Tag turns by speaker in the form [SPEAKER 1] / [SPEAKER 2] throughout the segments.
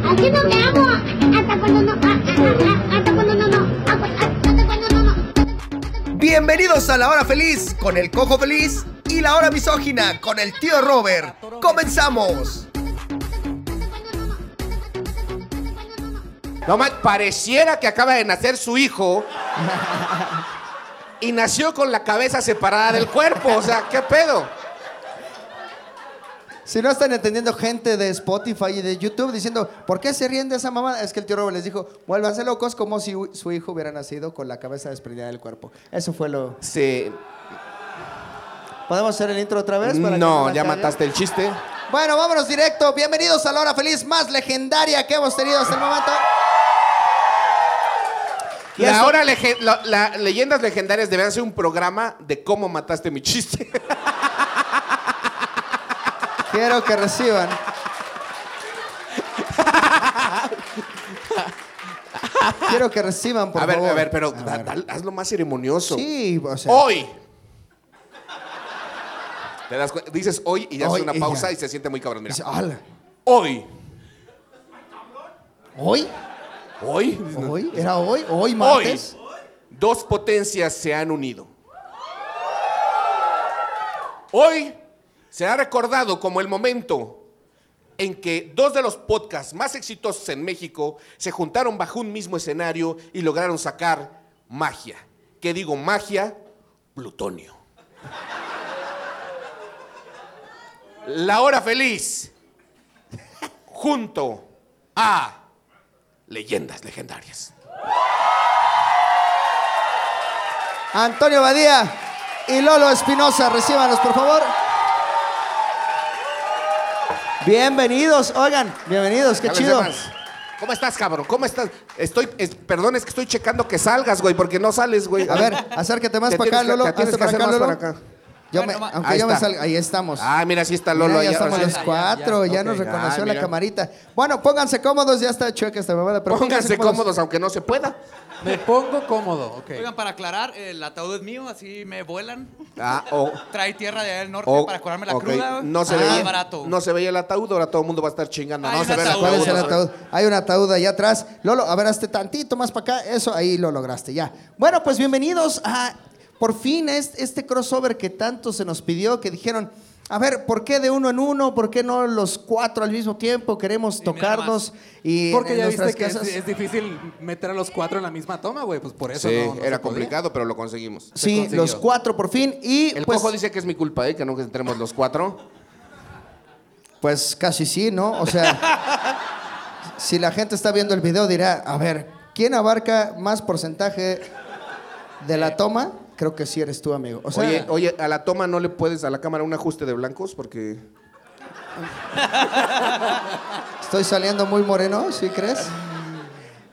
[SPEAKER 1] ¿A qué no me hago? Hasta cuando no. ah, a- a- a- Hasta cuando no, no. a- a- Hasta cuando no, no.
[SPEAKER 2] Bienvenidos a La Hora Feliz con el Cojo Feliz y La Hora Misógina con el Tío Robert. ¡Comenzamos!
[SPEAKER 3] No más, pareciera que acaba de nacer su hijo y nació con la cabeza separada del cuerpo. O sea, ¿qué pedo?
[SPEAKER 4] Si no están entendiendo gente de Spotify y de YouTube diciendo, ¿por qué se ríen de esa mamá? Es que el tío Robert les dijo, vuélvanse locos como si hu- su hijo hubiera nacido con la cabeza desprendida del cuerpo. Eso fue lo...
[SPEAKER 3] Sí.
[SPEAKER 4] ¿Podemos hacer el intro otra vez? para que
[SPEAKER 3] No,
[SPEAKER 4] la
[SPEAKER 3] ya
[SPEAKER 4] caguen?
[SPEAKER 3] mataste el chiste.
[SPEAKER 4] Bueno, vámonos directo. Bienvenidos a la hora feliz más legendaria que hemos tenido hasta el momento. Y
[SPEAKER 3] La
[SPEAKER 4] esto-
[SPEAKER 3] hora lege- la- la- leyendas legendarias deberían ser un programa de cómo mataste mi chiste.
[SPEAKER 4] Quiero que reciban. Quiero que reciban, por
[SPEAKER 3] a ver,
[SPEAKER 4] favor.
[SPEAKER 3] a ver, pero Oh, da-
[SPEAKER 4] ver.
[SPEAKER 3] da- hazlo más ceremonioso.
[SPEAKER 4] Sí, o sea...
[SPEAKER 3] Hoy. Te das cuen- dices hoy y ya
[SPEAKER 4] Hoy
[SPEAKER 3] haces una
[SPEAKER 4] y
[SPEAKER 3] pausa
[SPEAKER 4] ya.
[SPEAKER 3] y se siente muy cabrón. Mira.
[SPEAKER 4] dice, "Ala,
[SPEAKER 3] Hoy.
[SPEAKER 4] ¿Hoy?
[SPEAKER 3] Hoy.
[SPEAKER 4] ¿Hoy? ¿Era hoy? ¿Hoy martes?
[SPEAKER 3] Hoy, dos potencias se han unido. Hoy se ha recordado como el momento en que dos de los podcasts más exitosos en México se juntaron bajo un mismo escenario y lograron sacar magia. ¿Qué digo magia? Plutonio. La hora feliz junto a leyendas legendarias.
[SPEAKER 4] Antonio Badía y Lolo Espinosa, recíbanos, por favor. Bienvenidos, oigan, bienvenidos, qué
[SPEAKER 3] Ya les
[SPEAKER 4] chido.
[SPEAKER 3] demás. ¿Cómo estás, cabrón? ¿Cómo estás? Estoy, es- perdón, es que estoy checando que salgas, güey, porque no sales, güey.
[SPEAKER 4] A ver, acércate más
[SPEAKER 3] Te
[SPEAKER 4] para acá,
[SPEAKER 3] tienes que-
[SPEAKER 4] Lolo.
[SPEAKER 3] te tienes
[SPEAKER 4] hazte
[SPEAKER 3] que
[SPEAKER 4] para
[SPEAKER 3] hacer
[SPEAKER 4] acá,
[SPEAKER 3] más
[SPEAKER 4] Lolo.
[SPEAKER 3] para acá.
[SPEAKER 4] Yo
[SPEAKER 5] Bueno,
[SPEAKER 4] me-
[SPEAKER 5] va.
[SPEAKER 4] aunque
[SPEAKER 3] Ahí
[SPEAKER 4] yo me
[SPEAKER 3] está.
[SPEAKER 4] salga, ahí estamos.
[SPEAKER 3] Ah, mira, sí está
[SPEAKER 4] Mira,
[SPEAKER 3] Lolo. ahí,
[SPEAKER 4] ya
[SPEAKER 3] ahora
[SPEAKER 4] estamos
[SPEAKER 3] sí.
[SPEAKER 4] los cuatro, ya,
[SPEAKER 3] Ok,
[SPEAKER 4] nos reconoció
[SPEAKER 3] ah,
[SPEAKER 4] la
[SPEAKER 3] mira.
[SPEAKER 4] camarita. Bueno, pónganse cómodos, ya está chueca esta mamada. pero
[SPEAKER 3] Pónganse cómodos, aunque no se pueda.
[SPEAKER 5] Me pongo cómodo, ok.
[SPEAKER 6] Oigan, para aclarar, el ataúd es mío, así me vuelan.
[SPEAKER 3] Ah, o...
[SPEAKER 6] Trae tierra de allá del norte
[SPEAKER 3] o-
[SPEAKER 6] para curarme la
[SPEAKER 3] ok,
[SPEAKER 6] cruda.
[SPEAKER 3] No se,
[SPEAKER 6] Ah,
[SPEAKER 3] veía,
[SPEAKER 6] barato. Ah,
[SPEAKER 3] no se veía el ataúd, ahora todo el mundo va a estar chingando.
[SPEAKER 6] Hay
[SPEAKER 3] no
[SPEAKER 6] un
[SPEAKER 3] se ve el
[SPEAKER 6] ataúd.
[SPEAKER 4] ¿Cuál es el
[SPEAKER 3] no se ve.
[SPEAKER 4] ataúd? Hay un ataúd allá atrás. Lolo, a ver, hazte tantito más para acá. Eso, ahí lo lograste, ya. Bueno, pues bienvenidos a, por fin, a este, este crossover que tanto se nos pidió, que dijeron, a ver, ¿por qué de uno en uno? ¿Por qué no los cuatro al mismo tiempo? Queremos
[SPEAKER 6] mira
[SPEAKER 4] tocarnos y en-
[SPEAKER 5] Porque
[SPEAKER 4] en
[SPEAKER 5] ya
[SPEAKER 4] nuestras
[SPEAKER 5] viste que es,
[SPEAKER 4] casas.
[SPEAKER 5] es difícil meter a los cuatro en la misma toma, güey. Pues por eso
[SPEAKER 3] Sí, era
[SPEAKER 5] no, no se podía.
[SPEAKER 3] complicado, pero lo conseguimos.
[SPEAKER 5] se
[SPEAKER 4] Sí,
[SPEAKER 5] consiguió.
[SPEAKER 4] los cuatro por fin. Y
[SPEAKER 3] El
[SPEAKER 4] pues,
[SPEAKER 3] cojo dice que es mi culpa, ¿eh? Que no entremos los cuatro.
[SPEAKER 4] Pues casi sí, ¿no? O sea, si la gente está viendo el video dirá, a ver, ¿quién abarca más porcentaje de la toma? Creo que sí eres tú, amigo. O sea,
[SPEAKER 3] oye, oye, a la toma no le puedes a la cámara un ajuste de blancos porque...
[SPEAKER 4] estoy saliendo muy moreno, ¿sí crees?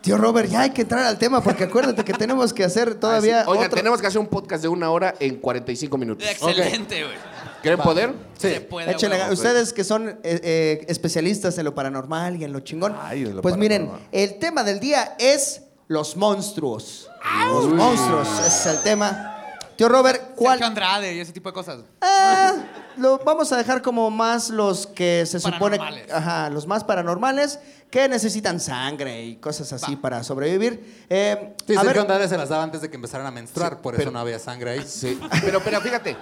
[SPEAKER 4] Tío Robert, ya hay que entrar al tema porque acuérdate que tenemos que hacer todavía
[SPEAKER 3] Ah, sí. Oiga,
[SPEAKER 4] otro-
[SPEAKER 3] tenemos que hacer un podcast de una hora en 45 minutos.
[SPEAKER 6] Excelente, güey.
[SPEAKER 3] ¿Quieren poder?
[SPEAKER 6] Se puede.
[SPEAKER 4] Échale
[SPEAKER 6] güey.
[SPEAKER 4] ga- ustedes que son eh, eh, especialistas en lo paranormal y en lo chingón.
[SPEAKER 3] Ay, en lo
[SPEAKER 4] pues miren,
[SPEAKER 3] paranormal.
[SPEAKER 4] el tema del día es los monstruos. Los monstruos, ese es el tema. Tío Robert, ¿cuál?
[SPEAKER 6] Sergio Andrade y ese tipo de cosas.
[SPEAKER 4] Ah, lo vamos a dejar como más los que se supone,
[SPEAKER 6] Paranormales.
[SPEAKER 4] ajá, los más paranormales que necesitan sangre y cosas así para sobrevivir. Eh,
[SPEAKER 5] Sí,
[SPEAKER 4] a
[SPEAKER 5] Sergio
[SPEAKER 4] ver,
[SPEAKER 5] Andrade se las daba antes de que empezaran a menstruar, por eso
[SPEAKER 3] pero-
[SPEAKER 5] no había sangre ahí.
[SPEAKER 3] Sí. Pero, pero fíjate,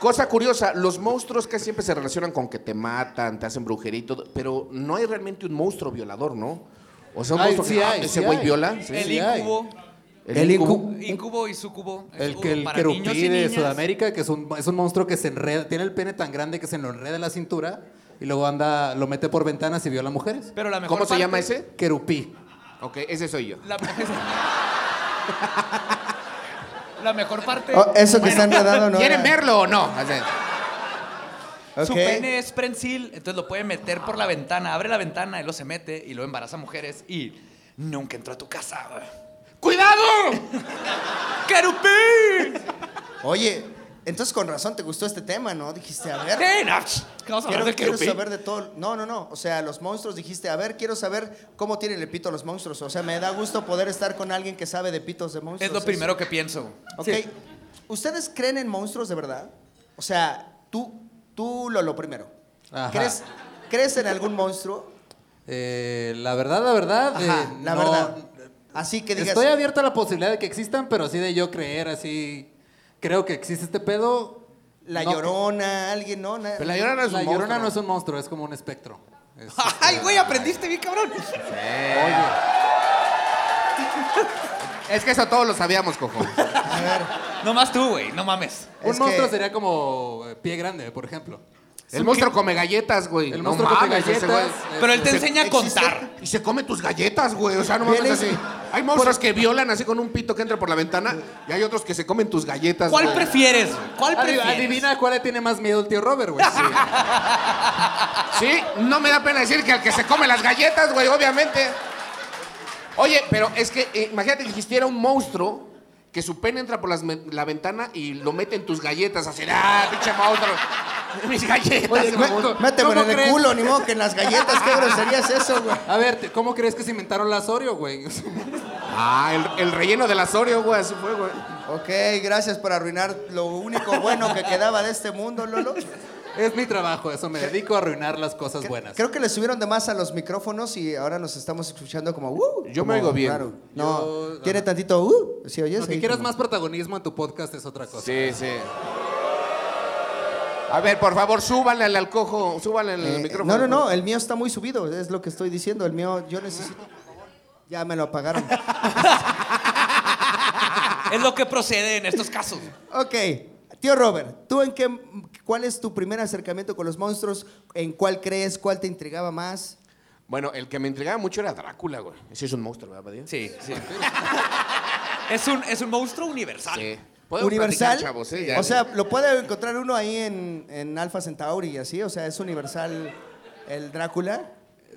[SPEAKER 3] cosa curiosa, los monstruos que siempre se relacionan con que te matan, te hacen brujería y todo, pero no hay realmente un monstruo violador, ¿no? O sea, un
[SPEAKER 5] Ay,
[SPEAKER 3] monstruo
[SPEAKER 5] sí
[SPEAKER 3] que ah,
[SPEAKER 5] hay,
[SPEAKER 3] ese
[SPEAKER 5] sí
[SPEAKER 3] güey
[SPEAKER 5] hay.
[SPEAKER 3] viola. sí.
[SPEAKER 6] el
[SPEAKER 5] sí hay.
[SPEAKER 6] incubo.
[SPEAKER 4] El incubo.
[SPEAKER 6] Incubo y sucubo.
[SPEAKER 5] El,
[SPEAKER 6] Eso,
[SPEAKER 5] que, el
[SPEAKER 6] para niños y
[SPEAKER 5] querupí de
[SPEAKER 6] niñas.
[SPEAKER 5] Sudamérica, que es un, es un monstruo que se enreda, tiene el pene tan grande que se lo enreda en la cintura y luego anda, lo mete por ventanas y viola mujeres.
[SPEAKER 6] Pero la mejor
[SPEAKER 3] ¿Cómo se
[SPEAKER 6] parte-
[SPEAKER 3] llama ese?
[SPEAKER 5] Querupí.
[SPEAKER 3] Ok, ese soy yo.
[SPEAKER 6] La, la mejor parte.
[SPEAKER 4] oh, eso que está enredado no.
[SPEAKER 3] ¿Quieren
[SPEAKER 4] era-
[SPEAKER 3] verlo o no? O sea,
[SPEAKER 4] Ok.
[SPEAKER 6] Su pene es prensil, entonces lo puede meter por la ventana. Abre la ventana y lo se mete y lo embaraza a mujeres y nunca entró a tu casa. güey. ¡Cuidado! ¡Querupín!
[SPEAKER 4] Oye, entonces con razón te gustó este tema, ¿no? Dijiste, a ver.
[SPEAKER 6] ¡Ten! Ah, ch- Vamos a hablar
[SPEAKER 4] Quiero,
[SPEAKER 6] del
[SPEAKER 4] quiero
[SPEAKER 6] querupín.
[SPEAKER 4] saber de todo. No, no, no. O sea, los monstruos dijiste, a ver, quiero saber cómo tienen el pito los monstruos. O sea, me da gusto poder estar con alguien que sabe de pitos de monstruos.
[SPEAKER 6] Es lo
[SPEAKER 4] Eso.
[SPEAKER 6] primero que pienso.
[SPEAKER 4] Ok. ¿Ustedes creen en monstruos de verdad? O sea, tú, tú lo, lo primero.
[SPEAKER 5] Ajá.
[SPEAKER 4] ¿Crees, ¿Crees en algún monstruo?
[SPEAKER 5] Eh, la verdad, la verdad.
[SPEAKER 4] Ajá,
[SPEAKER 5] eh,
[SPEAKER 4] la
[SPEAKER 5] no-
[SPEAKER 4] verdad. Así que digas.
[SPEAKER 5] Estoy abierto a la posibilidad de que existan, pero así de yo creer, así. Creo que existe este pedo.
[SPEAKER 4] La
[SPEAKER 5] no-
[SPEAKER 4] llorona, alguien, ¿no? Na-
[SPEAKER 3] Pero la llorona no es un
[SPEAKER 5] La
[SPEAKER 3] monstruo.
[SPEAKER 5] llorona no es un monstruo, es como un espectro. Es-
[SPEAKER 6] Ay, güey, aprendiste bien, cabrón.
[SPEAKER 3] Es que eso todos lo sabíamos, cojo.
[SPEAKER 4] A ver.
[SPEAKER 6] Nomás tú, güey, no mames.
[SPEAKER 5] un
[SPEAKER 4] Es
[SPEAKER 5] monstruo
[SPEAKER 4] que-
[SPEAKER 5] sería como eh, pie grande, por ejemplo.
[SPEAKER 3] El monstruo come galletas, güey.
[SPEAKER 5] El
[SPEAKER 3] No
[SPEAKER 5] monstruo que te
[SPEAKER 3] mames, ese
[SPEAKER 5] galletas,
[SPEAKER 3] güey.
[SPEAKER 5] eh,
[SPEAKER 6] Pero él te
[SPEAKER 5] se-
[SPEAKER 6] enseña a
[SPEAKER 4] ¿existe?
[SPEAKER 6] contar.
[SPEAKER 3] Y se come tus galletas, güey. O sea, no mames
[SPEAKER 4] ¿Vienes?
[SPEAKER 3] así. Hay monstruos que violan así con un pito que entra por la ventana y hay otros que se comen tus galletas.
[SPEAKER 6] ¿Cuál
[SPEAKER 3] güey.
[SPEAKER 6] prefieres? ¿Cuál
[SPEAKER 5] Adi-
[SPEAKER 6] prefieres?
[SPEAKER 5] Adivina cuál le tiene más miedo el tío Robert, güey. Sí.
[SPEAKER 3] Sí, no me da pena decir que al que se come las galletas, güey, obviamente. Oye, pero es que eh, imagínate que existiera un monstruo que su pene entra por las men- la ventana y lo mete en tus galletas. Así, ah, pinche monstruo. Mis galletas,
[SPEAKER 5] Oye, güey,
[SPEAKER 3] mamón.
[SPEAKER 4] Méteme en
[SPEAKER 5] ¿Cómo
[SPEAKER 4] el
[SPEAKER 5] crees?
[SPEAKER 4] culo, ni modo que en las galletas, qué grosería es eso, güey.
[SPEAKER 5] A ver, te- ¿cómo crees que se inventaron las Oreo, güey?
[SPEAKER 3] Ah, el, el relleno del asorio, güey, así fue, güey.
[SPEAKER 4] Ok, gracias por arruinar lo único bueno que quedaba de este mundo, Lolo.
[SPEAKER 5] es mi trabajo, eso me dedico a arruinar las cosas buenas.
[SPEAKER 4] Creo que le subieron de más a los micrófonos y ahora nos estamos escuchando como uh,
[SPEAKER 3] Yo me
[SPEAKER 4] como
[SPEAKER 3] oigo bien.
[SPEAKER 4] raro. No,
[SPEAKER 5] Yo-
[SPEAKER 4] tiene tantito uh, ¿sí oyes?
[SPEAKER 5] Lo que
[SPEAKER 4] Ahí
[SPEAKER 5] quieras
[SPEAKER 4] como-
[SPEAKER 5] más protagonismo en tu podcast es otra cosa.
[SPEAKER 3] Sí, sí. A ver, por favor, súbanle al alcojo, súbanle al
[SPEAKER 4] Eh,
[SPEAKER 3] micrófono.
[SPEAKER 4] No, no, no, el mío está muy subido, es lo que estoy diciendo. El mío, yo necesito. Ya me lo apagaron.
[SPEAKER 6] Es lo que procede en estos casos.
[SPEAKER 4] ok, tío Robert, ¿tú en qué, cuál es tu primer acercamiento con los monstruos? ¿En cuál crees? ¿Cuál te intrigaba más?
[SPEAKER 3] Bueno, el que me intrigaba mucho era Drácula, güey. Ese es un monstruo, ¿verdad, Padilla?
[SPEAKER 6] Sí, sí. es, un, es un monstruo universal.
[SPEAKER 3] Sí. Podemos
[SPEAKER 4] ¿Universal?
[SPEAKER 3] platicar, chavos, ¿eh? Ya.
[SPEAKER 4] o sea, lo puede encontrar uno ahí en, en Alpha Centauri y así, o sea, es universal el Drácula.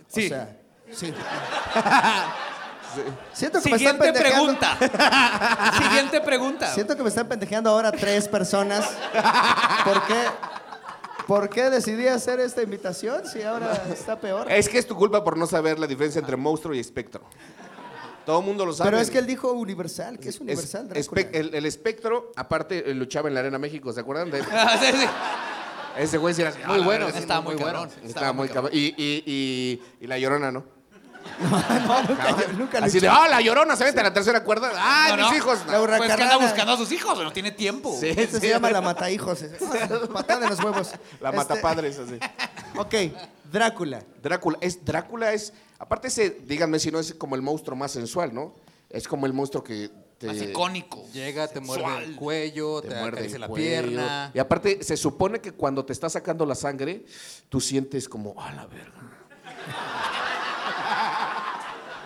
[SPEAKER 6] Sí.
[SPEAKER 4] O sea, sí. Siento que me están
[SPEAKER 6] Siguiente
[SPEAKER 4] pendejeando.
[SPEAKER 6] pregunta. Siguiente pregunta.
[SPEAKER 4] Siento que me están pendejeando ahora tres personas. ¿Por qué? ¿Por qué decidí hacer esta invitación si ahora está peor?
[SPEAKER 3] Es que es tu culpa por no saber la diferencia entre monstruo y espectro. Todo el mundo lo sabe.
[SPEAKER 4] Pero es que él dijo universal, que es universal,
[SPEAKER 3] Es-
[SPEAKER 4] Drácula.
[SPEAKER 3] espe- el, el espectro, aparte, eh, luchaba en la Arena México, ¿se acuerdan? De,
[SPEAKER 6] Ah, Sí, sí.
[SPEAKER 3] ese güey sí era así, "Ah,
[SPEAKER 6] Muy
[SPEAKER 3] la
[SPEAKER 6] bueno,
[SPEAKER 3] verga, sí,
[SPEAKER 6] estaba
[SPEAKER 3] no,
[SPEAKER 6] muy
[SPEAKER 3] cabrón".
[SPEAKER 6] cabrón,
[SPEAKER 3] Estaba muy cabrón. Y, y, y, y la llorona, ¿no?
[SPEAKER 4] No, nunca, yo- nunca lo
[SPEAKER 3] Así
[SPEAKER 4] hice.
[SPEAKER 3] de, ah, la llorona, se mete a la tercera cuerda. Ah,
[SPEAKER 6] No,
[SPEAKER 3] mis
[SPEAKER 6] no.
[SPEAKER 3] hijos.
[SPEAKER 4] La hurra-
[SPEAKER 6] Pues que anda
[SPEAKER 4] Carnala.
[SPEAKER 6] buscando a sus hijos, no tiene tiempo.
[SPEAKER 3] Sí,
[SPEAKER 4] Este
[SPEAKER 3] sí.
[SPEAKER 4] se llama la mata hijos. Patada en los huevos.
[SPEAKER 3] La
[SPEAKER 4] Este,
[SPEAKER 3] matapadres, así.
[SPEAKER 4] Ok, Drácula.
[SPEAKER 3] Drácula es Drácula es aparte ese díganme si no es como el monstruo más sensual, ¿no? Es como el monstruo que te
[SPEAKER 6] Más icónico.
[SPEAKER 5] Llega, te muerde el
[SPEAKER 6] Sensual.
[SPEAKER 5] cuello,
[SPEAKER 3] te
[SPEAKER 5] te,
[SPEAKER 3] muerde
[SPEAKER 5] acaricia
[SPEAKER 3] el
[SPEAKER 5] la
[SPEAKER 3] cuello.
[SPEAKER 5] pierna.
[SPEAKER 3] Y aparte se supone que cuando te está sacando la sangre tú sientes como a la verga.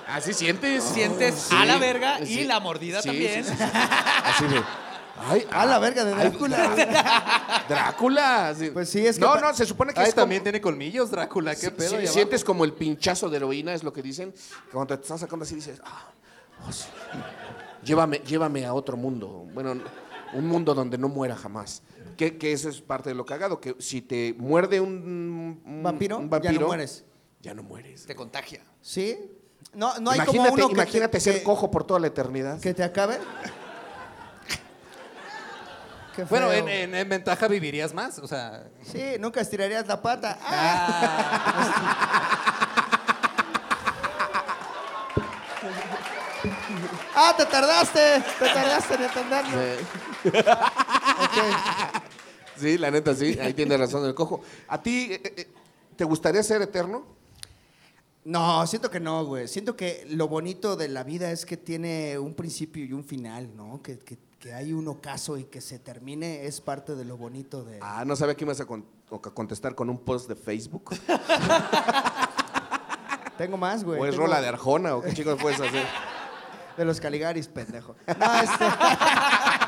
[SPEAKER 3] Así sientes.
[SPEAKER 6] Sientes
[SPEAKER 3] Sí,
[SPEAKER 6] a la verga y
[SPEAKER 3] sí.
[SPEAKER 6] la mordida
[SPEAKER 3] Sí,
[SPEAKER 6] también.
[SPEAKER 3] sí, sí, sí. Así de ay,
[SPEAKER 4] A la verga de
[SPEAKER 3] Ah. ay,
[SPEAKER 4] Drácula.
[SPEAKER 3] Drácula. así.
[SPEAKER 4] Pues sí, es que
[SPEAKER 3] No,
[SPEAKER 4] pa-
[SPEAKER 3] no, se supone que
[SPEAKER 5] Ay,
[SPEAKER 3] es como-
[SPEAKER 5] también tiene colmillos, Drácula, qué
[SPEAKER 3] Sí,
[SPEAKER 5] pedo.
[SPEAKER 3] sí,
[SPEAKER 5] ahí abajo.
[SPEAKER 3] sientes como el pinchazo de heroína, es lo que dicen. que Cuando te están sacando así dices, "Ah, oh, sí. llévame, llévame a otro mundo. Bueno, un mundo donde no muera jamás. Que, que eso es parte de lo cagado, que si te muerde un, un-
[SPEAKER 4] ¿Vampiro?
[SPEAKER 3] un
[SPEAKER 4] Ya no mueres.
[SPEAKER 3] Ya no mueres.
[SPEAKER 6] Te contagia.
[SPEAKER 4] ¿Sí? No, no hay
[SPEAKER 3] imagínate
[SPEAKER 4] como uno que te-
[SPEAKER 3] imagínate ser
[SPEAKER 4] que-
[SPEAKER 3] cojo por toda la eternidad.
[SPEAKER 4] que te acabe. Qué
[SPEAKER 5] Bueno,
[SPEAKER 4] feo.
[SPEAKER 5] en, en- en ventaja vivirías más, o sea.
[SPEAKER 4] Sí, nunca estirarías la pata. Ah.
[SPEAKER 5] ah,
[SPEAKER 4] Ah, te tardaste. Te tardaste en entenderlo.
[SPEAKER 3] Eh,
[SPEAKER 4] Ok.
[SPEAKER 3] Sí, la neta, sí. Ahí tiene razón el cojo. ¿A ti eh, eh, te gustaría ser eterno?
[SPEAKER 4] No, siento que no, güey. Siento que lo bonito de la vida es que tiene un principio y un final, ¿no? Que, que- que hay un ocaso y que se termine es parte de lo bonito de...
[SPEAKER 3] Ah, no sabía que ibas a con- o- a contestar con un post de Facebook.
[SPEAKER 4] Tengo más, güey.
[SPEAKER 3] ¿O es
[SPEAKER 4] Tengo-
[SPEAKER 3] rola de Arjona? ¿O qué chicos puedes hacer?
[SPEAKER 4] De los Caligaris, pendejo. No, este-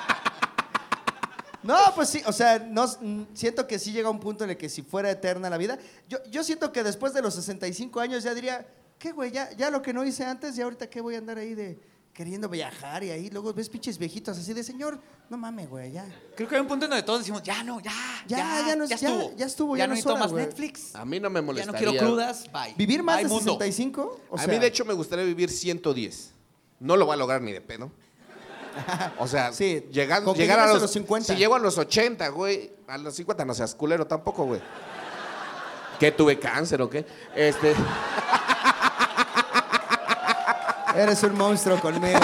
[SPEAKER 4] No, pues sí, o sea, no, mm, siento que sí llega un punto en el que si fuera eterna la vida, yo, yo siento que después de los 65 años ya diría, ¿qué güey? Ya, ya lo que no hice antes, ¿y ahorita qué voy a andar ahí de queriendo viajar y ahí? Luego ves pinches viejitos así de, señor, no mames, güey, ya.
[SPEAKER 6] Creo que hay un punto en donde todos decimos, ya no, ya,
[SPEAKER 4] Ya,
[SPEAKER 6] ya,
[SPEAKER 4] ya no es- ya-
[SPEAKER 6] estuvo.
[SPEAKER 4] ya estuvo, ya no
[SPEAKER 6] no
[SPEAKER 4] es
[SPEAKER 6] necesito
[SPEAKER 4] hora,
[SPEAKER 6] más
[SPEAKER 4] güey.
[SPEAKER 6] Netflix.
[SPEAKER 3] A mí no Ah, me
[SPEAKER 6] Ya no
[SPEAKER 3] molestaría.
[SPEAKER 6] quiero crudas, bye.
[SPEAKER 4] ¿Vivir más
[SPEAKER 6] Bye,
[SPEAKER 4] de
[SPEAKER 6] mundo.
[SPEAKER 4] 65? O
[SPEAKER 3] a
[SPEAKER 4] sea,
[SPEAKER 3] mí, de hecho, me gustaría vivir 110. No lo va a lograr ni de pedo. O sea,
[SPEAKER 4] Sí,
[SPEAKER 3] llegando,
[SPEAKER 4] con que
[SPEAKER 3] llegar a
[SPEAKER 4] llegues a
[SPEAKER 3] los,
[SPEAKER 4] los 50.
[SPEAKER 3] Si llego a los 80, güey, a los 50 no seas culero tampoco, güey. ¿Qué tuve cáncer o qué? Este.
[SPEAKER 4] Eres un monstruo conmigo.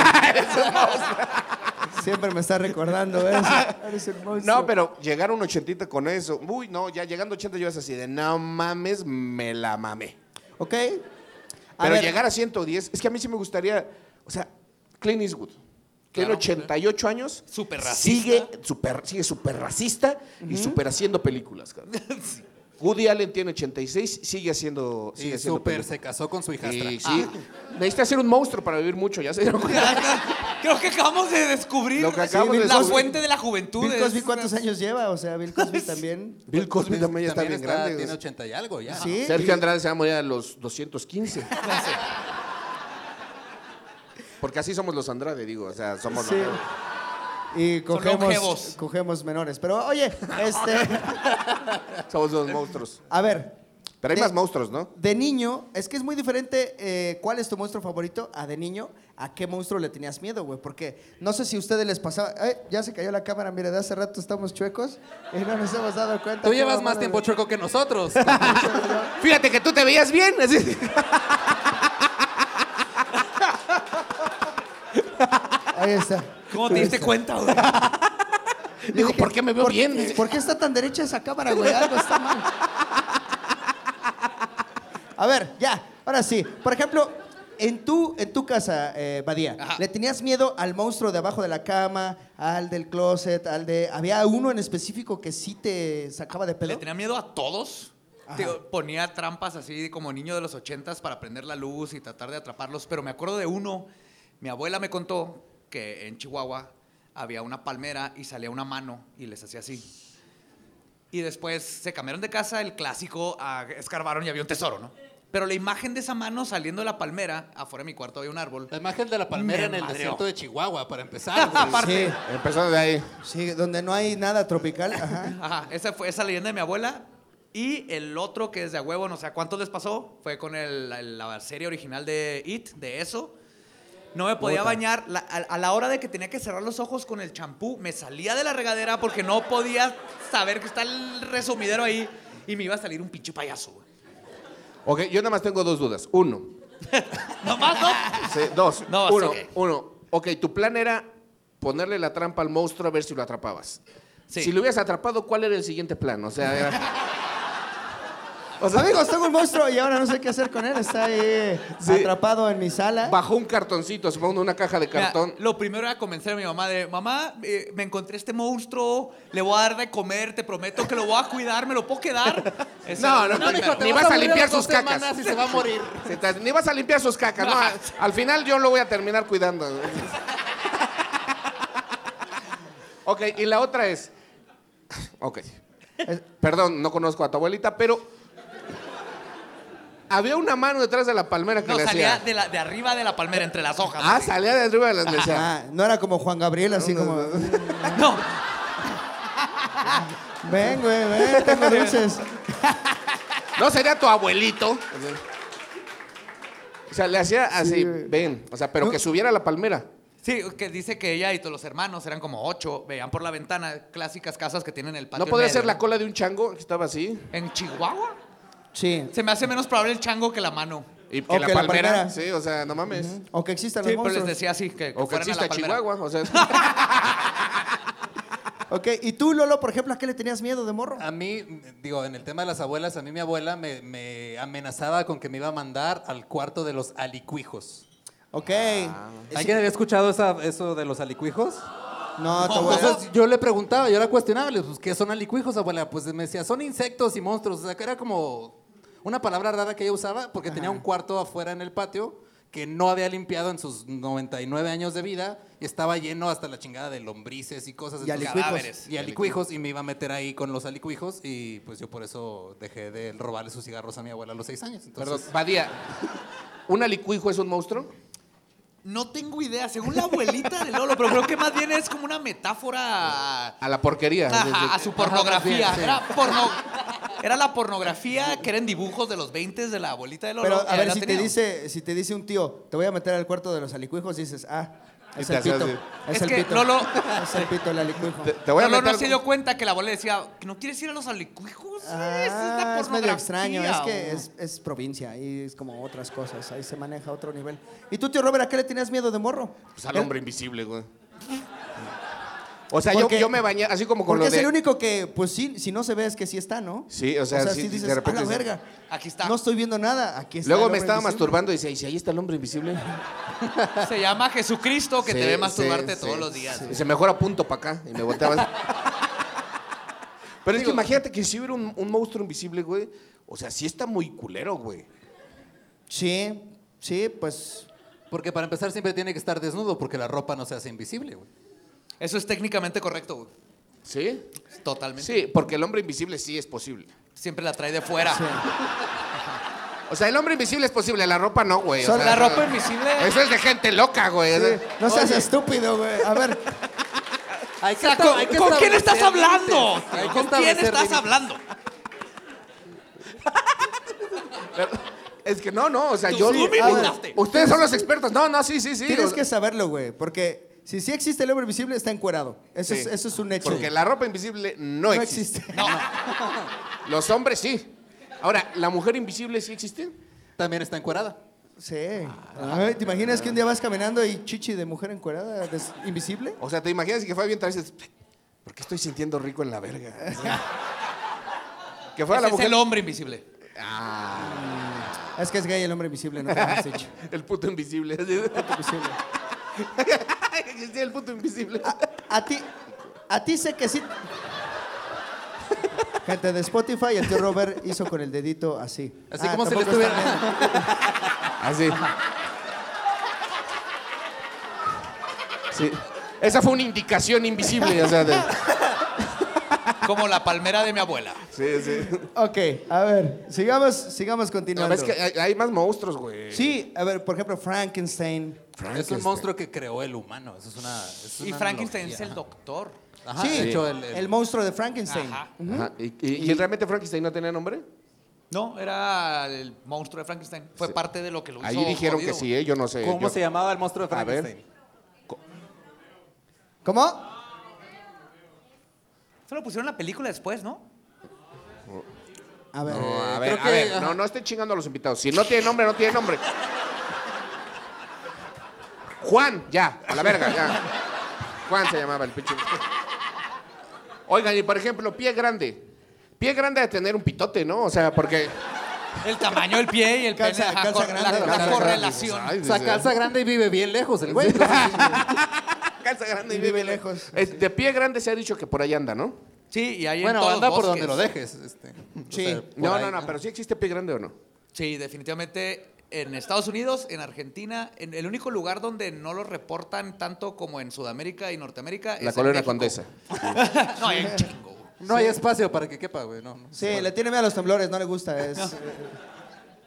[SPEAKER 4] Siempre me estás recordando eso. Eres un monstruo.
[SPEAKER 3] No, pero llegar a un 80 con eso. Uy, no, ya llegando a 80 yo es así de no mames, me la mamé.
[SPEAKER 4] Ok. A
[SPEAKER 3] Pero
[SPEAKER 4] ver,
[SPEAKER 3] llegar a 110, es que a mí sí me gustaría, o sea, Clint Eastwood. Tiene
[SPEAKER 6] Claro.
[SPEAKER 3] 88 años.
[SPEAKER 6] Súper
[SPEAKER 3] Sigue
[SPEAKER 6] racista.
[SPEAKER 3] súper sigue súper racista y súper haciendo películas. cabrón. Woody Allen tiene 86, sigue haciendo. Sigue
[SPEAKER 5] Y
[SPEAKER 3] haciendo
[SPEAKER 5] súper
[SPEAKER 3] películas.
[SPEAKER 5] se casó con su hijastra. Ah,
[SPEAKER 3] Y sí. Necesita ser un monstruo para vivir mucho, ya se dieron cuenta.
[SPEAKER 6] Creo que acabamos de descubrir
[SPEAKER 3] Lo que acabamos
[SPEAKER 6] la
[SPEAKER 3] de descubrir.
[SPEAKER 6] fuente de la juventud.
[SPEAKER 4] Bill
[SPEAKER 6] es
[SPEAKER 4] Cosby,
[SPEAKER 6] una-
[SPEAKER 4] ¿cuántos años lleva? O sea, Bill Cosby también.
[SPEAKER 3] Bill Cosby también ya está
[SPEAKER 5] También
[SPEAKER 3] bien grande.
[SPEAKER 5] Tiene
[SPEAKER 3] güey.
[SPEAKER 5] 80 y algo ya.
[SPEAKER 4] Sí.
[SPEAKER 3] Sergio Andrade se va a morir a los 215. Porque así somos los Andrade, digo. O sea, somos
[SPEAKER 4] Sí.
[SPEAKER 3] los-
[SPEAKER 4] Y cogemos,
[SPEAKER 6] longevos.
[SPEAKER 4] cogemos menores. Pero oye, este.
[SPEAKER 3] Somos los monstruos.
[SPEAKER 4] A ver,
[SPEAKER 3] Pero hay
[SPEAKER 4] De-
[SPEAKER 3] más monstruos, ¿no?
[SPEAKER 4] de niño, es que es muy diferente eh, cuál es tu monstruo favorito a de niño, a qué monstruo le tenías miedo, güey. Porque no sé si a ustedes les pasaba. Ay, ya se cayó la cámara, mire, de hace rato estamos chuecos y no nos hemos dado cuenta.
[SPEAKER 5] Tú
[SPEAKER 4] Qué
[SPEAKER 5] llevas
[SPEAKER 4] mamada,
[SPEAKER 5] más tiempo
[SPEAKER 4] güey.
[SPEAKER 5] chueco que nosotros.
[SPEAKER 3] Fíjate que tú te veías bien. así.
[SPEAKER 4] Ahí está.
[SPEAKER 6] ¿Cómo te diste cuenta, güey?
[SPEAKER 4] Yo
[SPEAKER 3] Dijo, ¿por qué me veo bien?
[SPEAKER 4] ¿Por qué está tan derecha esa cámara, güey? Algo está mal. A ver, ya, ahora sí. Por ejemplo, en tu, en tu casa, eh, Badía,
[SPEAKER 6] Ajá.
[SPEAKER 4] ¿le tenías miedo al monstruo de abajo de la cama, al del closet, al de... ¿Había uno en específico que sí te sacaba de
[SPEAKER 6] Le
[SPEAKER 4] pedo?
[SPEAKER 6] tenía miedo a todos. Digo, ponía trampas así como niño de los ochentas para prender la luz y tratar de atraparlos. Pero me acuerdo de uno. Mi abuela me contó que en Chihuahua había una palmera y salía una mano y les hacía así. Y después se cambiaron de casa, el clásico, a- escarbaron y había un tesoro, ¿no? Pero la imagen de esa mano saliendo de la palmera, afuera de mi cuarto había un árbol.
[SPEAKER 5] La imagen de la palmera
[SPEAKER 6] Me
[SPEAKER 5] en el
[SPEAKER 6] madreó.
[SPEAKER 5] desierto de Chihuahua, para empezar. güey.
[SPEAKER 6] Aparte,
[SPEAKER 4] Sí,
[SPEAKER 3] Empezando de ahí.
[SPEAKER 4] sí, donde no hay nada tropical. Ajá.
[SPEAKER 6] Ajá, esa fue esa leyenda de mi abuela. Y el otro que es de a huevo, no sé a cuántos les pasó, fue con el- la- la serie original de It, de eso. No me podía bañar. La- a, a la hora de que tenía que cerrar los ojos con el champú, me salía de la regadera porque no podía saber que está el resumidero ahí y me iba a salir un pinche payaso. güey.
[SPEAKER 3] Ok, yo nada más tengo dos dudas. Uno.
[SPEAKER 6] Nomás no.
[SPEAKER 3] Sí, dos.
[SPEAKER 6] No,
[SPEAKER 3] uno.
[SPEAKER 6] sí.
[SPEAKER 3] Uno. Ok, tu plan era ponerle la trampa al monstruo a ver si lo atrapabas.
[SPEAKER 6] Sí.
[SPEAKER 3] Si lo hubieras atrapado, ¿cuál era el siguiente plan? O sea, era-
[SPEAKER 4] Amigos, tengo un monstruo y ahora no sé qué hacer con él. Está ahí
[SPEAKER 3] Sí.
[SPEAKER 4] atrapado en mi sala.
[SPEAKER 3] bajo un cartoncito, supongo una caja de
[SPEAKER 6] Mira,
[SPEAKER 3] cartón.
[SPEAKER 6] lo primero era convencer a mi mamá de, mamá, eh, me encontré este monstruo, le voy a dar de comer, te prometo que lo voy a cuidar, ¿me lo puedo quedar? Ese
[SPEAKER 3] No,
[SPEAKER 6] era
[SPEAKER 3] no, no,
[SPEAKER 6] lo primero.
[SPEAKER 3] hijo, te
[SPEAKER 5] Ni
[SPEAKER 3] vas a
[SPEAKER 5] morir
[SPEAKER 3] limpiar
[SPEAKER 5] las dos
[SPEAKER 3] sus cacas.
[SPEAKER 5] semanas y se va a morir.
[SPEAKER 3] Se te- Ni vas a limpiar sus cacas, ¿no? A- Al final yo lo voy a terminar cuidando. ok, y la otra es. Ok. Perdón, no conozco a tu abuelita, pero. Había una mano detrás de la palmera que
[SPEAKER 6] No,
[SPEAKER 3] le
[SPEAKER 6] salía
[SPEAKER 3] hacía.
[SPEAKER 6] de, la- de arriba de la palmera, entre las hojas.
[SPEAKER 3] Ah, salía de arriba de las le decía,
[SPEAKER 4] Ah, no era como Juan Gabriel, así como...
[SPEAKER 6] No,
[SPEAKER 4] Ven, güey, ven, tengo dulces.
[SPEAKER 3] No sería tu abuelito. O sea, le hacía así,
[SPEAKER 4] güey.
[SPEAKER 3] ven. O sea, pero que subiera a la palmera.
[SPEAKER 6] sí, que dice que ella y todos los hermanos, eran como ocho, veían por la ventana clásicas casas que tienen el patio.
[SPEAKER 3] ¿No
[SPEAKER 6] en
[SPEAKER 3] podría
[SPEAKER 6] medio,
[SPEAKER 3] ser la cola de un chango que estaba así?
[SPEAKER 6] ¿En Chihuahua?
[SPEAKER 4] Sí.
[SPEAKER 6] Se me hace menos probable el chango que la mano.
[SPEAKER 3] Y
[SPEAKER 4] O que la palmera.
[SPEAKER 3] Sí, o sea, no mames.
[SPEAKER 4] O que existan
[SPEAKER 6] Sí,
[SPEAKER 4] los
[SPEAKER 6] pero les
[SPEAKER 4] monstruos.
[SPEAKER 6] decía así, que, que
[SPEAKER 3] O que
[SPEAKER 6] fueran a la
[SPEAKER 3] exista
[SPEAKER 6] palmera.
[SPEAKER 3] Chihuahua, o sea.
[SPEAKER 4] Ok, ¿y tú, Lolo, por ejemplo, a qué le tenías miedo de morro?
[SPEAKER 5] A mí, digo, en el tema de las abuelas, a mí mi abuela me, me amenazaba con que me iba a mandar al cuarto de los alicuijos.
[SPEAKER 4] Ok.
[SPEAKER 6] Ah,
[SPEAKER 5] ¿Alguien había escuchado esa- eso de los alicuijos?
[SPEAKER 4] No, tu
[SPEAKER 6] pues,
[SPEAKER 4] abuela.
[SPEAKER 5] Entonces yo le preguntaba, yo la cuestionaba, le digo, pues, ¿qué son alicuijos, abuela? Pues me decía, son insectos y monstruos. O sea, que era como una palabra rara que ella usaba porque tenía un cuarto afuera en el patio que no había limpiado en sus 99 años de vida y estaba lleno hasta la chingada de lombrices y cosas.
[SPEAKER 4] Y
[SPEAKER 5] Entonces,
[SPEAKER 4] alicuijos.
[SPEAKER 6] Cadáveres.
[SPEAKER 5] Y alicuijos y me iba a meter ahí con los alicuijos y pues yo por eso dejé de robarle sus cigarros a mi abuela a los seis años. Entonces,
[SPEAKER 3] Perdón, Badía. ¿Un alicuijo es un monstruo?
[SPEAKER 6] No tengo idea, según la abuelita de Lolo, pero creo que más bien es como una metáfora
[SPEAKER 3] A la porquería.
[SPEAKER 6] Ajá, a su pornografía.
[SPEAKER 5] Ajá, sí, sí.
[SPEAKER 6] Era, porno- era la pornografía que eran dibujos de los 20 de la abuelita de Lolo.
[SPEAKER 4] Pero
[SPEAKER 6] y
[SPEAKER 4] a
[SPEAKER 6] ahí
[SPEAKER 4] ver,
[SPEAKER 6] la
[SPEAKER 4] si te,
[SPEAKER 6] tenía.
[SPEAKER 4] dice, si te dice un tío, te voy a meter al cuarto de los alicuijos, dices, ah, Es
[SPEAKER 3] Y te
[SPEAKER 4] el
[SPEAKER 3] hacías
[SPEAKER 4] pito.
[SPEAKER 3] de-
[SPEAKER 4] Es,
[SPEAKER 6] Es
[SPEAKER 4] el
[SPEAKER 6] que
[SPEAKER 4] pito.
[SPEAKER 6] Lolo-
[SPEAKER 4] Es el pito, el alicuijo.
[SPEAKER 3] Te, te voy a
[SPEAKER 6] Lolo
[SPEAKER 3] meter-
[SPEAKER 6] no se dio cuenta que la bola decía, ¿no quieres ir a los alicuijos? Eh, esa es,
[SPEAKER 4] Ah,
[SPEAKER 6] la
[SPEAKER 4] es medio
[SPEAKER 6] pornografía,
[SPEAKER 4] extraño, es que
[SPEAKER 6] o-
[SPEAKER 4] es, es provincia y es como otras cosas, ahí se maneja otro nivel. ¿Y tú, tío Robert, a qué le tenías miedo de morro?
[SPEAKER 3] Pues al hombre invisible, güey. O sea, yo,
[SPEAKER 4] Porque-
[SPEAKER 3] yo me bañé así como con
[SPEAKER 4] Porque
[SPEAKER 3] lo
[SPEAKER 4] es
[SPEAKER 3] de...
[SPEAKER 4] el único que, pues sí, si no se ve es que sí está, ¿no?
[SPEAKER 3] Sí, o sea, sí,
[SPEAKER 4] sí,
[SPEAKER 3] de
[SPEAKER 4] dices,
[SPEAKER 3] repente
[SPEAKER 4] a la
[SPEAKER 3] dices,
[SPEAKER 4] verga,
[SPEAKER 6] Aquí está.
[SPEAKER 4] no estoy viendo nada, aquí está.
[SPEAKER 3] Luego
[SPEAKER 4] el
[SPEAKER 3] me
[SPEAKER 4] hombre
[SPEAKER 3] estaba
[SPEAKER 4] invisible".
[SPEAKER 3] masturbando y decía, ¿y si ahí está el hombre invisible?
[SPEAKER 6] Se llama Jesucristo que
[SPEAKER 3] Sí,
[SPEAKER 6] te ve masturbarte
[SPEAKER 3] sí,
[SPEAKER 6] todos
[SPEAKER 3] sí,
[SPEAKER 6] los días.
[SPEAKER 3] sí. Dice, mejor apunto para acá. Y me volteaba. Pero es que imagínate que si hubiera un, un monstruo invisible, güey. O sea, sí está muy culero, güey.
[SPEAKER 4] Sí, sí, pues...
[SPEAKER 5] Porque para empezar siempre tiene que estar desnudo porque la ropa no se hace invisible, güey.
[SPEAKER 6] Eso es técnicamente correcto, güey.
[SPEAKER 3] ¿Sí?
[SPEAKER 6] Totalmente.
[SPEAKER 3] Sí, porque el hombre invisible sí es posible.
[SPEAKER 6] Siempre la trae de fuera.
[SPEAKER 3] O sea, el hombre invisible es posible, la ropa no, güey. o
[SPEAKER 4] Solo
[SPEAKER 3] sea,
[SPEAKER 6] La
[SPEAKER 3] no.
[SPEAKER 6] ropa invisible.
[SPEAKER 3] Eso es de gente loca, güey.
[SPEAKER 4] sí, No seas estúpido, güey. A ver,
[SPEAKER 5] Hay que
[SPEAKER 6] O sea,
[SPEAKER 5] esta-
[SPEAKER 6] ¿con,
[SPEAKER 5] hay que
[SPEAKER 6] con quién
[SPEAKER 5] establecer
[SPEAKER 6] estás hablando?
[SPEAKER 5] límites. Hay que
[SPEAKER 6] ¿Con quién
[SPEAKER 5] establecer
[SPEAKER 6] estás
[SPEAKER 5] límites.
[SPEAKER 6] hablando?
[SPEAKER 3] Es que no, no, o sea,
[SPEAKER 6] Tú-
[SPEAKER 3] yo...
[SPEAKER 6] tú me
[SPEAKER 3] Ah,
[SPEAKER 6] invitaste.
[SPEAKER 3] Ustedes son los expertos. No, no, sí, sí, sí.
[SPEAKER 4] tienes
[SPEAKER 3] O-
[SPEAKER 4] que saberlo, güey, porque si sí existe el hombre invisible, está encuerado. Eso,
[SPEAKER 3] Sí.
[SPEAKER 4] es, eso es un hecho.
[SPEAKER 3] Porque la ropa invisible no,
[SPEAKER 4] no
[SPEAKER 3] existe.
[SPEAKER 4] existe.
[SPEAKER 6] No.
[SPEAKER 3] Los hombres sí. Ahora, ¿la mujer invisible sí existe?
[SPEAKER 5] También está encuerada.
[SPEAKER 4] Sí. Ay, ¿Te imaginas que un día vas caminando y chichi de mujer encuerada, des- invisible?
[SPEAKER 3] O sea, ¿te imaginas que fue bien tal vez? ¿Por qué estoy sintiendo rico en la verga? que fuera
[SPEAKER 6] Ese
[SPEAKER 3] la
[SPEAKER 6] es
[SPEAKER 3] mujer.
[SPEAKER 6] el hombre invisible.
[SPEAKER 4] Es que es gay el hombre invisible, no te habías dicho.
[SPEAKER 3] El puto invisible.
[SPEAKER 4] Invisible.
[SPEAKER 3] Existía el puto invisible.
[SPEAKER 4] Ah, A ti, a ti sé que sí. Gente de Spotify, el tío Robert hizo con el dedito así. Ah,
[SPEAKER 5] Así como si le
[SPEAKER 4] tampoco está
[SPEAKER 5] estuviera-
[SPEAKER 4] bien.
[SPEAKER 3] Así. Sí. Esa fue una indicación invisible. O sea, de-
[SPEAKER 6] Como la palmera de mi abuela.
[SPEAKER 3] Sí, sí.
[SPEAKER 4] Ok, a ver, sigamos, sigamos
[SPEAKER 3] No,
[SPEAKER 4] continuando.
[SPEAKER 3] es que hay, hay más monstruos, güey.
[SPEAKER 4] Sí, a ver, por ejemplo, Frankenstein.
[SPEAKER 5] Es un monstruo que creó el humano. Eso es una. es
[SPEAKER 6] Y
[SPEAKER 5] una
[SPEAKER 6] Frankenstein es
[SPEAKER 5] analogía. Ah.
[SPEAKER 6] el doctor.
[SPEAKER 5] Ajá,
[SPEAKER 4] sí,
[SPEAKER 5] de hecho, el, el-
[SPEAKER 4] el monstruo de Frankenstein.
[SPEAKER 6] Ajá.
[SPEAKER 3] Ajá. ¿Y, y- y realmente Frankenstein no tenía nombre?
[SPEAKER 6] No, era el monstruo de Frankenstein. Fue parte de lo que lo hizo.
[SPEAKER 3] Ahí dijeron
[SPEAKER 6] jodido,
[SPEAKER 3] que sí, ¿eh? Yo no sé.
[SPEAKER 5] ¿Cómo
[SPEAKER 3] yo-
[SPEAKER 5] se llamaba el monstruo de
[SPEAKER 3] A ver.
[SPEAKER 5] Frankenstein?
[SPEAKER 4] ¿Cómo?
[SPEAKER 6] güey. Se lo pusieron en la película después, ¿no?
[SPEAKER 4] A ver.
[SPEAKER 3] No, ah, a ver,
[SPEAKER 5] creo
[SPEAKER 3] a
[SPEAKER 5] que-
[SPEAKER 3] ver,
[SPEAKER 5] ajá.
[SPEAKER 3] no, no estoy chingando a los invitados. Si no tiene nombre, no tiene nombre. Juan, ya, a la verga, ya. Juan se llamaba el pinche. Oigan, y por ejemplo, pie grande. Pie grande de tener un pitote, ¿no? O sea, porque.
[SPEAKER 6] El tamaño del pie y el pene.
[SPEAKER 4] Calza-
[SPEAKER 6] ajá,
[SPEAKER 4] calza
[SPEAKER 6] cor-
[SPEAKER 4] grande,
[SPEAKER 6] la- la,
[SPEAKER 4] calza grande.
[SPEAKER 6] correlación.
[SPEAKER 3] Ay,
[SPEAKER 5] O sea,
[SPEAKER 3] sí,
[SPEAKER 5] calza grande y vive bien lejos el güey.
[SPEAKER 3] Calza grande
[SPEAKER 4] y vive lejos.
[SPEAKER 3] Es- Eh, de pie grande se ha dicho que por ahí anda, ¿no?
[SPEAKER 6] Sí, y ahí en
[SPEAKER 5] bueno,
[SPEAKER 6] todos
[SPEAKER 5] anda
[SPEAKER 6] los
[SPEAKER 5] por donde
[SPEAKER 6] bosques.
[SPEAKER 5] lo dejes. este. O
[SPEAKER 4] Sí.
[SPEAKER 5] sea, por
[SPEAKER 3] No,
[SPEAKER 5] ahí,
[SPEAKER 3] no, no, pero sí existe pie grande o no.
[SPEAKER 6] Sí, definitivamente en Estados Unidos, en Argentina, en el único lugar donde no lo reportan tanto como en Sudamérica y Norteamérica
[SPEAKER 3] La
[SPEAKER 6] es
[SPEAKER 3] colonia
[SPEAKER 6] en México.
[SPEAKER 3] condesa.
[SPEAKER 6] no, hay un chingo. güey.
[SPEAKER 5] No hay espacio para que quepa, güey. No, no.
[SPEAKER 4] Sí, le tiene miedo a los temblores, no le gusta. Es,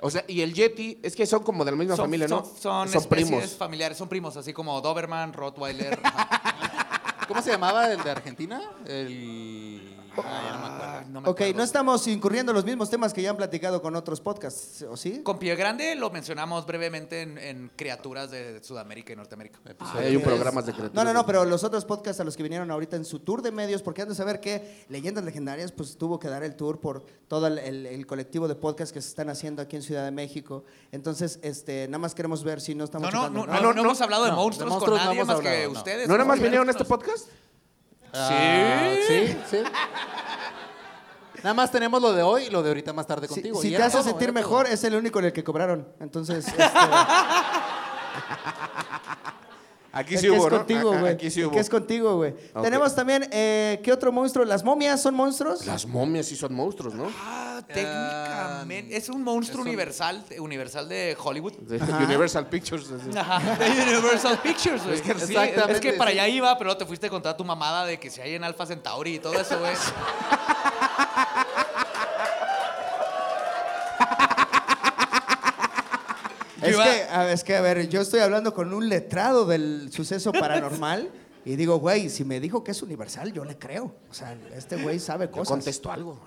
[SPEAKER 3] O sea, y el Yeti, es que son como de la misma familia, ¿no?
[SPEAKER 6] son, son especies familiares, son primos, así como Doberman, Rottweiler. ajá.
[SPEAKER 5] ¿Cómo se llamaba el de Argentina? El. Ay, no me acuerdo.
[SPEAKER 6] Ah, no me
[SPEAKER 4] ok,
[SPEAKER 6] acuerdo.
[SPEAKER 4] no estamos incurriendo en los mismos temas que ya han platicado con otros podcasts, ¿o sí?
[SPEAKER 6] Con Pie Grande lo mencionamos brevemente en, en criaturas de Sudamérica y Norteamérica.
[SPEAKER 3] Ahí hay un programa de criaturas.
[SPEAKER 4] Ah, No, no, no, pero los otros podcasts a los que vinieron ahorita en su tour de medios, porque han de saber que Leyendas Legendarias pues tuvo que dar el tour por todo el, el- el colectivo de podcasts que se están haciendo aquí en Ciudad de México. Entonces, este, nada más queremos ver si no estamos
[SPEAKER 6] No, no,
[SPEAKER 4] chocando,
[SPEAKER 6] no, no, no hemos hablado de
[SPEAKER 5] no, de
[SPEAKER 6] monstruos,
[SPEAKER 5] monstruos
[SPEAKER 6] con
[SPEAKER 5] no
[SPEAKER 6] nadie
[SPEAKER 5] hemos
[SPEAKER 6] más que
[SPEAKER 5] hablado, no.
[SPEAKER 6] ustedes.
[SPEAKER 3] ¿No nada más vinieron a este podcast?
[SPEAKER 5] Ah, sí, sí. Nada más tenemos lo de hoy y lo de ahorita más tarde
[SPEAKER 4] Si-
[SPEAKER 5] contigo.
[SPEAKER 4] Si,
[SPEAKER 5] Y
[SPEAKER 4] te
[SPEAKER 5] era
[SPEAKER 4] hace
[SPEAKER 5] todo,
[SPEAKER 4] sentir
[SPEAKER 5] era todo.
[SPEAKER 4] mejor, es el único en el que cobraron. Entonces, este,
[SPEAKER 3] Aquí
[SPEAKER 4] el
[SPEAKER 3] sí
[SPEAKER 4] que
[SPEAKER 3] hubo,
[SPEAKER 4] es
[SPEAKER 3] ¿no?
[SPEAKER 4] contigo,
[SPEAKER 3] Ajá,
[SPEAKER 4] güey.
[SPEAKER 3] Aquí sí
[SPEAKER 4] el
[SPEAKER 3] hubo.
[SPEAKER 4] que es contigo, güey.
[SPEAKER 3] Ok.
[SPEAKER 4] Tenemos también, eh, ¿qué otro monstruo? ¿Las momias son monstruos?
[SPEAKER 3] Las momias sí son monstruos, ¿no?
[SPEAKER 6] Ah, técnicamente. Es un monstruo universal, universal de Hollywood.
[SPEAKER 3] De Universal Pictures. así.
[SPEAKER 6] Ajá, de Universal Pictures, güey.
[SPEAKER 3] Es que sí,
[SPEAKER 6] Exactamente. Es que
[SPEAKER 5] sí.
[SPEAKER 6] para allá iba, pero te fuiste a contar tu mamada de que si hay en Alpha Centauri y todo eso, güey. Yo ah,
[SPEAKER 4] Es
[SPEAKER 6] iba-
[SPEAKER 4] que, a ver, es que, a ver, yo estoy hablando con un letrado del suceso paranormal y digo, güey, si me dijo que es universal, yo le creo. O sea, este güey sabe
[SPEAKER 3] Yo
[SPEAKER 4] cosas.
[SPEAKER 3] contesto algo.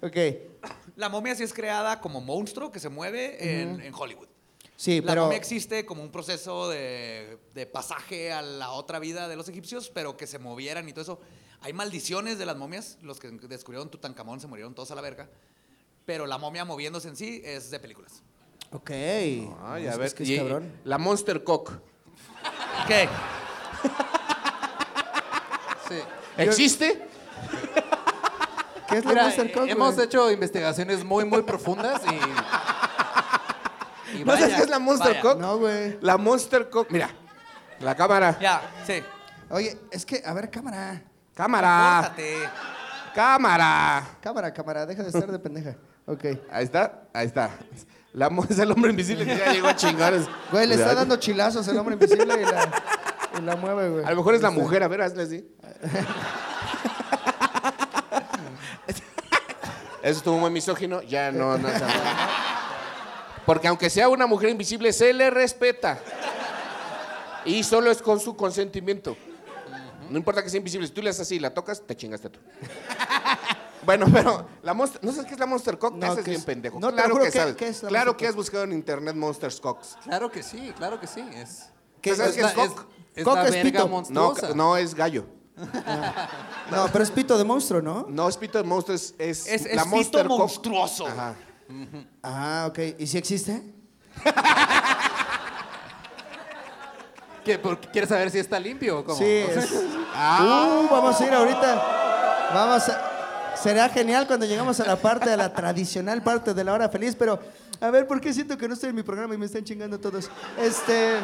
[SPEAKER 4] Ok.
[SPEAKER 6] La momia sí es creada como monstruo que se mueve en, en Hollywood.
[SPEAKER 4] Sí,
[SPEAKER 6] la
[SPEAKER 4] pero-
[SPEAKER 6] momia existe como un proceso de, de pasaje a la otra vida de los egipcios, pero que se movieran y todo eso. Hay maldiciones de las momias. Los que descubrieron Tutankamón se murieron todos a la verga. Pero la momia moviéndose en sí es de películas.
[SPEAKER 4] Ok.
[SPEAKER 3] Ay,
[SPEAKER 4] Es
[SPEAKER 3] a ver.
[SPEAKER 4] que es
[SPEAKER 3] y-
[SPEAKER 4] cabrón.
[SPEAKER 3] La Monster Cock.
[SPEAKER 6] ¿Qué?
[SPEAKER 5] Sí.
[SPEAKER 3] ¿Existe?
[SPEAKER 4] ¿Qué es la
[SPEAKER 5] Mira, eh,
[SPEAKER 4] Monster Cock,
[SPEAKER 5] hemos
[SPEAKER 4] güey?
[SPEAKER 5] hecho investigaciones muy, muy profundas y. y
[SPEAKER 3] ¿No sabes
[SPEAKER 5] vaya.
[SPEAKER 3] qué es la Monster
[SPEAKER 6] vaya.
[SPEAKER 3] Cock?
[SPEAKER 4] No, güey.
[SPEAKER 3] La Monster Cock. Mira, la cámara.
[SPEAKER 6] Ya, sí.
[SPEAKER 4] Oye, es que, a ver, cámara.
[SPEAKER 3] Cámara.
[SPEAKER 6] Córtate.
[SPEAKER 3] Cámara.
[SPEAKER 4] Cámara, cámara, deja de estar de pendeja. Ok.
[SPEAKER 3] Ahí está, ahí está. La mon- es el hombre invisible que ya llegó a chingar. Es-
[SPEAKER 4] Güey, le está
[SPEAKER 3] Cuidado.
[SPEAKER 4] dando chilazos el hombre invisible y la, y la mueve, güey.
[SPEAKER 3] A lo mejor es la
[SPEAKER 4] Este,
[SPEAKER 3] mujer, a ver, hazle así. Eso estuvo muy misógino. Ya no, no. se va. Porque aunque sea una mujer invisible, se le respeta. Y solo es con su consentimiento. No importa que sea invisible. Si tú le haces así y la tocas, te chingaste tú. Bueno, pero la Monster- ¿no sabes qué es la Monster Cock?
[SPEAKER 4] No,
[SPEAKER 3] Ese es
[SPEAKER 4] ¿qué
[SPEAKER 3] bien
[SPEAKER 4] es?
[SPEAKER 3] pendejo.
[SPEAKER 4] No, te
[SPEAKER 3] claro
[SPEAKER 4] juro
[SPEAKER 3] que
[SPEAKER 4] que-
[SPEAKER 3] sabes.
[SPEAKER 4] ¿qué es la
[SPEAKER 3] claro
[SPEAKER 4] Monster
[SPEAKER 3] que has
[SPEAKER 4] Cock?
[SPEAKER 3] buscado en internet Monster Cocks.
[SPEAKER 5] Claro que sí, claro que sí. Es,
[SPEAKER 3] ¿Tú sabes qué es
[SPEAKER 5] la, es,
[SPEAKER 3] cock?
[SPEAKER 5] es
[SPEAKER 4] Cock
[SPEAKER 5] la
[SPEAKER 4] es
[SPEAKER 5] verga
[SPEAKER 4] pito.
[SPEAKER 3] No,
[SPEAKER 5] monstruosa.
[SPEAKER 3] no es gallo.
[SPEAKER 4] No, pero es pito de monstruo, ¿no?
[SPEAKER 3] No, es pito de monstruo, es, es,
[SPEAKER 6] Es, es
[SPEAKER 3] la
[SPEAKER 6] fito
[SPEAKER 3] Monster Cock.
[SPEAKER 6] monstruoso.
[SPEAKER 3] Ajá.
[SPEAKER 4] Ah, ok. ¿Y si existe?
[SPEAKER 5] ¿Qué, por- ¿Quieres saber si está limpio o cómo?
[SPEAKER 4] Sí. es- Uh, vamos a ir ahorita. Vamos a- Será genial cuando llegamos a la parte, a la tradicional parte de la hora feliz, pero a ver, ¿por qué siento que no estoy en mi programa y me están chingando todos? Este...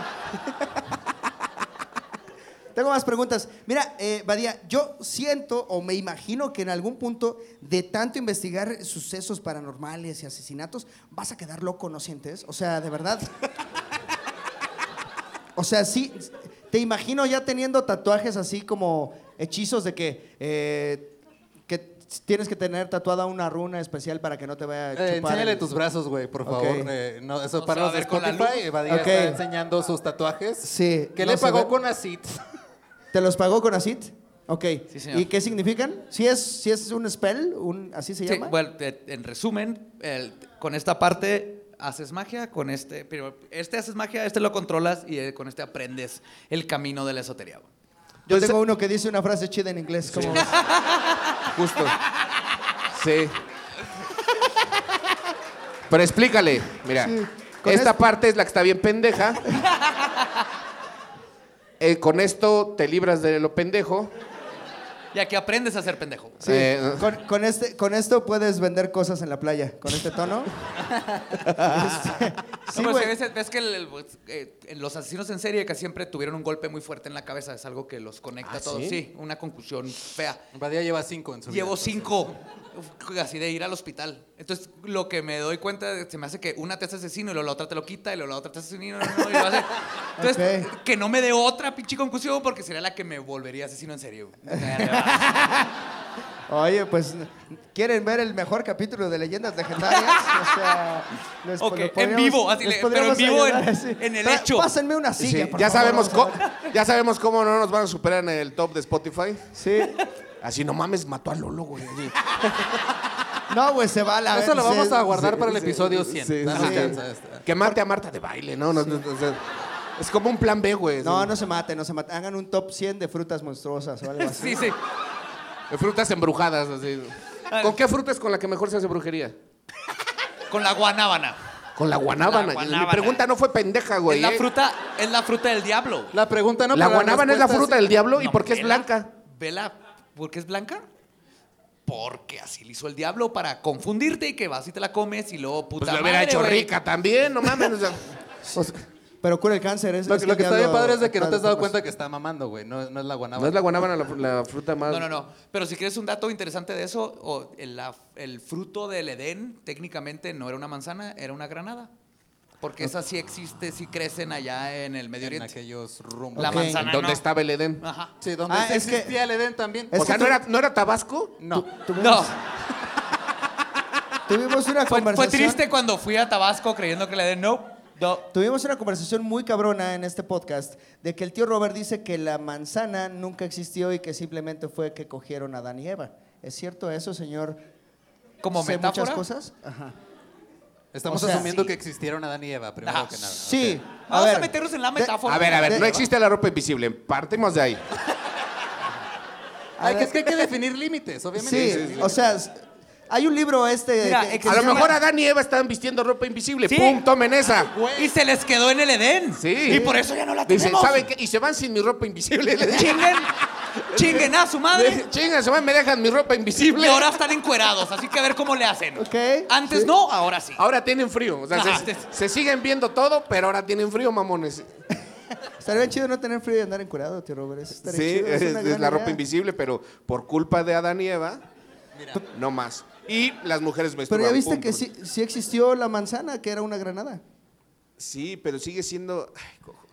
[SPEAKER 4] Tengo más preguntas. Mira, eh, Badía, yo siento o me imagino que en algún punto de tanto investigar sucesos paranormales y asesinatos, vas a quedar loco, ¿no sientes? O sea, de verdad. O sea, sí, te imagino ya teniendo tatuajes así como hechizos de que, eh, que tienes que tener tatuada una runa especial para que no te vaya a chupar.
[SPEAKER 5] Eh, enséñale
[SPEAKER 4] el-
[SPEAKER 5] tus brazos, güey, por favor.
[SPEAKER 4] Ok.
[SPEAKER 5] Eh, no, eso
[SPEAKER 6] No se
[SPEAKER 5] para
[SPEAKER 6] va
[SPEAKER 5] los
[SPEAKER 6] a
[SPEAKER 5] de
[SPEAKER 6] ver con la
[SPEAKER 5] Spotify.
[SPEAKER 6] luz.
[SPEAKER 5] Evadía
[SPEAKER 4] Ok.
[SPEAKER 5] está enseñando sus tatuajes.
[SPEAKER 4] Sí,
[SPEAKER 5] Que
[SPEAKER 4] no
[SPEAKER 5] le
[SPEAKER 4] se ve.
[SPEAKER 5] pagó con ACIT.
[SPEAKER 4] ¿Te los pagó con ACID? Ok.
[SPEAKER 6] Sí, señor.
[SPEAKER 4] ¿Y qué significan? ¿Si es, si es un spell? Un, ¿Así se
[SPEAKER 6] Sí,
[SPEAKER 4] llama?
[SPEAKER 6] bueno, te- en resumen, el- con esta parte haces magia, con este, pero este haces magia, este lo controlas y eh, con este aprendes el camino de la esotería.
[SPEAKER 4] Yo
[SPEAKER 3] Pues,
[SPEAKER 4] tengo uno que dice una frase chida en inglés. Como,
[SPEAKER 3] Justo. Sí. Pero explícale, mira.
[SPEAKER 4] Sí, con
[SPEAKER 3] Esta
[SPEAKER 4] esto-
[SPEAKER 3] parte es la que está bien pendeja. Eh, con esto te libras de lo pendejo.
[SPEAKER 6] Y aquí aprendes a ser pendejo.
[SPEAKER 4] Sí,
[SPEAKER 3] Eh,
[SPEAKER 4] con, con este, con esto puedes vender cosas en la playa. Con este tono. Este, sí,
[SPEAKER 6] No, pero
[SPEAKER 4] güey.
[SPEAKER 6] es que ves, ves que el- el- pues, eh, en los asesinos en serie que siempre tuvieron un golpe muy fuerte en la cabeza, es algo que los conecta a todos.
[SPEAKER 3] sí?
[SPEAKER 6] ¿sí? una conclusión fea.
[SPEAKER 5] Evadía lleva cinco en su
[SPEAKER 6] Llevo
[SPEAKER 5] vida, entonces.
[SPEAKER 6] cinco, uf, así de ir al hospital. Entonces, lo que me doy cuenta, de- se me hace que una te hace asesino y luego la otra te lo quita y luego la otra te hace asesino y luego no, y luego hace- Entonces,
[SPEAKER 4] Ok.
[SPEAKER 6] que no me dé otra pinche conclusión porque sería la que me volvería asesino en serio.
[SPEAKER 4] Oye, pues, ¿quieren ver el mejor capítulo de Leyendas Legendarias? O sea, les,
[SPEAKER 6] Ok,
[SPEAKER 4] le
[SPEAKER 6] en vivo, así
[SPEAKER 4] les
[SPEAKER 6] le- pero
[SPEAKER 4] podríamos
[SPEAKER 6] en vivo, en-
[SPEAKER 4] ayudar, así.
[SPEAKER 6] en el
[SPEAKER 4] Tra-
[SPEAKER 6] hecho.
[SPEAKER 4] Pásenme una
[SPEAKER 3] sí,
[SPEAKER 4] silla, por
[SPEAKER 3] ya,
[SPEAKER 4] favor,
[SPEAKER 3] sabemos
[SPEAKER 4] vamos a ver.
[SPEAKER 3] cómo- ya sabemos cómo no nos van a superar en el top de Spotify.
[SPEAKER 4] Sí.
[SPEAKER 3] Así, no mames, mató a Lolo, güey. Así.
[SPEAKER 4] No, güey, se va a la
[SPEAKER 5] Eso lo
[SPEAKER 4] se-
[SPEAKER 5] vamos a guardar
[SPEAKER 4] se-
[SPEAKER 5] para el episodio
[SPEAKER 3] sí,
[SPEAKER 5] 100.
[SPEAKER 3] sí,
[SPEAKER 5] Danos
[SPEAKER 4] sí.
[SPEAKER 5] chance, este.
[SPEAKER 3] Que mate a Marta de baile, ¿no? No, no, o sea, es como un plan B, güey.
[SPEAKER 4] No, no se maten, no se maten. Hagan un top 100 de frutas monstruosas o algo así.
[SPEAKER 6] sí, sí.
[SPEAKER 3] no. Frutas embrujadas, así. ¿Con qué fruta es con la que mejor se hace brujería?
[SPEAKER 6] Con la guanábana.
[SPEAKER 3] Con la guanábana.
[SPEAKER 6] La guanábana.
[SPEAKER 3] Mi pregunta no fue pendeja, güey.
[SPEAKER 6] es la
[SPEAKER 3] ¿eh?
[SPEAKER 6] fruta, es la fruta del diablo.
[SPEAKER 5] La pregunta no
[SPEAKER 3] la
[SPEAKER 5] pero
[SPEAKER 3] guanábana es la
[SPEAKER 5] respuesta
[SPEAKER 3] fruta del diablo y
[SPEAKER 6] No,
[SPEAKER 3] por qué es
[SPEAKER 6] vela,
[SPEAKER 3] blanca.
[SPEAKER 6] Vela, ¿por qué es blanca? Porque así le hizo el diablo para confundirte y que vas y te la comes y luego puta
[SPEAKER 3] Pues la
[SPEAKER 6] madre,
[SPEAKER 3] hubiera hecho
[SPEAKER 6] güey.
[SPEAKER 3] rica también, no mames. o sea,
[SPEAKER 4] O sea, pero cura el cáncer. Es,
[SPEAKER 5] Lo,
[SPEAKER 4] es
[SPEAKER 5] que- lo que
[SPEAKER 4] el
[SPEAKER 5] está bien
[SPEAKER 4] diablo
[SPEAKER 5] padre es de que no te has dado
[SPEAKER 4] atrás de
[SPEAKER 5] cuenta que está mamando, güey. No, no es la guanábana.
[SPEAKER 3] no es la guanábana la, la fruta más.
[SPEAKER 6] No, no, no. Pero si quieres un dato interesante de eso, o el, la- el fruto del Edén técnicamente no era una manzana, era una granada. Porque esa sí existe, sí crecen allá en el Medio
[SPEAKER 5] En
[SPEAKER 6] Oriente.
[SPEAKER 5] aquellos rumbos.
[SPEAKER 6] La
[SPEAKER 4] Ok.
[SPEAKER 6] manzana
[SPEAKER 3] ¿Dónde
[SPEAKER 6] no.
[SPEAKER 3] estaba el Edén?
[SPEAKER 6] Ajá.
[SPEAKER 5] Sí, donde
[SPEAKER 4] Ah,
[SPEAKER 5] sí
[SPEAKER 4] es que-
[SPEAKER 5] existía el Edén también.
[SPEAKER 4] Es
[SPEAKER 3] o sea,
[SPEAKER 4] que
[SPEAKER 3] ¿no,
[SPEAKER 4] tú-
[SPEAKER 3] era, ¿no era Tabasco?
[SPEAKER 5] No.
[SPEAKER 4] Tuvimos,
[SPEAKER 6] No,
[SPEAKER 4] tuvimos una
[SPEAKER 6] fue,
[SPEAKER 4] conversación.
[SPEAKER 6] fue triste cuando fui a Tabasco creyendo que el Edén no. no.
[SPEAKER 4] Tuvimos una conversación muy cabrona en este podcast de que el tío Robert dice que la manzana nunca existió y que simplemente fue que cogieron a Adán y Eva. ¿Es cierto eso, señor?
[SPEAKER 6] Como
[SPEAKER 4] ¿Sé
[SPEAKER 6] metáfora.
[SPEAKER 4] muchas
[SPEAKER 6] Ah,
[SPEAKER 4] cosas? Ajá.
[SPEAKER 5] Es Estamos
[SPEAKER 4] O sea,
[SPEAKER 5] asumiendo
[SPEAKER 4] sí.
[SPEAKER 5] que existieron Adán y Eva, primero
[SPEAKER 6] Ah,
[SPEAKER 5] que nada.
[SPEAKER 4] Sí.
[SPEAKER 6] Vamos
[SPEAKER 4] ver.
[SPEAKER 6] a meternos en la
[SPEAKER 4] De-
[SPEAKER 6] metáfora.
[SPEAKER 3] A ver, a ver,
[SPEAKER 4] De-
[SPEAKER 3] no existe la ropa invisible. Partimos de ahí.
[SPEAKER 5] Hay que,
[SPEAKER 4] ver.
[SPEAKER 5] es que hay que definir límites, obviamente.
[SPEAKER 4] Sí, o sea, s- hay un libro este.
[SPEAKER 6] Mira,
[SPEAKER 4] que- que
[SPEAKER 3] A
[SPEAKER 4] se
[SPEAKER 3] lo
[SPEAKER 4] llama-
[SPEAKER 3] mejor Adán y Eva estaban vistiendo ropa invisible.
[SPEAKER 6] Sí.
[SPEAKER 3] ¡Pum! Tomen esa.
[SPEAKER 6] Y se les quedó en el Edén.
[SPEAKER 3] Sí.
[SPEAKER 6] Y por eso ya no la
[SPEAKER 3] Dicen,
[SPEAKER 6] Ah, tenemos.
[SPEAKER 3] ¿saben qué? Y se van sin mi ropa invisible.
[SPEAKER 6] Chinguen, chinguen a su madre.
[SPEAKER 3] Chinga, se van, me dejan mi ropa
[SPEAKER 6] Y
[SPEAKER 3] invisible.
[SPEAKER 6] ahora están encuerados, así que a ver cómo le hacen.
[SPEAKER 4] Ok,
[SPEAKER 6] Antes
[SPEAKER 4] sí.
[SPEAKER 6] no, ahora sí.
[SPEAKER 3] Ahora tienen frío. O sea,
[SPEAKER 6] Ajá.
[SPEAKER 3] se, se siguen viendo todo, pero ahora tienen frío, mamones.
[SPEAKER 4] Estaría bien chido no tener frío y andar encurado, tío Robert. Eso estaría
[SPEAKER 3] Sí,
[SPEAKER 4] chido,
[SPEAKER 3] es,
[SPEAKER 4] una
[SPEAKER 3] es
[SPEAKER 4] gran
[SPEAKER 3] la ropa
[SPEAKER 4] idea.
[SPEAKER 3] invisible, pero por culpa de Adán y Eva, no más. Y las mujeres me
[SPEAKER 4] Pero ya viste que sí, sí existió la manzana, que era una granada.
[SPEAKER 3] Sí, pero sigue siendo. Ay, cojo.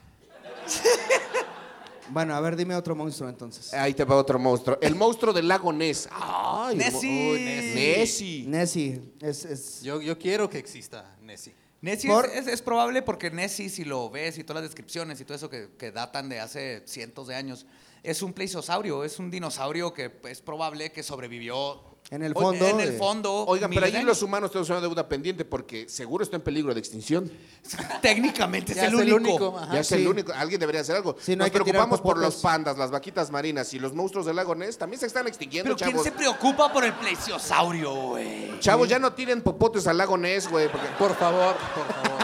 [SPEAKER 4] Bueno, a ver, dime otro monstruo entonces.
[SPEAKER 3] Ahí te va otro monstruo. El monstruo del lago Ness. Ay,
[SPEAKER 6] Nessie.
[SPEAKER 3] mo- uy, Nessie. Nessie.
[SPEAKER 4] Nessie, es, es-
[SPEAKER 5] Yo, yo quiero que exista Nessie.
[SPEAKER 6] Nessie
[SPEAKER 4] Por-
[SPEAKER 6] es, es- es probable porque Nessie, si lo ves y todas las descripciones y todo eso que, que datan de hace cientos de años, es un pleisosaurio, es un dinosaurio que es probable que sobrevivió.
[SPEAKER 4] En el
[SPEAKER 6] o-
[SPEAKER 4] fondo eh,
[SPEAKER 6] En el
[SPEAKER 4] de-
[SPEAKER 6] fondo.
[SPEAKER 3] Oigan, pero
[SPEAKER 6] miles de
[SPEAKER 3] allí
[SPEAKER 6] años.
[SPEAKER 3] los humanos tenemos una deuda pendiente porque seguro está en peligro de extinción.
[SPEAKER 6] Técnicamente es
[SPEAKER 5] Ya
[SPEAKER 6] el
[SPEAKER 5] es el
[SPEAKER 6] único.
[SPEAKER 5] único, ajá.
[SPEAKER 3] ya es el
[SPEAKER 4] sí.
[SPEAKER 3] único. Alguien debería hacer algo.
[SPEAKER 4] Sí, no
[SPEAKER 3] Nos
[SPEAKER 4] hay que tirar
[SPEAKER 3] preocupamos por
[SPEAKER 4] popotes.
[SPEAKER 3] los pandas, las vaquitas marinas y los monstruos del lago Ness. También se están extinguiendo,
[SPEAKER 6] Pero ¿quién
[SPEAKER 3] chavos.
[SPEAKER 6] se preocupa por el plesiosaurio, güey?
[SPEAKER 3] Chavos, ya no tiren popotes al lago Ness, güey. Porque
[SPEAKER 5] Por favor, por favor.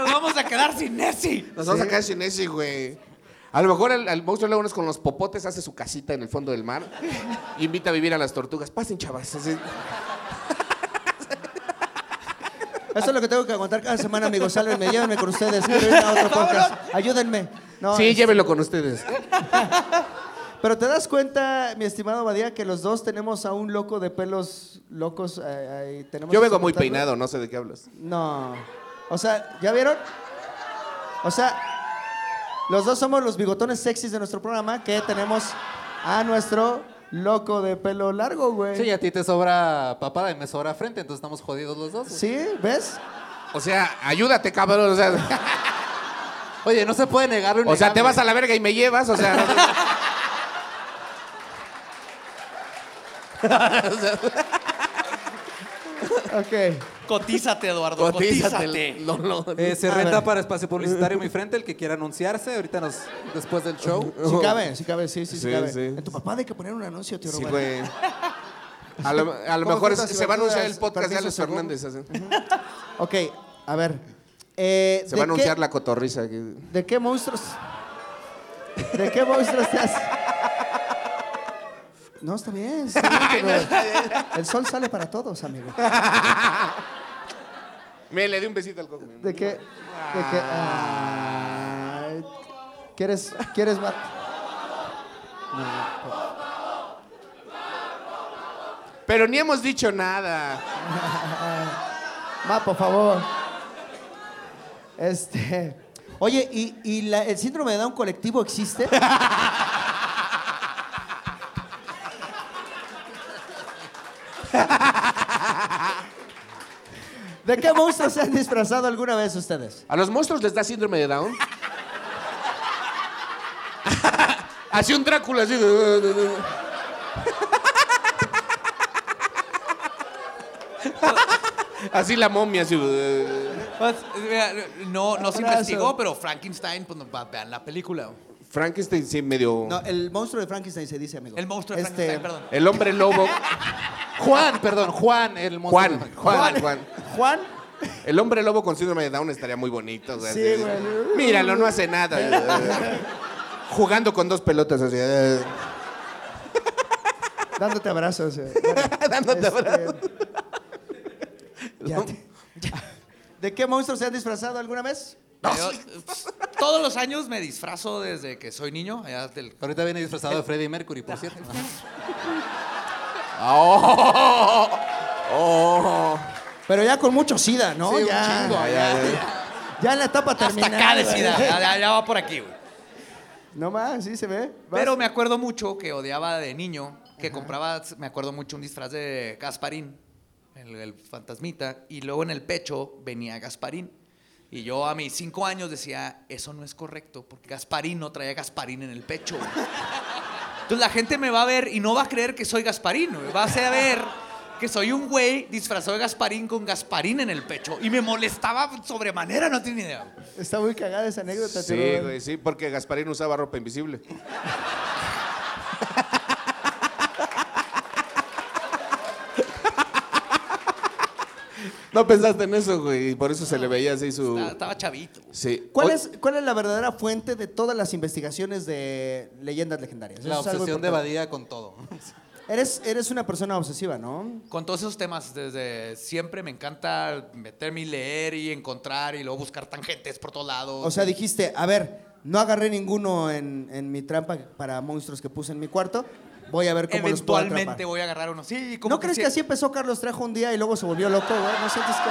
[SPEAKER 6] Nos vamos a quedar sin Nessie.
[SPEAKER 3] nos vamos a quedar sin ese, güey. A lo mejor el, el monstruo del lago Ness con los popotes hace su casita en el fondo del mar. invita a vivir a las tortugas. Pasen, chavas. Así-
[SPEAKER 4] Eso es lo que tengo que aguantar cada semana, amigos. Sálvenme, llévenme con ustedes. Quiero ir a otro podcast. Ayúdenme. No,
[SPEAKER 3] sí,
[SPEAKER 4] es-
[SPEAKER 3] llévenlo con ustedes.
[SPEAKER 4] Pero te das cuenta, mi estimado Badía, que los dos tenemos a un loco de pelos locos. eh, ahí tenemos
[SPEAKER 3] Yo
[SPEAKER 4] que
[SPEAKER 3] vengo muy
[SPEAKER 4] soportarlo.
[SPEAKER 3] peinado, no sé de qué hablas.
[SPEAKER 4] No. O sea, ¿ya vieron? O sea, los dos somos los bigotones sexys de nuestro programa que tenemos a nuestro loco de pelo largo, güey.
[SPEAKER 5] Sí, a ti te sobra papada y me sobra frente, entonces estamos jodidos los dos. güey.
[SPEAKER 4] ¿Sí? ¿Ves?
[SPEAKER 3] O sea, ayúdate, cabrón. O sea,
[SPEAKER 5] Oye, no se puede negar un
[SPEAKER 3] o sea, te
[SPEAKER 5] negable.
[SPEAKER 3] vas a la verga y me llevas. O sea, no-
[SPEAKER 4] Ok.
[SPEAKER 6] Cotízate, Eduardo, cotízate.
[SPEAKER 3] No, no.
[SPEAKER 5] Eh, se
[SPEAKER 4] A
[SPEAKER 5] renta
[SPEAKER 4] ver.
[SPEAKER 5] para espacio publicitario mi frente, el que quiera anunciarse, ahorita nos, después del show.
[SPEAKER 4] Sí cabe, sí cabe, sí, sí, sí,
[SPEAKER 3] Sí,
[SPEAKER 4] cabe.
[SPEAKER 3] sí.
[SPEAKER 4] En tu papá de que poner un anuncio, tío
[SPEAKER 3] Sí,
[SPEAKER 4] Roberto.
[SPEAKER 3] güey. A lo, a lo
[SPEAKER 4] ¿Cómo
[SPEAKER 3] mejor es-
[SPEAKER 4] juntas y
[SPEAKER 3] se va a anunciar
[SPEAKER 4] verduras?
[SPEAKER 3] el podcast de
[SPEAKER 4] Permiso,
[SPEAKER 3] Alex
[SPEAKER 4] segundo.
[SPEAKER 3] Fernández. así.
[SPEAKER 4] Ok, a ver. eh,
[SPEAKER 3] Se va a
[SPEAKER 4] ¿de
[SPEAKER 3] anunciar
[SPEAKER 4] qué-
[SPEAKER 3] la cotorriza. que-
[SPEAKER 4] ¿De qué monstruos? ¿De qué monstruos te has...? No, está bien. está bien, pero el sol sale para todos, amigo.
[SPEAKER 3] Me le di un besito al coco. mi amor.
[SPEAKER 4] ¿De qué? ¿De qué? Ay, ¿Quieres, quieres más?
[SPEAKER 3] Pero ni hemos dicho nada.
[SPEAKER 4] Ma, por favor. Este. Oye, ¿y, y la- el síndrome de Down colectivo existe? ¿De qué monstruos se han disfrazado alguna vez ustedes?
[SPEAKER 3] ¿A los monstruos les da síndrome de Down? Así un Drácula, así. Así la momia, así.
[SPEAKER 6] Pues, mira, No, no se
[SPEAKER 4] Abrazo.
[SPEAKER 6] investigó, pero Frankenstein, pues no, va- vean la película.
[SPEAKER 3] Frankenstein sí medio...
[SPEAKER 4] No, el monstruo de Frankenstein se dice, amigo.
[SPEAKER 6] El monstruo de
[SPEAKER 4] Este,
[SPEAKER 6] Frankenstein, perdón.
[SPEAKER 3] El hombre lobo.
[SPEAKER 5] Juan, perdón, Juan, el monstruo.
[SPEAKER 3] Juan, Juan, Juan.
[SPEAKER 4] Juan.
[SPEAKER 3] El hombre lobo con síndrome de Down estaría muy bonito. o sea,
[SPEAKER 4] Sí,
[SPEAKER 3] así,
[SPEAKER 4] güey.
[SPEAKER 3] Míralo, no hace nada. Jugando con dos pelotas así.
[SPEAKER 4] Dándote abrazos. eh.
[SPEAKER 3] Dándote
[SPEAKER 4] Este,
[SPEAKER 3] abrazos.
[SPEAKER 4] ya te- ¿De qué monstruos se han disfrazado alguna vez?
[SPEAKER 6] Yo, pues, todos los años me disfrazo desde que soy niño. allá del-
[SPEAKER 5] Ahorita viene disfrazado de Freddie Mercury, por cierto.
[SPEAKER 3] Oh, oh.
[SPEAKER 4] Pero ya con mucho sida, ¿no?
[SPEAKER 5] Sí, un
[SPEAKER 4] ya,
[SPEAKER 5] chingo,
[SPEAKER 4] ya, ya en la etapa
[SPEAKER 6] Hasta
[SPEAKER 4] terminal.
[SPEAKER 6] acá
[SPEAKER 4] güey.
[SPEAKER 6] decida, ya, ya- ya va por aquí, güey.
[SPEAKER 4] No más, sí se ve. Vas.
[SPEAKER 6] Pero me acuerdo mucho que odiaba de niño, que compraba, me acuerdo mucho un disfraz de Gasparín, el, el fantasmita, y luego en el pecho venía Gasparín. Y yo a mis cinco años decía, eso no es correcto, porque Gasparín no traía Gasparín en el pecho. güey". Entonces la gente me va a ver y no va a creer que soy Gasparín, güey. va a ser a ver que soy un güey disfrazado de Gasparín con Gasparín en el pecho. Y me molestaba sobremanera, no tiene idea.
[SPEAKER 4] Está muy cagada esa anécdota.
[SPEAKER 3] Sí,
[SPEAKER 4] Teruel.
[SPEAKER 3] güey, sí, porque Gasparín usaba ropa invisible. No pensaste en eso, güey, y por eso se le veía así su...
[SPEAKER 6] Estaba, estaba chavito.
[SPEAKER 3] Sí.
[SPEAKER 4] ¿Cuál
[SPEAKER 3] Oy-
[SPEAKER 4] es, ¿Cuál es la verdadera fuente de todas las investigaciones de leyendas legendarias?
[SPEAKER 5] La
[SPEAKER 4] Eso es algo
[SPEAKER 5] obsesión de
[SPEAKER 4] importante.
[SPEAKER 5] Badía con todo.
[SPEAKER 4] Eres, eres una persona obsesiva, ¿no?
[SPEAKER 6] Con todos esos temas, desde siempre me encanta meterme y leer y encontrar y luego buscar tangentes por todos lados.
[SPEAKER 4] O sea, dijiste, a ver, no agarré ninguno en, en mi trampa para monstruos que puse en mi cuarto. Voy a ver cómo los puedo atrapar.
[SPEAKER 6] Eventualmente voy a agarrar uno. Sí, como
[SPEAKER 4] ¿No crees que
[SPEAKER 6] sí-
[SPEAKER 4] así empezó Carlos Trejo un día y luego se volvió loco, güey? ¿No sientes que...?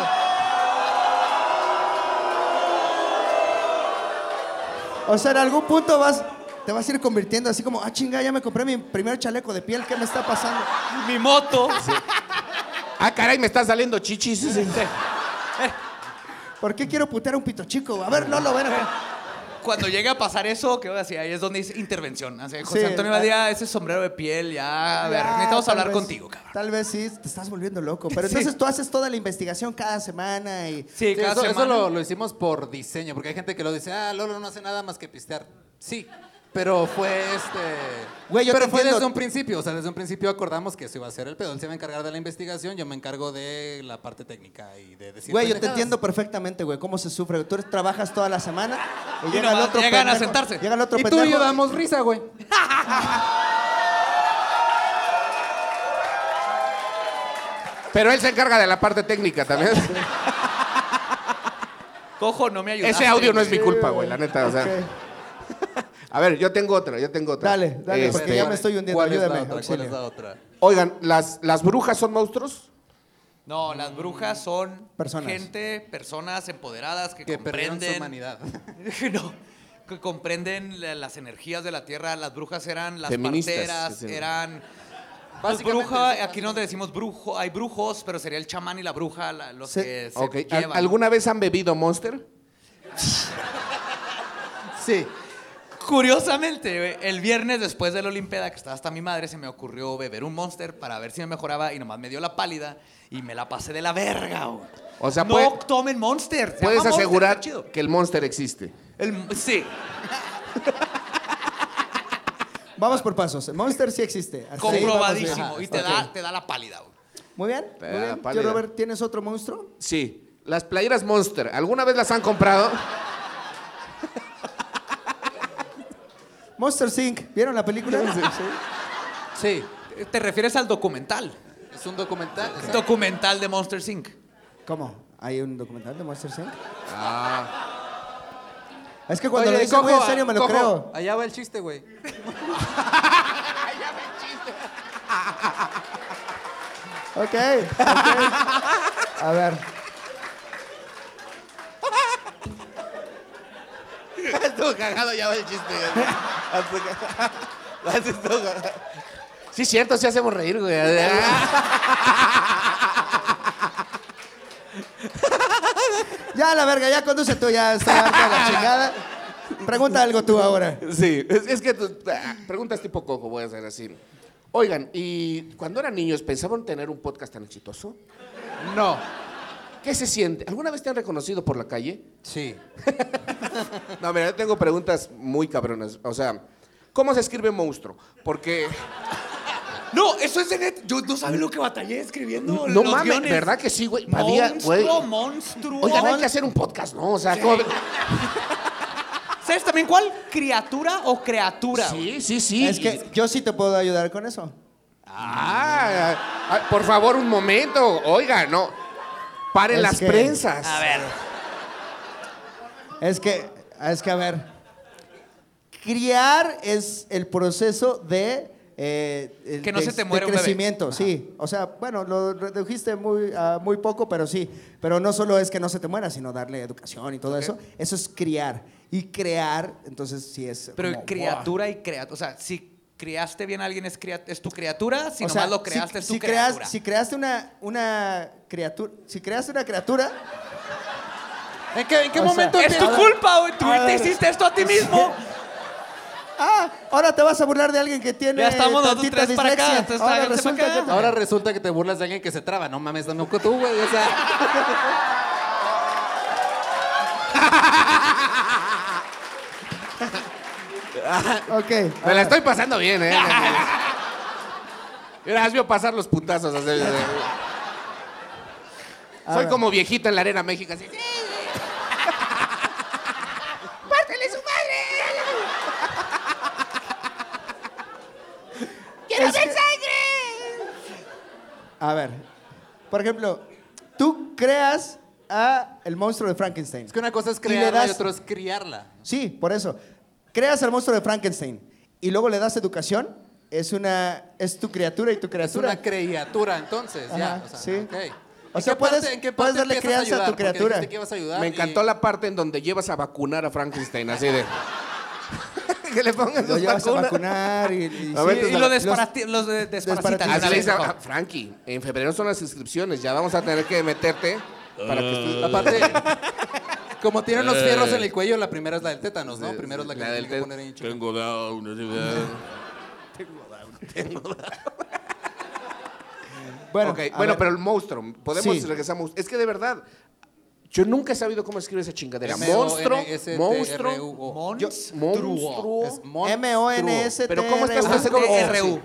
[SPEAKER 4] O sea, en algún punto vas... Te vas a ir convirtiendo así como, ah, chinga, ya me compré mi primer chaleco de piel, ¿qué me está pasando?
[SPEAKER 6] Mi moto.
[SPEAKER 3] Ah, caray, me están saliendo chichis.
[SPEAKER 4] ¿Por qué quiero putear a un pito chico? A ver, Lolo, ven acá.
[SPEAKER 6] Cuando llegue a pasar eso, ¿qué voy a decir? Ahí es donde dice intervención. Así, José
[SPEAKER 4] Sí,
[SPEAKER 6] Antonio
[SPEAKER 4] ah.
[SPEAKER 6] Badía, ese sombrero de piel, ya. A ver,
[SPEAKER 4] Ah,
[SPEAKER 6] necesitamos
[SPEAKER 4] tal
[SPEAKER 6] hablar
[SPEAKER 4] vez-
[SPEAKER 6] contigo, cabrón.
[SPEAKER 4] Tal vez sí, te estás volviendo loco. Pero
[SPEAKER 6] Sí.
[SPEAKER 4] entonces tú haces toda la investigación cada semana y...
[SPEAKER 6] Sí,
[SPEAKER 5] Sí,
[SPEAKER 6] cada
[SPEAKER 5] eso, eso
[SPEAKER 6] semana.
[SPEAKER 5] lo, lo hicimos por diseño, porque hay gente que lo dice, ah, Lolo no hace nada más que pistear. Sí, pero fue este...
[SPEAKER 4] Güey, yo
[SPEAKER 5] pero
[SPEAKER 4] te
[SPEAKER 5] fue
[SPEAKER 4] entiendo.
[SPEAKER 5] desde un principio, o sea, desde un principio acordamos que eso iba a ser el pedo. Él se va a encargar de la investigación, yo me encargo de la parte técnica y de decir...
[SPEAKER 4] Güey, yo
[SPEAKER 6] pues.
[SPEAKER 4] te
[SPEAKER 5] pendejadas.
[SPEAKER 4] entiendo perfectamente, güey, cómo se sufre. Tú trabajas toda la semana y, llega
[SPEAKER 6] nomás
[SPEAKER 4] el otro
[SPEAKER 6] llegan a
[SPEAKER 4] pendejo-
[SPEAKER 6] sentarse.
[SPEAKER 4] Llega el otro
[SPEAKER 5] Y tú
[SPEAKER 4] pendejo
[SPEAKER 5] y yo damos risa, güey.
[SPEAKER 3] Pero él se encarga de la parte técnica también.
[SPEAKER 6] Cojo, no me ayudaste.
[SPEAKER 3] Ese audio no es mi
[SPEAKER 6] güey.
[SPEAKER 3] culpa, güey, la neta. O sea.
[SPEAKER 4] Ok.
[SPEAKER 3] A ver, yo tengo otra, yo tengo otra.
[SPEAKER 4] Dale, dale, porque
[SPEAKER 3] Este,
[SPEAKER 4] ya me estoy hundiendo,
[SPEAKER 5] ¿Cuál es la
[SPEAKER 4] ayúdame,
[SPEAKER 5] otra? ¿Cuál
[SPEAKER 4] auxilio.
[SPEAKER 5] es la otra?
[SPEAKER 3] Oigan, ¿las, ¿las brujas son monstruos?
[SPEAKER 6] No, las brujas son
[SPEAKER 4] Personas.
[SPEAKER 6] gente, personas empoderadas que,
[SPEAKER 5] Que perdieron su
[SPEAKER 6] comprenden.
[SPEAKER 5] humanidad.
[SPEAKER 6] no, que comprenden la- las energías de la tierra. Las brujas eran las
[SPEAKER 3] Feministas,
[SPEAKER 6] parteras,
[SPEAKER 3] sí, sí.
[SPEAKER 6] eran. Pues
[SPEAKER 5] Básicamente,
[SPEAKER 6] bruja,
[SPEAKER 5] sí,
[SPEAKER 6] aquí no te decimos brujo, hay brujos, pero sería el chamán y la bruja la- los
[SPEAKER 4] Se-
[SPEAKER 6] que se
[SPEAKER 3] Ok. ¿Al-
[SPEAKER 6] llevan.
[SPEAKER 3] ¿Alguna vez han bebido Monster?
[SPEAKER 4] Sí.
[SPEAKER 6] Curiosamente, güey, el viernes después de la Olimpiada, que estaba hasta mi madre, se me ocurrió beber un Monster para ver si me mejoraba y nomás me dio la pálida y me la pasé de la verga, güey.
[SPEAKER 3] O sea,
[SPEAKER 6] no
[SPEAKER 3] puede-
[SPEAKER 6] tomen Monster. se
[SPEAKER 3] Puedes
[SPEAKER 6] llama Monster,
[SPEAKER 3] asegurar
[SPEAKER 6] está chido.
[SPEAKER 3] que el Monster existe.
[SPEAKER 6] El- sí,
[SPEAKER 4] Vamos por pasos. Monster sí existe. Hasta ahí vamos bien.
[SPEAKER 6] comprobadísimo.
[SPEAKER 4] Ajá,
[SPEAKER 6] Y te
[SPEAKER 4] ok.
[SPEAKER 6] da, te da la pálida, güey.
[SPEAKER 4] Muy bien, muy
[SPEAKER 3] Ah,
[SPEAKER 4] bien.
[SPEAKER 3] pálida.
[SPEAKER 4] Yo, Robert, ¿tienes otro monstruo?
[SPEAKER 3] Sí. Las playeras Monster, ¿alguna vez las han comprado?
[SPEAKER 4] Monster Inc. ¿Vieron la película?
[SPEAKER 5] Sí,
[SPEAKER 6] Te refieres al documental.
[SPEAKER 5] es un documental. o sea,
[SPEAKER 6] Documental de Monster Inc.
[SPEAKER 4] ¿Cómo? ¿Hay un documental de Monster Inc.?
[SPEAKER 3] Ah.
[SPEAKER 4] Es que cuando
[SPEAKER 5] Oye,
[SPEAKER 4] lo dicen muy en
[SPEAKER 5] cojo,
[SPEAKER 4] serio me lo
[SPEAKER 5] cojo,
[SPEAKER 4] creo.
[SPEAKER 5] Allá va el chiste, güey.
[SPEAKER 4] Ok, ok. A ver.
[SPEAKER 3] Estuvo cagado, ya va el chiste. sí, cierto, sí hacemos reír, güey.
[SPEAKER 4] Ya, la verga, ya conduce tú, ya estoy harta de la chingada. Pregunta algo tú ahora.
[SPEAKER 3] Sí, es, es que tú- ah, preguntas tipo cojo, voy a hacer así. Oigan, ¿y cuando eran niños pensaban tener un podcast tan exitoso?
[SPEAKER 5] No.
[SPEAKER 3] ¿Qué se siente? ¿Alguna vez te han reconocido por la calle?
[SPEAKER 5] Sí.
[SPEAKER 3] No, mira, yo tengo preguntas muy cabronas. O sea, ¿cómo se escribe monstruo? Porque.
[SPEAKER 6] No, eso es de net. Yo no sabes lo que batallé escribiendo.
[SPEAKER 3] No
[SPEAKER 6] los
[SPEAKER 3] mames,
[SPEAKER 6] guiones.
[SPEAKER 3] ¿verdad que sí, güey? Había, güey.
[SPEAKER 6] Monstruo, monstruo.
[SPEAKER 3] Oigan, hay que hacer un podcast, ¿no? O sea, ¿cómo-
[SPEAKER 6] ¿Sabes también cuál? ¿Criatura o criatura? güey?
[SPEAKER 3] Sí, sí, sí.
[SPEAKER 4] Es que yo sí te puedo ayudar con eso.
[SPEAKER 3] Ah, ah, por favor, un momento. Oiga, no. Paren
[SPEAKER 4] Es
[SPEAKER 3] las
[SPEAKER 4] que-
[SPEAKER 3] prensas.
[SPEAKER 6] A ver.
[SPEAKER 4] Es que, es que a ver, criar es el proceso de... eh, eh,
[SPEAKER 6] Que no
[SPEAKER 4] de-
[SPEAKER 6] se te muera
[SPEAKER 4] de
[SPEAKER 6] un bebé.
[SPEAKER 4] crecimiento, sí. O sea, bueno, lo redujiste muy, a muy poco, pero sí. Pero no solo es que no se te muera, sino darle educación y todo eso. Eso es criar. Y crear, entonces sí es.
[SPEAKER 6] Pero
[SPEAKER 4] como,
[SPEAKER 6] criatura y criatura. O sea, si criaste bien a alguien, es, cria- es tu criatura. Si
[SPEAKER 4] O
[SPEAKER 6] nomás
[SPEAKER 4] sea,
[SPEAKER 6] lo creaste, es tu
[SPEAKER 4] si creas-
[SPEAKER 6] criatura.
[SPEAKER 4] si creaste una, una criatura, si creaste una criatura,
[SPEAKER 5] ¿En qué, en qué
[SPEAKER 4] O sea,
[SPEAKER 5] momento
[SPEAKER 6] Es tu
[SPEAKER 5] empieza-
[SPEAKER 6] culpa, güey. Tú
[SPEAKER 4] A
[SPEAKER 6] te
[SPEAKER 4] ver.
[SPEAKER 6] hiciste esto a ti mismo.
[SPEAKER 4] Ah, ahora te vas a burlar de alguien que tiene.
[SPEAKER 6] Ya estamos nosotros
[SPEAKER 4] tantita
[SPEAKER 6] tres para acá,
[SPEAKER 4] dislexia.
[SPEAKER 6] entonces,
[SPEAKER 4] Ahora
[SPEAKER 6] háganse
[SPEAKER 4] resulta
[SPEAKER 6] para acá.
[SPEAKER 4] que. te-
[SPEAKER 5] Ahora resulta que te burlas de alguien que se traba. No mames, tampoco tú, güey. O sea,
[SPEAKER 4] Ok.
[SPEAKER 3] Me la estoy pasando bien, ¿eh? Mira, has vio pasar los puntazos. así. Soy como viejita en la arena México. Así. ¡Pártele su madre!
[SPEAKER 4] ¡Quiero ver sangre! A ver, por ejemplo, tú creas a el monstruo de Frankenstein.
[SPEAKER 5] es que una cosa es
[SPEAKER 4] Y le
[SPEAKER 5] crearla y,
[SPEAKER 4] das-
[SPEAKER 5] otra es criarla.
[SPEAKER 4] Sí, por eso. Creas al monstruo de Frankenstein y luego le das educación. Es una, es tu criatura y tu
[SPEAKER 5] Es una
[SPEAKER 4] criatura.
[SPEAKER 5] criatura, entonces, ya.
[SPEAKER 4] Ajá,
[SPEAKER 5] O sea,
[SPEAKER 4] sí.
[SPEAKER 5] ok.
[SPEAKER 4] O
[SPEAKER 5] ¿En
[SPEAKER 4] sea,
[SPEAKER 5] qué parte-
[SPEAKER 4] puedes-
[SPEAKER 5] en qué parte
[SPEAKER 4] puedes darle
[SPEAKER 5] empiezas
[SPEAKER 4] crianza a tu
[SPEAKER 5] ayudar? Porque
[SPEAKER 4] criatura.
[SPEAKER 5] dijiste que ibas a ayudar
[SPEAKER 3] Me
[SPEAKER 5] y-
[SPEAKER 3] encantó la parte en donde llevas a vacunar a Frankenstein, así de. que le pongan
[SPEAKER 4] Lo
[SPEAKER 3] sus
[SPEAKER 4] llevas a
[SPEAKER 3] vacunas.
[SPEAKER 4] vacunar y, y
[SPEAKER 3] A ver,
[SPEAKER 4] sí,
[SPEAKER 3] tú
[SPEAKER 6] Y
[SPEAKER 3] Los-
[SPEAKER 6] lo
[SPEAKER 4] los-
[SPEAKER 6] desparati- los de- desparasitan.
[SPEAKER 4] desparatitan.
[SPEAKER 6] de una
[SPEAKER 3] Así le
[SPEAKER 6] vez,
[SPEAKER 3] dice
[SPEAKER 6] por
[SPEAKER 3] a-
[SPEAKER 6] favor.
[SPEAKER 3] Frankie, en febrero son las inscripciones, ya vamos a tener que meterte para que estu-
[SPEAKER 5] Aparte, como tienen los fierros en el cuello, la primera es la del tétanos, ¿no? Primero es la que tienen que
[SPEAKER 3] te-
[SPEAKER 5] poner en chica.
[SPEAKER 3] Tengo down. así,
[SPEAKER 4] Bueno,
[SPEAKER 3] Ok,
[SPEAKER 4] a
[SPEAKER 3] bueno,
[SPEAKER 4] ver.
[SPEAKER 3] pero el monstruo, podemos
[SPEAKER 4] Sí.
[SPEAKER 3] regresar a monstruo. Es que de verdad, yo nunca he sabido cómo escribe esa chingadera. Monstruo, monstruo,
[SPEAKER 5] monstruo.
[SPEAKER 6] Yo-
[SPEAKER 3] monstruo.
[SPEAKER 5] Es monstruo.
[SPEAKER 3] E.
[SPEAKER 4] M-O-N-S-T-R-U.
[SPEAKER 3] Pero ¿cómo estás
[SPEAKER 6] Ah,
[SPEAKER 3] haciendo
[SPEAKER 6] eh,
[SPEAKER 3] R
[SPEAKER 6] RU.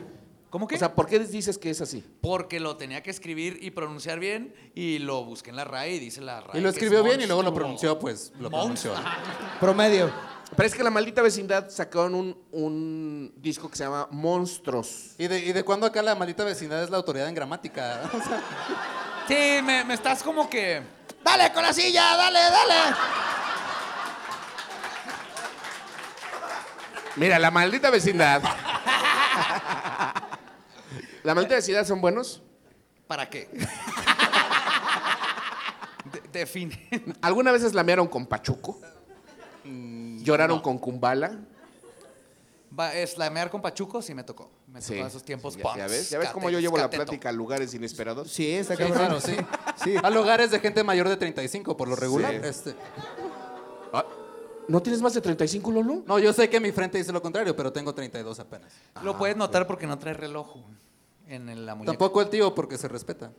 [SPEAKER 6] ¿Cómo que?
[SPEAKER 3] O sea, ¿por qué dices que es así?
[SPEAKER 6] Porque lo tenía que escribir y pronunciar bien y lo busqué en la RAE y dice la RAE.
[SPEAKER 5] Y lo
[SPEAKER 6] que
[SPEAKER 5] escribió
[SPEAKER 6] es
[SPEAKER 5] bien y luego lo
[SPEAKER 6] monstruo.
[SPEAKER 5] pronunció, pues lo pronunció.
[SPEAKER 6] Monstruo.
[SPEAKER 4] Promedio.
[SPEAKER 3] Pero es que la maldita vecindad sacaron un, un disco que se llama Monstruos.
[SPEAKER 5] ¿Y de, ¿Y de cuándo acá la maldita vecindad es la autoridad en gramática? O sea,
[SPEAKER 6] Sí, me, me estás como que.
[SPEAKER 4] ¡Dale con la silla! ¡Dale, dale!
[SPEAKER 3] Mira, la maldita vecindad. ¿La maldita vecindad son buenos?
[SPEAKER 6] ¿Para qué? De- define.
[SPEAKER 3] ¿Alguna vez lamearon con Pachuco? ¿Lloraron con Kumbala?
[SPEAKER 6] Va, Slamear con Pachuco sí me tocó. Me tocó
[SPEAKER 3] Sí.
[SPEAKER 6] en esos tiempos
[SPEAKER 3] Sí, ya-
[SPEAKER 6] punks.
[SPEAKER 3] ya, ves, ya ves cómo yo
[SPEAKER 6] catetos,
[SPEAKER 3] llevo la
[SPEAKER 6] cateto.
[SPEAKER 3] plática a lugares inesperados.
[SPEAKER 4] Sí, está
[SPEAKER 5] sí,
[SPEAKER 4] cabrón.
[SPEAKER 5] claro, sí. A lugares de gente mayor de 35, por lo regular.
[SPEAKER 3] Sí.
[SPEAKER 5] Este,
[SPEAKER 3] Ah, ¿No tienes más de 35, Lolo?
[SPEAKER 5] no, yo sé que mi frente dice lo contrario, pero tengo 32 apenas.
[SPEAKER 6] Lo puedes notar porque no trae reloj güey, en el- la muñeca.
[SPEAKER 5] Tampoco el tío, porque se respeta.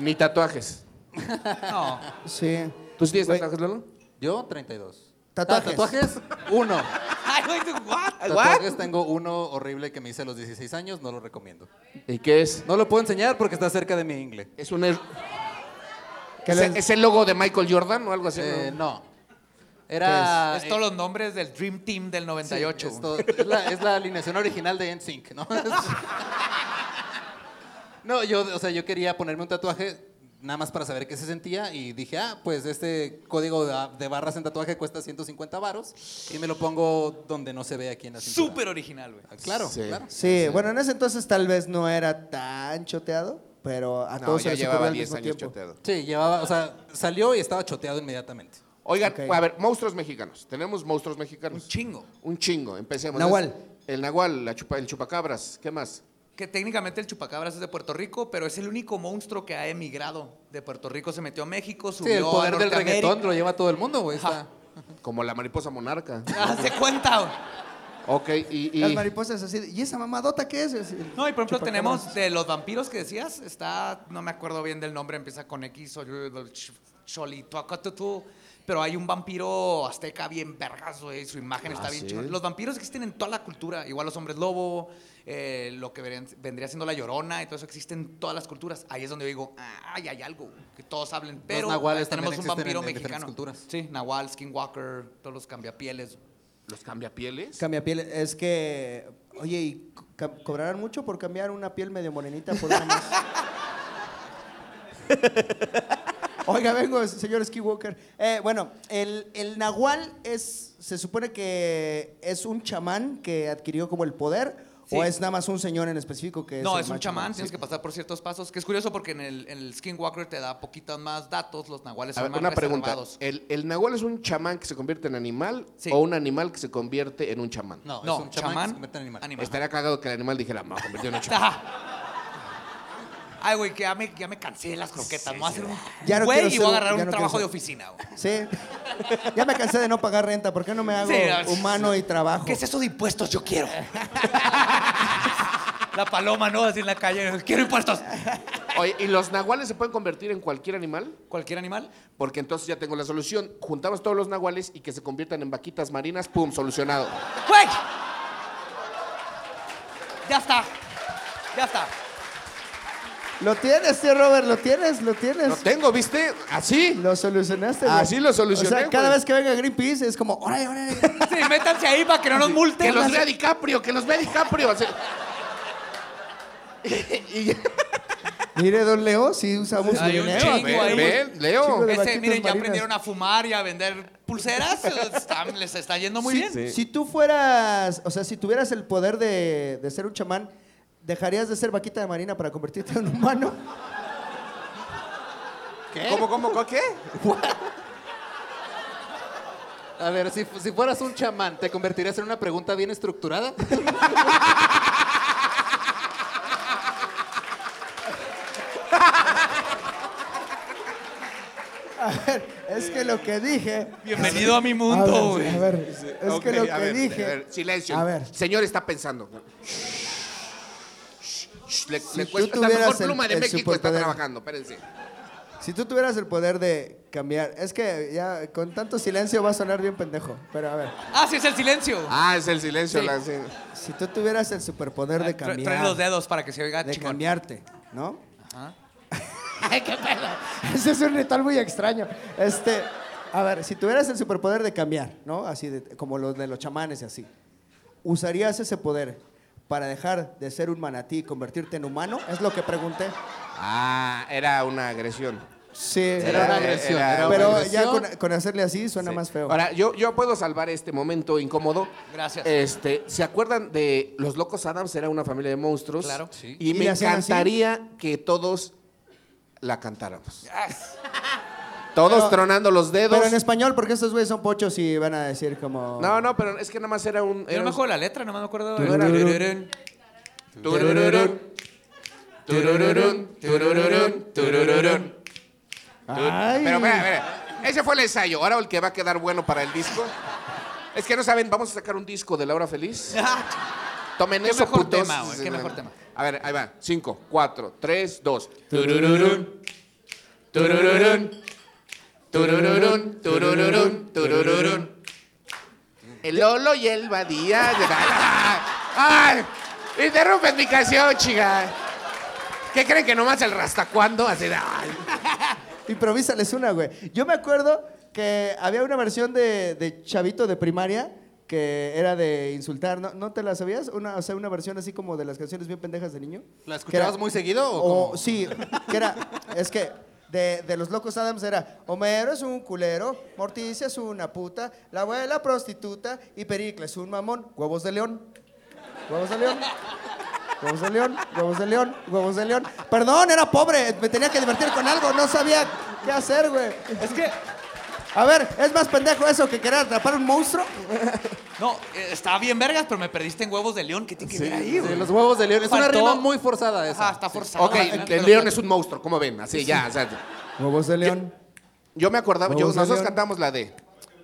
[SPEAKER 3] Ni tatuajes.
[SPEAKER 6] No.
[SPEAKER 4] Sí.
[SPEAKER 3] ¿Tú sí tienes
[SPEAKER 4] Güey.
[SPEAKER 3] tatuajes, Lolo?
[SPEAKER 5] Yo, 32.
[SPEAKER 4] Tatuajes.
[SPEAKER 5] Ah, ¿Tatuajes? Uno.
[SPEAKER 6] Ay, güey, tú, what?
[SPEAKER 5] Tatuajes tengo uno horrible que me hice a los 16 años, no lo recomiendo.
[SPEAKER 3] ¿Y qué es?
[SPEAKER 5] No lo puedo enseñar porque está cerca de mi ingle.
[SPEAKER 3] ¿Es, un, er-
[SPEAKER 4] Que
[SPEAKER 3] ¿Es,
[SPEAKER 4] les-
[SPEAKER 3] es el logo de Michael Jordan o algo así?
[SPEAKER 5] Eh,
[SPEAKER 3] no?
[SPEAKER 5] no. Era.
[SPEAKER 6] Es todos los nombres del Dream Team del
[SPEAKER 5] Sí,
[SPEAKER 6] 98.
[SPEAKER 5] es, todo- es la, es la alineación original de NSYNC, ¿no? no, yo, o sea, yo quería ponerme un tatuaje nada más para saber qué se sentía y dije, ah, pues este código de, de barras en tatuaje cuesta 150 varos y me lo pongo donde no se ve aquí en la cintura.
[SPEAKER 6] Súper original, güey.
[SPEAKER 5] Ah, Claro,
[SPEAKER 3] Sí.
[SPEAKER 5] claro.
[SPEAKER 4] Sí, bueno, en ese entonces tal vez no era tan choteado, pero a
[SPEAKER 3] No,
[SPEAKER 4] todos
[SPEAKER 3] ya
[SPEAKER 4] se les ocurrió
[SPEAKER 3] llevaba
[SPEAKER 4] al
[SPEAKER 3] 10
[SPEAKER 4] mismo
[SPEAKER 3] años
[SPEAKER 4] tiempo.
[SPEAKER 3] choteado.
[SPEAKER 5] Sí, llevaba, o sea, salió y estaba choteado inmediatamente.
[SPEAKER 3] Oigan,
[SPEAKER 4] Ok.
[SPEAKER 3] a ver, monstruos mexicanos. ¿Tenemos monstruos mexicanos?
[SPEAKER 6] Un chingo.
[SPEAKER 3] Un chingo, empecemos.
[SPEAKER 4] Nahual.
[SPEAKER 3] El Nahual, la chupa- el Chupacabras, ¿qué más?
[SPEAKER 6] Que técnicamente el chupacabras es de Puerto Rico, pero es el único monstruo que ha emigrado de Puerto Rico. Se metió a México,
[SPEAKER 5] Sí,
[SPEAKER 6] subió
[SPEAKER 5] el poder
[SPEAKER 6] a
[SPEAKER 5] del
[SPEAKER 6] Norteamérica.
[SPEAKER 5] reggaetón lo lleva todo el mundo, güey. Oh, está-
[SPEAKER 3] Como la mariposa monarca.
[SPEAKER 6] Ah, se cuenta, güey.
[SPEAKER 3] ok, y... y-
[SPEAKER 4] Las mariposas así, de, ¿y esa mamadota qué es? Así,
[SPEAKER 6] No, y por ejemplo,
[SPEAKER 4] chupacabras.
[SPEAKER 6] tenemos de los vampiros que decías, está, no me acuerdo bien del nombre, empieza con X, o- ch- Cholituacatutu, pero hay un vampiro azteca bien vergas, güey, su imagen
[SPEAKER 5] Ah,
[SPEAKER 6] está bien
[SPEAKER 3] sí.
[SPEAKER 6] chingona. Los vampiros existen en toda la cultura, igual los hombres lobo, eh, lo que verían- vendría siendo la llorona, y todo eso existe en todas las culturas. Ahí es donde yo digo, ay, hay algo, que todos hablen, pero
[SPEAKER 5] nahuales
[SPEAKER 6] tenemos
[SPEAKER 5] también
[SPEAKER 6] un
[SPEAKER 5] existen
[SPEAKER 6] vampiro
[SPEAKER 5] en- en
[SPEAKER 6] mexicano.
[SPEAKER 5] diferentes culturas.
[SPEAKER 6] Sí, nahual, skinwalker, todos los cambiapieles.
[SPEAKER 3] ¿Los cambiapieles?
[SPEAKER 4] Cambia piel, es que, oye, ¿y co- ca- cobrarán mucho por cambiar una piel medio morenita por una más? Oiga, vengo, señor Skywalker. Eh, bueno, el, el Nahual es, se supone que es un chamán que adquirió como el poder,
[SPEAKER 6] Sí.
[SPEAKER 4] o es nada más un señor en específico que es
[SPEAKER 6] No,
[SPEAKER 4] el
[SPEAKER 6] es un
[SPEAKER 4] más
[SPEAKER 6] chamán,
[SPEAKER 4] sí.
[SPEAKER 6] tienes que pasar por ciertos pasos. Que es curioso porque en el, en el Skinwalker te da poquitos más datos, los nahuales
[SPEAKER 3] A
[SPEAKER 6] son
[SPEAKER 3] ver,
[SPEAKER 6] más
[SPEAKER 3] una pregunta.
[SPEAKER 4] Eh,
[SPEAKER 6] reservados.
[SPEAKER 3] ¿El, el Nahual es un chamán que se convierte en animal
[SPEAKER 6] Sí.
[SPEAKER 3] o un animal que se convierte en un chamán?
[SPEAKER 5] No,
[SPEAKER 6] No,
[SPEAKER 5] es un chamán, que
[SPEAKER 6] chamán,
[SPEAKER 5] se convierte en animal.
[SPEAKER 6] animal.
[SPEAKER 3] Estaría cagado que el animal dijera, me voy a convertir en un chamán.
[SPEAKER 6] Ajá. Ay, güey, que ya me, ya me cansé de las croquetas. me voy a hacer un
[SPEAKER 4] Ya no
[SPEAKER 6] güey
[SPEAKER 4] quiero
[SPEAKER 6] y voy a
[SPEAKER 4] ser-
[SPEAKER 6] agarrar
[SPEAKER 4] ya
[SPEAKER 6] un
[SPEAKER 4] no
[SPEAKER 6] trabajo de
[SPEAKER 4] quiero
[SPEAKER 6] oficina, güey.
[SPEAKER 4] Sí. Ya me cansé de no pagar renta. ¿Por qué no me hago
[SPEAKER 6] Sí,
[SPEAKER 4] humano y trabajo?
[SPEAKER 6] ¿Qué es eso de impuestos? Yo quiero. la paloma, ¿no? Así en la calle. Quiero impuestos.
[SPEAKER 3] Oye, ¿y los nahuales se pueden convertir en cualquier animal?
[SPEAKER 6] ¿Cualquier animal?
[SPEAKER 3] Porque entonces ya tengo la solución. Juntamos todos los nahuales y que se conviertan en vaquitas marinas, pum, solucionado.
[SPEAKER 6] ¡Güey! Ya está. Ya está.
[SPEAKER 4] Lo tienes, tío Robert, lo tienes, lo tienes.
[SPEAKER 3] Lo tengo, ¿viste? Así.
[SPEAKER 4] Lo solucionaste. güey.
[SPEAKER 3] Así lo solucioné,
[SPEAKER 4] O sea, cada
[SPEAKER 3] güey.
[SPEAKER 4] vez que venga Greenpeace es como, órale, órale.
[SPEAKER 6] Sí, métanse ahí para que no nos multen.
[SPEAKER 3] Que los vea DiCaprio, que los vea DiCaprio. Así. Y- y-
[SPEAKER 4] Mire, don Leo, sí usamos su
[SPEAKER 6] Hay un
[SPEAKER 4] dinero.
[SPEAKER 6] chingo
[SPEAKER 4] güey.
[SPEAKER 3] Ven,
[SPEAKER 6] ahí.
[SPEAKER 3] ven,
[SPEAKER 4] Chico
[SPEAKER 3] Leo.
[SPEAKER 4] de-
[SPEAKER 6] Ese,
[SPEAKER 4] vaquitas
[SPEAKER 6] miren, ya
[SPEAKER 4] marinas.
[SPEAKER 6] aprendieron a fumar y a vender pulseras. Están- les está yendo muy
[SPEAKER 4] si,
[SPEAKER 6] bien.
[SPEAKER 4] si tú fueras, o sea, si tuvieras el poder de, de ser un chamán, ¿dejarías de ser vaquita de marina para convertirte en humano?
[SPEAKER 3] ¿Cómo, cómo, cómo, qué?
[SPEAKER 5] A ver, si, si fueras un chamán, ¿te convertirías en una pregunta bien estructurada?
[SPEAKER 4] Es que lo que dije.
[SPEAKER 6] Bienvenido a mi
[SPEAKER 4] A ver,
[SPEAKER 6] mundo, güey.
[SPEAKER 4] A ver, es
[SPEAKER 3] Ok,
[SPEAKER 4] que lo que
[SPEAKER 3] a ver,
[SPEAKER 4] dije.
[SPEAKER 3] a ver, silencio.
[SPEAKER 4] A ver.
[SPEAKER 3] Señor está pensando. Shh, shh, Le, le
[SPEAKER 4] tú
[SPEAKER 3] cuesta, la
[SPEAKER 4] tuvieras
[SPEAKER 3] mejor
[SPEAKER 4] el-
[SPEAKER 3] pluma de
[SPEAKER 4] el
[SPEAKER 3] México está
[SPEAKER 4] superpoder.
[SPEAKER 3] trabajando, espérense.
[SPEAKER 4] Si tú tuvieras el poder de cambiar, es que ya con tanto silencio va a sonar bien pendejo, pero a ver,
[SPEAKER 6] Ah, sí, es el silencio.
[SPEAKER 3] Ah, es el silencio.
[SPEAKER 6] Sí.
[SPEAKER 3] la- sí.
[SPEAKER 4] si tú tuvieras el superpoder de
[SPEAKER 6] Tra- Traen los
[SPEAKER 4] cambiar,
[SPEAKER 6] dedos para que se oiga
[SPEAKER 4] de
[SPEAKER 6] chingón.
[SPEAKER 4] cambiarte, ¿no?
[SPEAKER 6] Ajá.
[SPEAKER 4] Ay, qué pedo. Ese es un ritual muy extraño. Este, a ver, si tuvieras el superpoder de cambiar, ¿no? Así de- como los de los chamanes y así. ¿Usarías ese poder para dejar de ser un manatí y convertirte en humano? Es lo que pregunté.
[SPEAKER 3] Ah, era una agresión.
[SPEAKER 4] Sí.
[SPEAKER 5] Era una agresión.
[SPEAKER 3] era
[SPEAKER 5] era una
[SPEAKER 4] Pero
[SPEAKER 5] agresión.
[SPEAKER 4] ya con, con hacerle así suena
[SPEAKER 3] Sí.
[SPEAKER 4] más feo.
[SPEAKER 3] Ahora, yo, yo puedo salvar este momento incómodo.
[SPEAKER 6] Gracias.
[SPEAKER 3] Este, ¿se acuerdan de Los Locos Adams? Era una familia de monstruos.
[SPEAKER 6] Claro. Sí.
[SPEAKER 3] Y,
[SPEAKER 4] ¿Y
[SPEAKER 3] me
[SPEAKER 4] le hacían así?
[SPEAKER 3] encantaría que todos la cantáramos. Todos
[SPEAKER 4] Pero-
[SPEAKER 3] tronando los dedos.
[SPEAKER 4] pero en español, porque estos güeyes son pochos y van a decir como...
[SPEAKER 3] No, no, pero es que nada más era un.
[SPEAKER 6] Yo
[SPEAKER 3] era
[SPEAKER 6] no me
[SPEAKER 3] un-
[SPEAKER 6] acuerdo la letra, no me acuerdo.
[SPEAKER 3] Turururún. Turururún. Turururún, turururún, turururún.
[SPEAKER 4] Ay.
[SPEAKER 3] Pero mira, mira, ese fue el ensayo. Ahora el que va a quedar bueno para el disco. Es que no saben, vamos a sacar un disco de Laura Feliz. Tomen
[SPEAKER 6] Ah. Qué
[SPEAKER 3] eso,
[SPEAKER 6] mejor
[SPEAKER 3] putos.
[SPEAKER 6] tema, güey, qué mejor tema.
[SPEAKER 3] A ver, ahí va. Cinco, cuatro, tres, dos. Turururún. Turururún. Turururún. Turururún. Turururún. El Lolo y el Badía. ¡Ay! Interrumpen mi canción, chica. ¿Qué creen que nomás el rastacuando? Así de, ay.
[SPEAKER 4] Improvísales una, güey. Yo me acuerdo que había una versión de, de Chavito de primaria que era de insultar. ¿No, ¿No te la sabías? Una, o sea, una versión así como de las canciones bien pendejas de niño.
[SPEAKER 5] ¿La
[SPEAKER 4] Que era-
[SPEAKER 5] escuchabas muy seguido o
[SPEAKER 4] o-
[SPEAKER 5] cómo?
[SPEAKER 4] Sí, que era... Es que de, de los locos Adams era Homero es un culero, Morticia es una puta, la abuela prostituta y Pericles un mamón. Huevos de león. Huevos de león. Huevos de león, huevos de león, huevos de león. Perdón, era pobre, me tenía que divertir con algo, no sabía qué hacer, güey. Es que, a ver, es más pendejo eso que querer atrapar un monstruo.
[SPEAKER 6] No, eh, estaba bien vergas, pero me perdiste en huevos de león. ¿Qué tiene que ver ahí,
[SPEAKER 5] Sí,
[SPEAKER 6] güey?
[SPEAKER 5] los huevos de león. Es una
[SPEAKER 6] Faltó-
[SPEAKER 5] rima muy forzada esa.
[SPEAKER 6] Ajá, está forzado.
[SPEAKER 3] Ok,
[SPEAKER 6] ¿verdad?
[SPEAKER 3] el
[SPEAKER 6] Pero-
[SPEAKER 3] león es un monstruo, como ven, así ya. o sea,
[SPEAKER 4] Huevos de león.
[SPEAKER 3] yo me acordaba, yo,
[SPEAKER 4] Huevos de
[SPEAKER 3] nosotros
[SPEAKER 4] león.
[SPEAKER 3] cantamos la de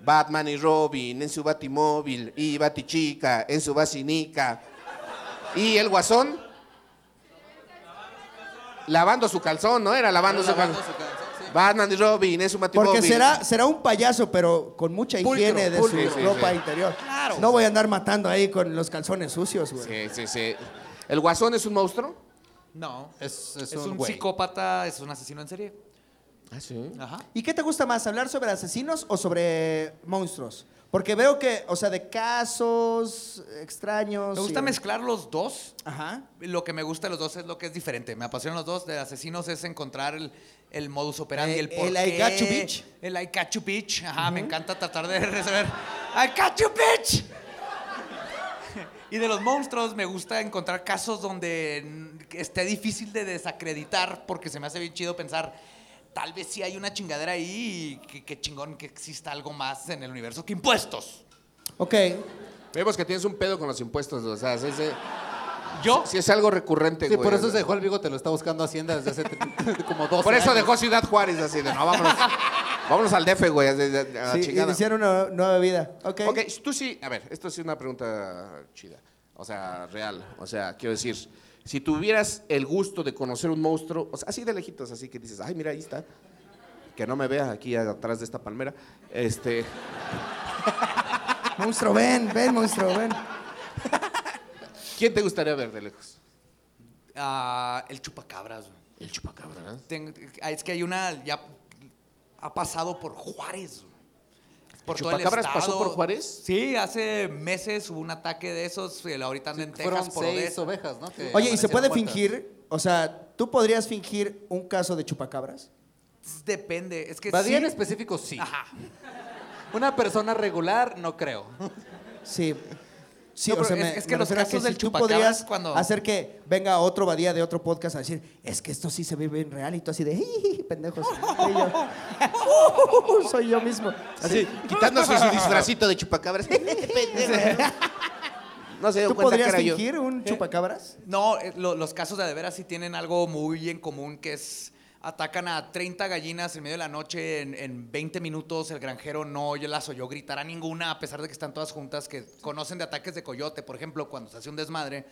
[SPEAKER 3] Batman y Robin en su batimóvil y Batichica en su basinica. Y el guasón lavando su calzón, ¿no? Era lavando, su calzón. Batman y Robin en su batimóvil.
[SPEAKER 4] Porque será, será un payaso, pero con mucha
[SPEAKER 3] Pulcro,
[SPEAKER 4] higiene de
[SPEAKER 3] pulcro. Sí,
[SPEAKER 4] su
[SPEAKER 3] sí,
[SPEAKER 4] ropa
[SPEAKER 3] sí.
[SPEAKER 4] interior.
[SPEAKER 6] Claro.
[SPEAKER 4] No voy a andar matando ahí con los calzones sucios, güey.
[SPEAKER 3] Sí, sí, sí. ¿El guasón es un monstruo?
[SPEAKER 6] No,
[SPEAKER 5] Es,
[SPEAKER 6] es un
[SPEAKER 5] güey.
[SPEAKER 6] psicópata, es un asesino en serie.
[SPEAKER 3] Ah, sí.
[SPEAKER 6] Ajá.
[SPEAKER 4] ¿Y qué te gusta más, hablar sobre asesinos o sobre monstruos? Porque veo que, o sea, de casos extraños.
[SPEAKER 6] Me gusta
[SPEAKER 4] y-
[SPEAKER 6] mezclar los dos.
[SPEAKER 4] Ajá.
[SPEAKER 6] Lo que me gusta de los dos es lo que es diferente. Me apasionan los dos. De asesinos es encontrar el, el modus operandi,
[SPEAKER 4] Eh,
[SPEAKER 6] el porqué.
[SPEAKER 4] el I got you, bitch.
[SPEAKER 6] El I got you, bitch. Ajá, me encanta tratar de resolver. I got you, bitch. Y de los monstruos me gusta encontrar casos donde mm, esté difícil de desacreditar porque se me hace bien chido pensar, tal vez sí hay una chingadera ahí y qué- qué chingón que exista algo más en el universo que impuestos.
[SPEAKER 4] Ok.
[SPEAKER 3] Vemos que tienes un pedo con los impuestos, o sea, sí, sí.
[SPEAKER 6] Yo,
[SPEAKER 3] Si es algo recurrente,
[SPEAKER 5] Sí,
[SPEAKER 3] güey.
[SPEAKER 5] por eso se dejó el bigote, lo está buscando Hacienda desde hace t- como dos
[SPEAKER 3] Por eso dejó Ciudad Juárez así de, no, vámonos. vámonos al DF, güey, a, a- a
[SPEAKER 4] Sí,
[SPEAKER 3] chingada.
[SPEAKER 4] iniciar una nueva vida. Ok.
[SPEAKER 3] Ok, tú sí, a ver, esto sí es una pregunta chida, o sea, real, o sea, quiero decir, si tuvieras el gusto de conocer un monstruo, o sea, así de lejitos, así que dices, ay, mira, ahí está, que no me vea aquí atrás de esta palmera, este,
[SPEAKER 4] Ah, Monstruo, ven, ven, monstruo, ven.
[SPEAKER 3] ¿quién te gustaría ver de lejos?
[SPEAKER 6] ah, el chupacabras. güey.
[SPEAKER 3] El chupacabra,
[SPEAKER 6] Tengo- ah, es que hay una, ya ha pasado por Juárez. güey. Por
[SPEAKER 3] ¿El
[SPEAKER 6] todo el
[SPEAKER 3] chupacabras pasó
[SPEAKER 6] estado.
[SPEAKER 3] por Juárez?
[SPEAKER 6] Sí, hace meses hubo un ataque de esos, y ahorita andan en Texas
[SPEAKER 5] Fueron
[SPEAKER 6] por
[SPEAKER 5] seis
[SPEAKER 6] Odessa.
[SPEAKER 5] ovejas, ¿no? Que
[SPEAKER 4] Oye, ¿y se
[SPEAKER 5] amanecieron
[SPEAKER 4] puede
[SPEAKER 5] muertas.
[SPEAKER 4] fingir? O sea, ¿tú podrías fingir un caso de chupacabras?
[SPEAKER 6] Depende, es que
[SPEAKER 5] Badía
[SPEAKER 6] sí.
[SPEAKER 5] en específico, sí.
[SPEAKER 6] Ajá.
[SPEAKER 5] Una persona regular, no creo.
[SPEAKER 4] Sí. Sí,
[SPEAKER 6] No,
[SPEAKER 4] o
[SPEAKER 6] pero
[SPEAKER 4] sea,
[SPEAKER 6] es-
[SPEAKER 4] me,
[SPEAKER 6] es que
[SPEAKER 4] me
[SPEAKER 6] los
[SPEAKER 4] refiero a
[SPEAKER 6] casos del
[SPEAKER 4] si tú
[SPEAKER 6] chupacabras
[SPEAKER 4] podrías
[SPEAKER 6] cuando-
[SPEAKER 4] hacer que venga otro badía de otro podcast a decir, es que esto sí se ve bien real y tú así de, "Jijiji, pendejos. Y yo, "Uh, soy yo mismo. Así,
[SPEAKER 3] Quitando su disfrazito de chupacabras. no se dio
[SPEAKER 4] ¿Tú
[SPEAKER 3] cuenta que
[SPEAKER 4] podrías
[SPEAKER 3] era yo.
[SPEAKER 4] fingir un chupacabras?
[SPEAKER 6] No, eh, lo- los casos de a de veras sí tienen algo muy en común, que es atacan a 30 gallinas en medio de la noche, en, en 20 minutos el granjero no oye- las oyó gritar a ninguna, a pesar de que están todas juntas, que conocen de ataques de coyote, por ejemplo, cuando se hace un desmadre.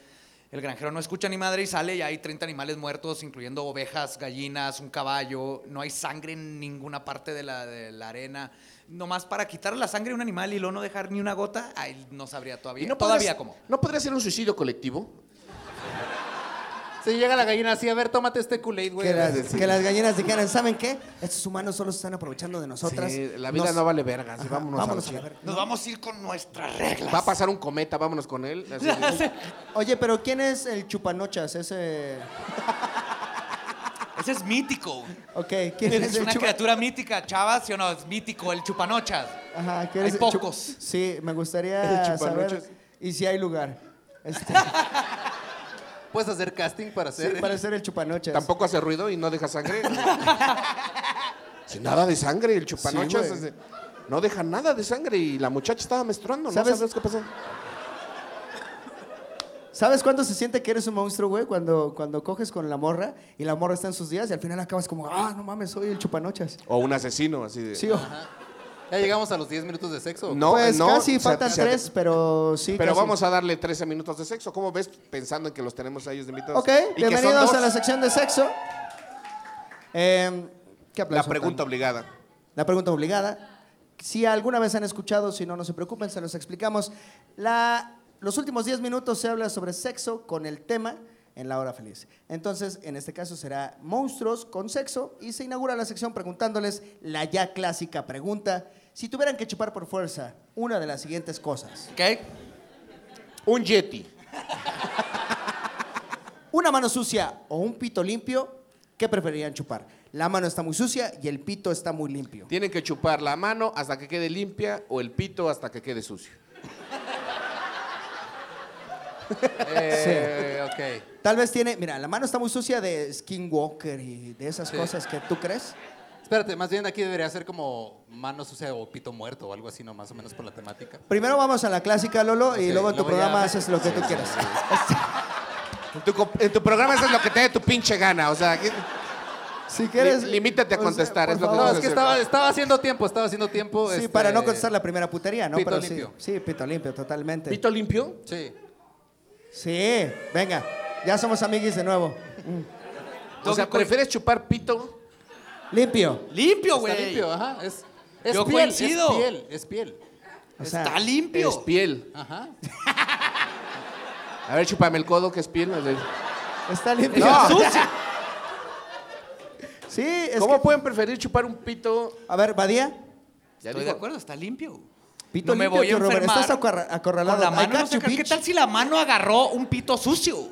[SPEAKER 6] El granjero no escucha ni madre y sale y hay 30 animales muertos, incluyendo ovejas, gallinas, un caballo. No hay sangre en ninguna parte de la, de la arena. Nomás para quitar la sangre a un animal y luego no dejar ni una gota, ahí no sabría todavía.
[SPEAKER 3] ¿Y no
[SPEAKER 6] todavía
[SPEAKER 3] podrías-
[SPEAKER 6] como.
[SPEAKER 3] ¿No podría ser un suicidio colectivo?
[SPEAKER 5] Si llega la gallina así, a ver, tómate este Kool-Aid, güey.
[SPEAKER 4] Que las, que las gallinas dijeran, ¿saben qué? Estos humanos solo se están aprovechando de nosotras.
[SPEAKER 3] Sí, la vida
[SPEAKER 4] Nos-
[SPEAKER 3] no vale verga, sí,
[SPEAKER 4] Ajá,
[SPEAKER 3] vámonos,
[SPEAKER 4] vámonos
[SPEAKER 3] a
[SPEAKER 4] a
[SPEAKER 3] la chi-
[SPEAKER 4] la verga.
[SPEAKER 6] Nos vamos a ir con nuestras reglas.
[SPEAKER 3] Va a pasar un cometa, vámonos con él. así.
[SPEAKER 4] Oye, pero ¿quién es el chupanochas? Ese...
[SPEAKER 6] Ese es mítico.
[SPEAKER 4] Ok, ¿quién es,
[SPEAKER 6] Es
[SPEAKER 4] el
[SPEAKER 6] una
[SPEAKER 4] chupa-
[SPEAKER 6] criatura mítica, chavas, ¿sí o no? Es mítico, el chupanochas.
[SPEAKER 4] Ajá, que
[SPEAKER 6] Hay
[SPEAKER 4] eres el chup-
[SPEAKER 6] pocos.
[SPEAKER 4] Sí, me
[SPEAKER 3] El
[SPEAKER 4] gustaría
[SPEAKER 3] chupanochas.
[SPEAKER 4] saber y si hay lugar. Este,
[SPEAKER 5] Puedes hacer casting para
[SPEAKER 4] sí,
[SPEAKER 5] hacer.
[SPEAKER 4] para ser el chupanochas.
[SPEAKER 3] Tampoco hace ruido y no deja sangre. Sin nada de sangre, el chupanochas.
[SPEAKER 4] Sí, güey.
[SPEAKER 3] ese- no deja nada de sangre y la muchacha estaba menstruando, ¿no?
[SPEAKER 4] ¿Sabes?
[SPEAKER 3] ¿Sabes, qué pasó?
[SPEAKER 4] ¿Sabes cuándo se siente que eres un monstruo, güey? Cuando, cuando coges con la morra y la morra está en sus días y al final acabas como, ah, no mames, soy el chupanochas.
[SPEAKER 3] O un asesino, así de.
[SPEAKER 4] Sí, o-
[SPEAKER 5] Ya llegamos a los 10 minutos de sexo.
[SPEAKER 3] No,
[SPEAKER 4] pues
[SPEAKER 3] no,
[SPEAKER 4] casi
[SPEAKER 3] o sea,
[SPEAKER 4] faltan
[SPEAKER 3] o sea,
[SPEAKER 4] tres, pero sí.
[SPEAKER 3] Pero
[SPEAKER 4] casi.
[SPEAKER 3] vamos a darle 13 minutos de sexo. ¿Cómo ves pensando en que los tenemos a ellos de invitados?
[SPEAKER 4] Ok,
[SPEAKER 3] Y que son
[SPEAKER 4] bienvenidos
[SPEAKER 3] dos.
[SPEAKER 4] a la sección de sexo. Eh, ¿Qué
[SPEAKER 3] La
[SPEAKER 4] aplauso
[SPEAKER 3] pregunta
[SPEAKER 4] tan-
[SPEAKER 3] obligada.
[SPEAKER 4] La pregunta obligada. Si alguna vez han escuchado, si no, no se preocupen, se los explicamos. La- los últimos 10 minutos se habla sobre sexo con el tema en la hora feliz. Entonces, en este caso será monstruos con sexo y se inaugura la sección preguntándoles la ya clásica pregunta. Si tuvieran que chupar por fuerza una de las siguientes cosas.
[SPEAKER 6] ¿Ok?
[SPEAKER 3] Un yeti.
[SPEAKER 4] Una mano sucia o un pito limpio, ¿qué preferirían chupar? La mano está muy sucia y el pito está muy limpio.
[SPEAKER 3] Tienen que chupar la mano hasta que quede limpia o el pito hasta que quede sucio.
[SPEAKER 5] Eh, ok.
[SPEAKER 4] Tal vez tiene, mira, la mano está muy sucia de Skinwalker y de esas
[SPEAKER 5] Sí.
[SPEAKER 4] cosas que tú crees.
[SPEAKER 5] Espérate, más bien aquí debería ser como mano sucia o pito muerto o algo así, no más o menos por la temática.
[SPEAKER 4] Primero vamos a la clásica, Lolo, y
[SPEAKER 5] Ok,
[SPEAKER 4] luego en tu
[SPEAKER 5] luego ya-
[SPEAKER 4] programa haces lo que tú quieras.
[SPEAKER 3] En tu, co- en tu programa haces lo que te dé tu pinche gana. O sea, aquí-
[SPEAKER 4] Si quieres...
[SPEAKER 3] Li- limítate a
[SPEAKER 4] o sea,
[SPEAKER 3] contestar,
[SPEAKER 4] por
[SPEAKER 3] es lo que
[SPEAKER 5] No,
[SPEAKER 4] favor.
[SPEAKER 5] es que estaba, estaba haciendo tiempo, estaba haciendo tiempo.
[SPEAKER 4] Sí,
[SPEAKER 5] este,
[SPEAKER 4] para no contestar la primera putería, ¿no?
[SPEAKER 5] Pito
[SPEAKER 4] Pero sí,
[SPEAKER 5] limpio.
[SPEAKER 4] Sí, pito limpio, totalmente.
[SPEAKER 3] ¿Pito limpio?
[SPEAKER 5] Sí.
[SPEAKER 4] Sí, venga, ya somos amiguis de nuevo.
[SPEAKER 3] O sea, ¿prefieres chupar pito?
[SPEAKER 4] Limpio.
[SPEAKER 6] Limpio,
[SPEAKER 5] Está
[SPEAKER 6] güey.
[SPEAKER 5] limpio, ajá. Es, es
[SPEAKER 6] Yo
[SPEAKER 5] piel,
[SPEAKER 6] coincido.
[SPEAKER 5] es piel, es piel.
[SPEAKER 4] O sea,
[SPEAKER 6] Está
[SPEAKER 3] Es
[SPEAKER 6] limpio.
[SPEAKER 3] piel.
[SPEAKER 5] Ajá.
[SPEAKER 3] A ver, chúpame el codo que es piel.
[SPEAKER 4] está limpio.
[SPEAKER 3] No.
[SPEAKER 4] Sí, es
[SPEAKER 3] ¿Cómo
[SPEAKER 4] que-
[SPEAKER 3] pueden preferir chupar un pito?
[SPEAKER 4] A ver, Badía,
[SPEAKER 3] Ya
[SPEAKER 6] Estoy de
[SPEAKER 3] dijo.
[SPEAKER 6] acuerdo, está limpio.
[SPEAKER 4] Pito
[SPEAKER 6] no me
[SPEAKER 4] limpio,
[SPEAKER 6] voy a
[SPEAKER 4] tío Robert,
[SPEAKER 6] enfermar.
[SPEAKER 4] estás acorra- acorralado.
[SPEAKER 6] Con la
[SPEAKER 4] I
[SPEAKER 6] mano
[SPEAKER 4] got
[SPEAKER 6] no sé
[SPEAKER 4] you,
[SPEAKER 6] qué- ¿Qué
[SPEAKER 4] bitch.
[SPEAKER 6] tal si la mano agarró un pito sucio?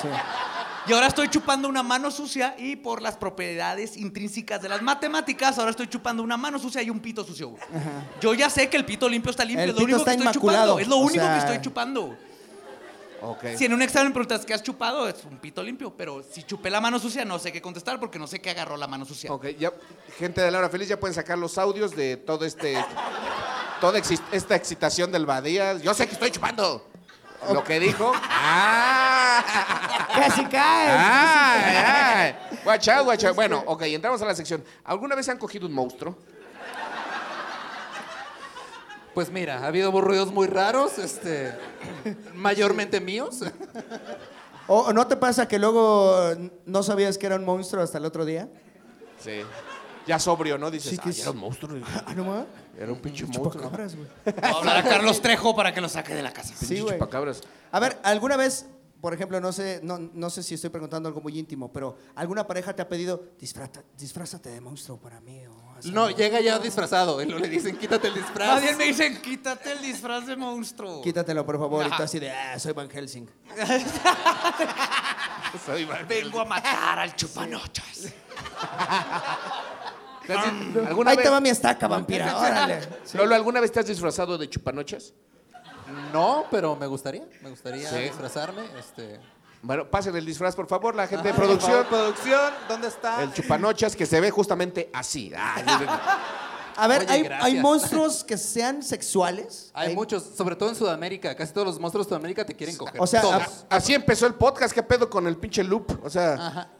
[SPEAKER 4] Sí.
[SPEAKER 6] Y ahora estoy chupando una mano sucia y por las propiedades intrínsecas de las matemáticas, ahora estoy chupando una mano sucia y un pito sucio. güey. Yo ya sé que el pito limpio está limpio,
[SPEAKER 4] El
[SPEAKER 6] es lo
[SPEAKER 4] pito
[SPEAKER 6] único
[SPEAKER 4] está
[SPEAKER 6] que estoy
[SPEAKER 4] inmaculado,
[SPEAKER 6] chupando. Es lo
[SPEAKER 4] o
[SPEAKER 6] único
[SPEAKER 4] sea-
[SPEAKER 6] que estoy chupando.
[SPEAKER 3] Ok.
[SPEAKER 6] Si en un examen preguntas qué has chupado, es un pito limpio, pero si chupé la mano sucia no sé qué contestar porque no sé qué agarró la mano sucia.
[SPEAKER 3] Ok, ya, gente de Laura Feliz, ya pueden sacar los audios de todo este. Toda exis- esta excitación del Badía. Yo sé que estoy chupando. Lo que dijo. ¡Ah!
[SPEAKER 7] Casi cae.
[SPEAKER 3] ¡Ah! ah. Guachao, guachao. Bueno, ok, entramos a la sección. ¿Alguna vez han cogido un monstruo?
[SPEAKER 5] Pues mira, ha habido ruidos muy raros, este, mayormente míos.
[SPEAKER 4] ¿O o Oh, no te pasa que luego eh, no sabías que era un monstruo hasta el otro día?
[SPEAKER 3] Sí. Ya sobrio, ¿no? Dices,
[SPEAKER 4] Sí, que
[SPEAKER 3] "Ay,
[SPEAKER 4] sí.
[SPEAKER 3] era un monstruo.
[SPEAKER 4] Ah, no mames.
[SPEAKER 3] Era un pinche monstruo.
[SPEAKER 4] Chupacabras, güey.
[SPEAKER 6] Voy a hablar a Carlos Trejo para que lo saque de la casa.
[SPEAKER 4] Sí, güey.
[SPEAKER 3] Chupacabras.
[SPEAKER 4] A ver, ¿alguna vez, por ejemplo, no sé, no, no sé si estoy preguntando algo muy íntimo, pero alguna pareja te ha pedido, "Disfrata- disfrázate de monstruo para mí? o haz
[SPEAKER 5] No,
[SPEAKER 4] algo"?
[SPEAKER 5] llega ya disfrazado y luego le dicen, quítate el
[SPEAKER 6] Más
[SPEAKER 5] disfraz.
[SPEAKER 6] bien me dicen, quítate el disfraz de monstruo.
[SPEAKER 4] Quítatelo, por favor. Y tú
[SPEAKER 6] Ajá.
[SPEAKER 4] así de, ah, soy Van Helsing.
[SPEAKER 3] Soy Van
[SPEAKER 6] Vengo a matar al chupanochas.
[SPEAKER 3] ¿Te has- ¿Alguna
[SPEAKER 4] Ah. Ahí
[SPEAKER 3] vez,
[SPEAKER 4] te va mi estaca, vampira, órale.
[SPEAKER 3] Lolo, ¿alguna vez te has disfrazado de chupanochas?
[SPEAKER 5] No, pero me gustaría, me gustaría
[SPEAKER 3] Sí.
[SPEAKER 5] disfrazarme. Este,
[SPEAKER 3] Bueno, pasen el disfraz, por favor, la gente de
[SPEAKER 7] Por favor,
[SPEAKER 3] producción.
[SPEAKER 7] producción, ¿dónde está?
[SPEAKER 3] El chupanochas que se ve justamente así. Ah,
[SPEAKER 4] A ver,
[SPEAKER 5] Oye,
[SPEAKER 4] ¿hay,
[SPEAKER 5] gracias.
[SPEAKER 4] hay monstruos que sean sexuales?
[SPEAKER 5] hay muchos, sobre todo en Sudamérica, casi todos los monstruos de Sudamérica te quieren coger.
[SPEAKER 4] O sea,
[SPEAKER 5] Todos.
[SPEAKER 4] a-
[SPEAKER 3] así empezó el podcast, ¿qué pedo con el pinche loop? O sea,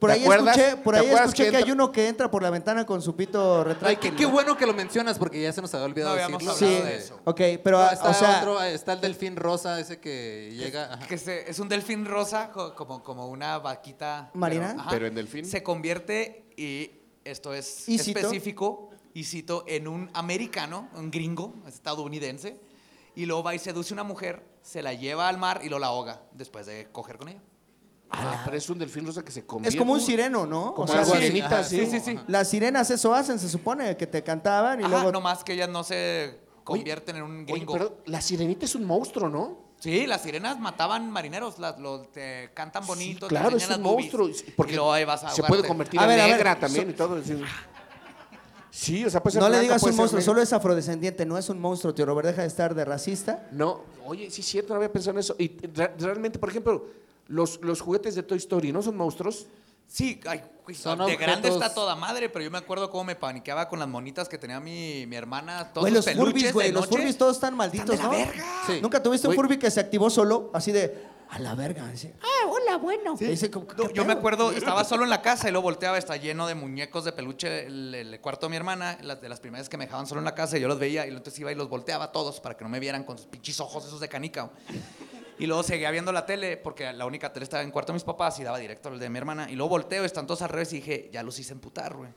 [SPEAKER 4] Por
[SPEAKER 3] ¿Te
[SPEAKER 4] ahí
[SPEAKER 3] acuerdas?
[SPEAKER 4] escuché, por
[SPEAKER 3] ¿Te
[SPEAKER 4] ahí
[SPEAKER 3] acuerdas
[SPEAKER 4] escuché
[SPEAKER 3] que
[SPEAKER 4] que, hay
[SPEAKER 3] entra-
[SPEAKER 4] uno que entra por la ventana con su pito
[SPEAKER 5] Ay,
[SPEAKER 4] retráctil.
[SPEAKER 5] qué, qué bueno que lo mencionas porque ya se nos había olvidado
[SPEAKER 6] No habíamos
[SPEAKER 5] decirlo.
[SPEAKER 4] Sí,
[SPEAKER 6] hablado de eso.
[SPEAKER 4] ok, pero,
[SPEAKER 5] No,
[SPEAKER 4] ah,
[SPEAKER 5] está,
[SPEAKER 4] o sea,
[SPEAKER 5] otro, está el delfín rosa ese que llega. ajá.
[SPEAKER 6] Que se- es un delfín rosa, co- como, como una vaquita.
[SPEAKER 4] ¿Marina?
[SPEAKER 6] ajá.
[SPEAKER 3] Pero en delfín.
[SPEAKER 6] Se convierte, y esto es
[SPEAKER 4] ¿Y cito?
[SPEAKER 6] específico, y cito, en un americano, un gringo estadounidense, y luego va y seduce una mujer, se la lleva al mar y lo la ahoga después de coger con ella.
[SPEAKER 3] ah, pero es un delfín rosa que se come.
[SPEAKER 4] es como un sireno, ¿no?
[SPEAKER 3] Como
[SPEAKER 4] o sea,
[SPEAKER 3] una
[SPEAKER 4] sí.
[SPEAKER 3] sirenita,
[SPEAKER 5] ajá,
[SPEAKER 3] sí.
[SPEAKER 5] sí, sí,
[SPEAKER 4] Las sirenas eso hacen, se supone, que te cantaban y
[SPEAKER 6] Ajá,
[SPEAKER 4] luego...
[SPEAKER 6] nomás que ellas no se convierten en un
[SPEAKER 3] Oye,
[SPEAKER 6] gringo.
[SPEAKER 3] pero la sirenita es un monstruo, ¿no?
[SPEAKER 6] Sí, las sirenas mataban marineros, las, lo- te cantan bonito,
[SPEAKER 3] claro,
[SPEAKER 6] te
[SPEAKER 3] es
[SPEAKER 6] enseñan
[SPEAKER 3] un
[SPEAKER 6] las boobies,
[SPEAKER 3] monstruo.
[SPEAKER 6] y luego ahí vas a
[SPEAKER 3] se puede
[SPEAKER 6] ahogarte.
[SPEAKER 3] convertir
[SPEAKER 4] A ver, a
[SPEAKER 3] en
[SPEAKER 4] ver,
[SPEAKER 3] negra
[SPEAKER 4] so-
[SPEAKER 3] también y todo. sí. Sí, o sea, puede ser
[SPEAKER 4] no le
[SPEAKER 3] blanca,
[SPEAKER 4] digas
[SPEAKER 3] puede
[SPEAKER 4] un
[SPEAKER 3] ser
[SPEAKER 4] monstruo,
[SPEAKER 3] negra.
[SPEAKER 4] solo es afrodescendiente, no es un monstruo, tío Robert, deja de estar de racista.
[SPEAKER 3] No, oye, sí es cierto, no había pensado en eso. Y re- realmente, por ejemplo, los, los juguetes de Toy Story, ¿no son monstruos?
[SPEAKER 6] Sí, ay, güey,
[SPEAKER 5] Son
[SPEAKER 6] de grande
[SPEAKER 5] objetos-
[SPEAKER 6] está toda madre, pero yo me acuerdo cómo me paniqueaba con las monitas que tenía mi, mi hermana, todos
[SPEAKER 4] Güey,
[SPEAKER 6] sus
[SPEAKER 4] los Furbies,
[SPEAKER 6] peluches
[SPEAKER 4] güey,
[SPEAKER 6] de
[SPEAKER 4] los
[SPEAKER 6] noche.
[SPEAKER 4] Furbies todos están malditos,
[SPEAKER 6] Están de la
[SPEAKER 4] ¿no?
[SPEAKER 6] verga.
[SPEAKER 5] Sí.
[SPEAKER 4] Nunca tuviste un
[SPEAKER 5] Güey,
[SPEAKER 4] Furby que se activó solo, así de, a la verga, así, ah, hola, bueno. Y dice como,
[SPEAKER 6] No,
[SPEAKER 4] "¿Qué
[SPEAKER 6] yo me
[SPEAKER 4] pedo?".
[SPEAKER 6] acuerdo, estaba solo en la casa y lo volteaba, está lleno de muñecos de peluche el, el cuarto de mi hermana, las de las primeras que me dejaban solo en la casa, y yo los veía y entonces iba y los volteaba todos para que no me vieran con sus pinches ojos esos de canica. Y luego seguía viendo la tele, porque la única tele estaba en cuarto de mis papás y daba directo al de mi hermana. Y luego volteo, están todos al revés y dije, ya los hice emputar, güey.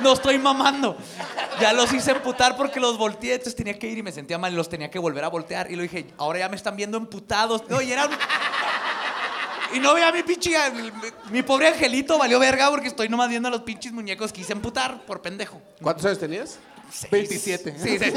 [SPEAKER 6] No estoy mamando. Ya los hice emputar porque los volteé, entonces tenía que ir y me sentía mal, y los tenía que volver a voltear. Y lo dije, ahora ya me están viendo emputados. No, y era un- y no vea mi pinche. mi- Mi pobre angelito valió verga porque estoy nomás viendo a los pinches muñecos que hice emputar por pendejo.
[SPEAKER 3] ¿Cuántos años tenías?
[SPEAKER 5] 27.
[SPEAKER 4] ¿eh?
[SPEAKER 6] Sí, sí.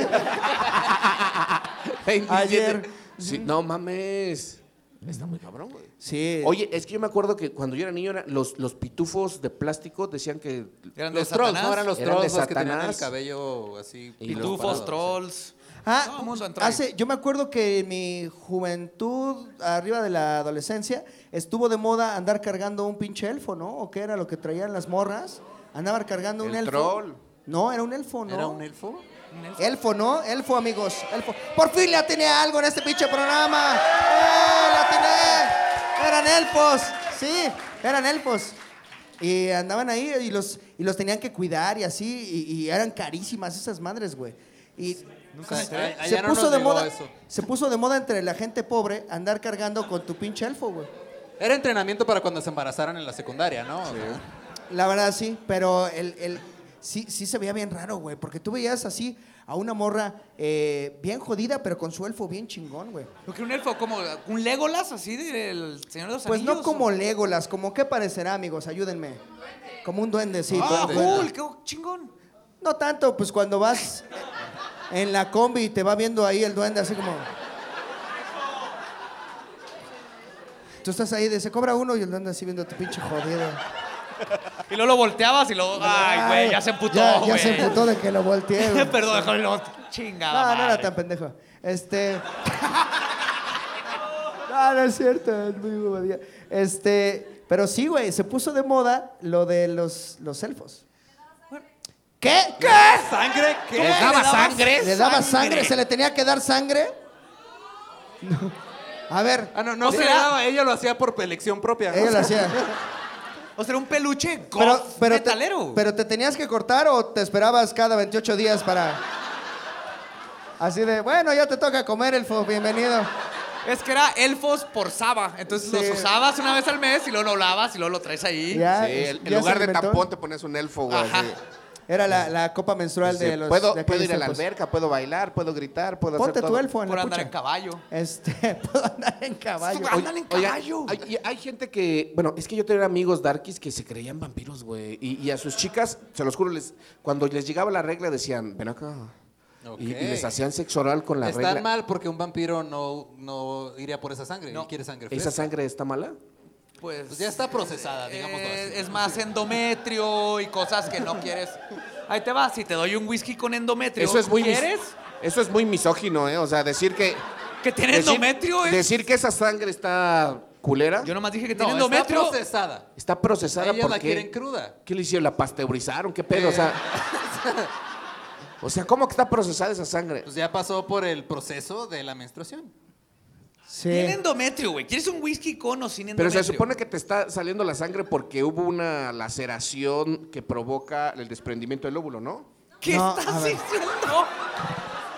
[SPEAKER 4] Ayer.
[SPEAKER 3] Sí, no mames. Está muy cabrón, güey.
[SPEAKER 4] Sí.
[SPEAKER 3] Oye, es que yo me acuerdo que cuando yo era niño, era- los, los pitufos de plástico decían que.
[SPEAKER 6] Eran de
[SPEAKER 5] Los trolls,
[SPEAKER 6] Satanás.
[SPEAKER 5] ¿no? Eran los
[SPEAKER 3] Eran de
[SPEAKER 5] trolls los que tenían el
[SPEAKER 3] Satanás.
[SPEAKER 5] cabello así.
[SPEAKER 3] Y los
[SPEAKER 6] Pitufos,
[SPEAKER 5] parados.
[SPEAKER 6] trolls.
[SPEAKER 4] Ah,
[SPEAKER 6] Todo el mundo entró ahí.
[SPEAKER 4] hace, yo me acuerdo que en mi juventud, arriba de la adolescencia, estuvo de moda andar cargando un pinche elfo, ¿no? ¿O qué era lo que traían las morras? Andaban cargando un
[SPEAKER 3] El
[SPEAKER 4] elfo.
[SPEAKER 3] troll.
[SPEAKER 4] No, era un elfo, ¿no?
[SPEAKER 5] ¿Era un elfo?
[SPEAKER 4] Elfo, ¿no? Elfo, amigos. Elfo. Por fin le atiné a algo en este pinche programa. ¡Eh! ¡Le atiné! Eran elfos. Sí, eran elfos. Y andaban ahí y los, y los tenían que cuidar y así. Y, y eran carísimas esas madres, güey. Y
[SPEAKER 5] Nunca me enteré.
[SPEAKER 4] se
[SPEAKER 5] Ah, Allá no
[SPEAKER 4] puso
[SPEAKER 5] nos
[SPEAKER 4] de
[SPEAKER 5] llegó
[SPEAKER 4] moda.
[SPEAKER 5] eso.
[SPEAKER 4] Se puso de moda entre la gente pobre andar cargando con tu pinche elfo, güey.
[SPEAKER 5] Era entrenamiento para cuando se embarazaran en la secundaria, ¿no? O sea,
[SPEAKER 4] La verdad sí, pero el, el- sí, sí se veía bien raro, güey, porque tú veías así a una morra eh, bien jodida, pero con su elfo bien chingón, güey.
[SPEAKER 6] Lo que un elfo, como un Legolas así del Señor de los
[SPEAKER 4] Pues
[SPEAKER 6] Anillos.
[SPEAKER 4] no como
[SPEAKER 6] ¿o?
[SPEAKER 4] Legolas, como qué parecerá, amigos, ayúdenme. Como un duende, sí.
[SPEAKER 6] Ah,
[SPEAKER 4] duende.
[SPEAKER 6] cool, qué chingón.
[SPEAKER 4] No tanto, pues cuando vas en la combi y te va viendo ahí el duende así como... Tú estás ahí de se cobra uno y el duende así viendo tu pinche jodido.
[SPEAKER 6] Y luego lo volteabas y luego. Ay, güey, ya se emputó,
[SPEAKER 4] Ah, Ya,
[SPEAKER 6] güey.
[SPEAKER 4] ya se emputó de que lo volteé. güey.
[SPEAKER 6] Perdón, déjame lo. Chingada.
[SPEAKER 4] No, no era
[SPEAKER 6] madre.
[SPEAKER 4] tan pendejo. Este. no, no es cierto, es muy bobadilla. Este. Pero sí, güey, se puso de moda lo de los, los elfos. ¿Qué? ¿Qué?
[SPEAKER 7] ¿Sangre? ¿Qué?
[SPEAKER 4] ¿Le daba sangre? ¿Se le tenía que dar sangre? A ver,
[SPEAKER 5] Ah, no, no
[SPEAKER 6] O
[SPEAKER 5] se
[SPEAKER 6] sea-
[SPEAKER 5] le daba, ella lo hacía por elección propia.
[SPEAKER 4] ella lo hacía.
[SPEAKER 6] O sea, era un peluche goth
[SPEAKER 4] Pero, pero, te,
[SPEAKER 6] metalero.
[SPEAKER 4] pero te tenías que cortar o te esperabas cada 28 días para. Así de, bueno, ya te toca comer, elfo, bienvenido.
[SPEAKER 6] Es que era elfos por Saba. Entonces
[SPEAKER 4] Sí.
[SPEAKER 6] los usabas una vez al mes y luego lo lavas y luego lo traes ahí.
[SPEAKER 4] Ya,
[SPEAKER 3] Sí, el- en
[SPEAKER 4] ya se
[SPEAKER 3] lugar de
[SPEAKER 4] inventó.
[SPEAKER 3] tampón te pones un elfo, güey.
[SPEAKER 6] Ajá.
[SPEAKER 3] así.
[SPEAKER 4] Era la, la copa menstrual
[SPEAKER 3] Sí,
[SPEAKER 4] de los.
[SPEAKER 3] puedo,
[SPEAKER 4] de aquellos
[SPEAKER 3] puedo ir a la
[SPEAKER 4] tiempos.
[SPEAKER 3] alberca, puedo bailar, puedo gritar, puedo
[SPEAKER 4] Ponte
[SPEAKER 3] hacer
[SPEAKER 4] tu
[SPEAKER 3] todo.
[SPEAKER 4] elfo en
[SPEAKER 6] Por
[SPEAKER 4] la
[SPEAKER 6] andar
[SPEAKER 4] pucha.
[SPEAKER 6] en caballo.
[SPEAKER 4] Este, puedo andar en caballo.
[SPEAKER 3] Oye, oye, Hay, y hay gente que, bueno, es que yo tenía amigos darkies que se creían vampiros, güey. Y, y a sus chicas, se los juro, les, cuando les llegaba la regla decían, ven acá. Y- Y,
[SPEAKER 5] Ok.
[SPEAKER 3] les hacían sexo oral con la
[SPEAKER 5] Está
[SPEAKER 3] regla.
[SPEAKER 5] mal porque un vampiro no, no iría por esa sangre.
[SPEAKER 6] No.
[SPEAKER 5] Él quiere sangre fresca.
[SPEAKER 3] ¿Esa sangre está mala?
[SPEAKER 6] Pues,
[SPEAKER 5] Pues ya está procesada, digámoslo
[SPEAKER 6] eh,
[SPEAKER 5] así.
[SPEAKER 6] es más endometrio y cosas que no quieres. Ahí te vas, si te doy un whisky con endometrio.
[SPEAKER 3] Eso es muy mis-
[SPEAKER 6] ¿Quieres?
[SPEAKER 3] Eso es muy misógino, ¿eh? O sea, decir que.
[SPEAKER 6] ¿Que tiene
[SPEAKER 3] decir-
[SPEAKER 6] endometrio? Es...
[SPEAKER 3] Decir que esa sangre está culera.
[SPEAKER 6] Yo nomás dije que
[SPEAKER 5] No,
[SPEAKER 6] tiene
[SPEAKER 5] está
[SPEAKER 6] endometrio.
[SPEAKER 5] procesada.
[SPEAKER 3] Está procesada
[SPEAKER 5] Ellos la
[SPEAKER 3] porque.
[SPEAKER 5] quieren cruda.
[SPEAKER 3] ¿Qué le hicieron? ¿La pasteurizaron? ¿Qué pedo? O sea. o sea, ¿cómo que está procesada esa sangre?
[SPEAKER 5] Pues ya pasó por el proceso de la menstruación.
[SPEAKER 6] Tiene
[SPEAKER 4] Sí.
[SPEAKER 6] endometrio, güey. ¿Quieres un whisky con o sin
[SPEAKER 3] Pero
[SPEAKER 6] endometrio?
[SPEAKER 3] se supone que te está saliendo la sangre porque hubo una laceración que provoca el desprendimiento del óvulo, ¿no?
[SPEAKER 6] ¿Qué
[SPEAKER 4] No, a
[SPEAKER 6] estás
[SPEAKER 4] ver.
[SPEAKER 6] diciendo?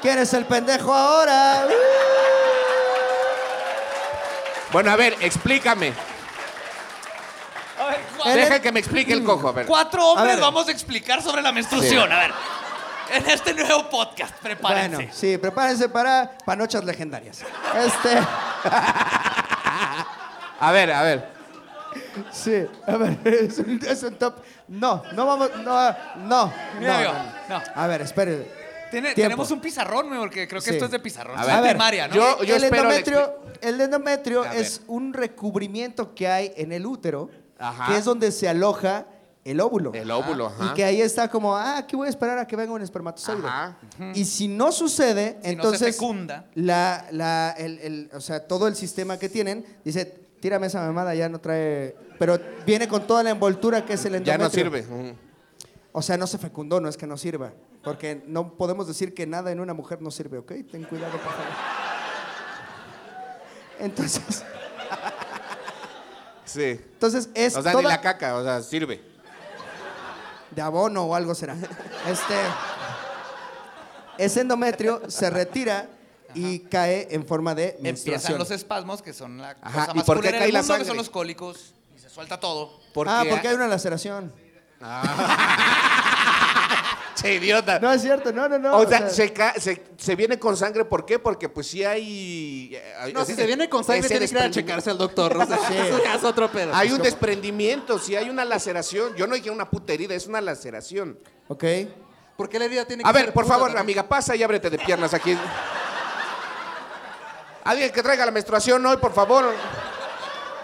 [SPEAKER 4] ¿Quién es el pendejo ahora?
[SPEAKER 5] Eh.
[SPEAKER 3] Bueno, a ver, explícame.
[SPEAKER 6] A ver, cu-
[SPEAKER 4] El-
[SPEAKER 3] Deja que me explique el cojo, a ver.
[SPEAKER 6] cuatro hombres
[SPEAKER 4] ver.
[SPEAKER 6] vamos a explicar sobre la menstruación.
[SPEAKER 3] Sí.
[SPEAKER 6] A ver, en este nuevo podcast, prepárense.
[SPEAKER 4] Bueno, sí, prepárense para panochas legendarias. Este,
[SPEAKER 3] A ver, a ver.
[SPEAKER 4] sí, a ver, es un, es un top. No, no vamos, no, no, no,
[SPEAKER 6] Mira, amigo,
[SPEAKER 4] no.
[SPEAKER 6] no.
[SPEAKER 4] A ver, espere.
[SPEAKER 6] Tiene-
[SPEAKER 4] Tiempo.
[SPEAKER 6] tenemos un pizarrón, güey, porque creo que
[SPEAKER 4] Sí.
[SPEAKER 6] esto es de pizarrón.
[SPEAKER 3] A
[SPEAKER 6] es
[SPEAKER 3] ver.
[SPEAKER 6] de
[SPEAKER 3] A ver,
[SPEAKER 6] primaria, ¿no?
[SPEAKER 3] yo-
[SPEAKER 4] el
[SPEAKER 3] espero la
[SPEAKER 4] endometrio, el endometrio
[SPEAKER 3] A
[SPEAKER 4] es
[SPEAKER 3] ver.
[SPEAKER 4] un recubrimiento que hay en el útero,
[SPEAKER 3] Ajá.
[SPEAKER 4] que es donde se aloja el óvulo.
[SPEAKER 3] El óvulo, ajá.
[SPEAKER 4] Y que ahí está como, ah, aquí voy a esperar a que venga un espermatozoide.
[SPEAKER 3] Ajá.
[SPEAKER 4] Y si no sucede,
[SPEAKER 6] Si no se
[SPEAKER 4] entonces.
[SPEAKER 6] fecunda.
[SPEAKER 4] La, la, el, el- o sea, todo el sistema que tienen dice, tírame esa mamada, ya no trae. Pero viene con toda la envoltura que es el
[SPEAKER 3] Ya
[SPEAKER 4] endometrio.
[SPEAKER 3] no sirve. Ujú.
[SPEAKER 4] O sea, no se fecundó, no es que no sirva. Porque no podemos decir que nada en una mujer no sirve, ¿ok? Ten cuidado, por favor. Entonces,
[SPEAKER 3] Sí.
[SPEAKER 4] entonces es
[SPEAKER 3] O sea, ni
[SPEAKER 4] toda-
[SPEAKER 3] la caca, o sea, sirve.
[SPEAKER 4] de abono o algo será. Este, ese endometrio se retira y cae en forma de
[SPEAKER 6] Empiezan
[SPEAKER 4] menstruación.
[SPEAKER 6] los espasmos, que son la cosa
[SPEAKER 3] Ajá, ¿y
[SPEAKER 6] más
[SPEAKER 3] por qué
[SPEAKER 6] culera
[SPEAKER 3] cae
[SPEAKER 6] del
[SPEAKER 3] la
[SPEAKER 6] mundo, que
[SPEAKER 3] sangre?
[SPEAKER 6] son los cólicos, y se suelta todo.
[SPEAKER 4] ah, porque hay una laceración.
[SPEAKER 3] Che, idiota.
[SPEAKER 4] No es cierto, no, no, no.
[SPEAKER 3] o sea, se, ca- se- se viene con sangre, ¿por qué? Porque pues sí hay... eh,
[SPEAKER 5] No,
[SPEAKER 3] eh,
[SPEAKER 5] si se viene con sangre,
[SPEAKER 3] ese
[SPEAKER 5] tiene que ir a
[SPEAKER 3] desprendimiento.
[SPEAKER 5] checarse al doctor. O sea,
[SPEAKER 4] Sí.
[SPEAKER 5] Eso ya es otro pedo.
[SPEAKER 3] Hay
[SPEAKER 5] Es
[SPEAKER 3] un
[SPEAKER 5] como-
[SPEAKER 3] desprendimiento, si hay una laceración. Yo no dije una puta herida, es una laceración.
[SPEAKER 4] Ok.
[SPEAKER 5] ¿Por qué la herida tiene que
[SPEAKER 3] A ver,
[SPEAKER 5] ser
[SPEAKER 3] por
[SPEAKER 5] puta
[SPEAKER 3] favor,
[SPEAKER 5] también?
[SPEAKER 3] amiga, pasa y ábrete de piernas aquí. Alguien que traiga la menstruación hoy, por favor.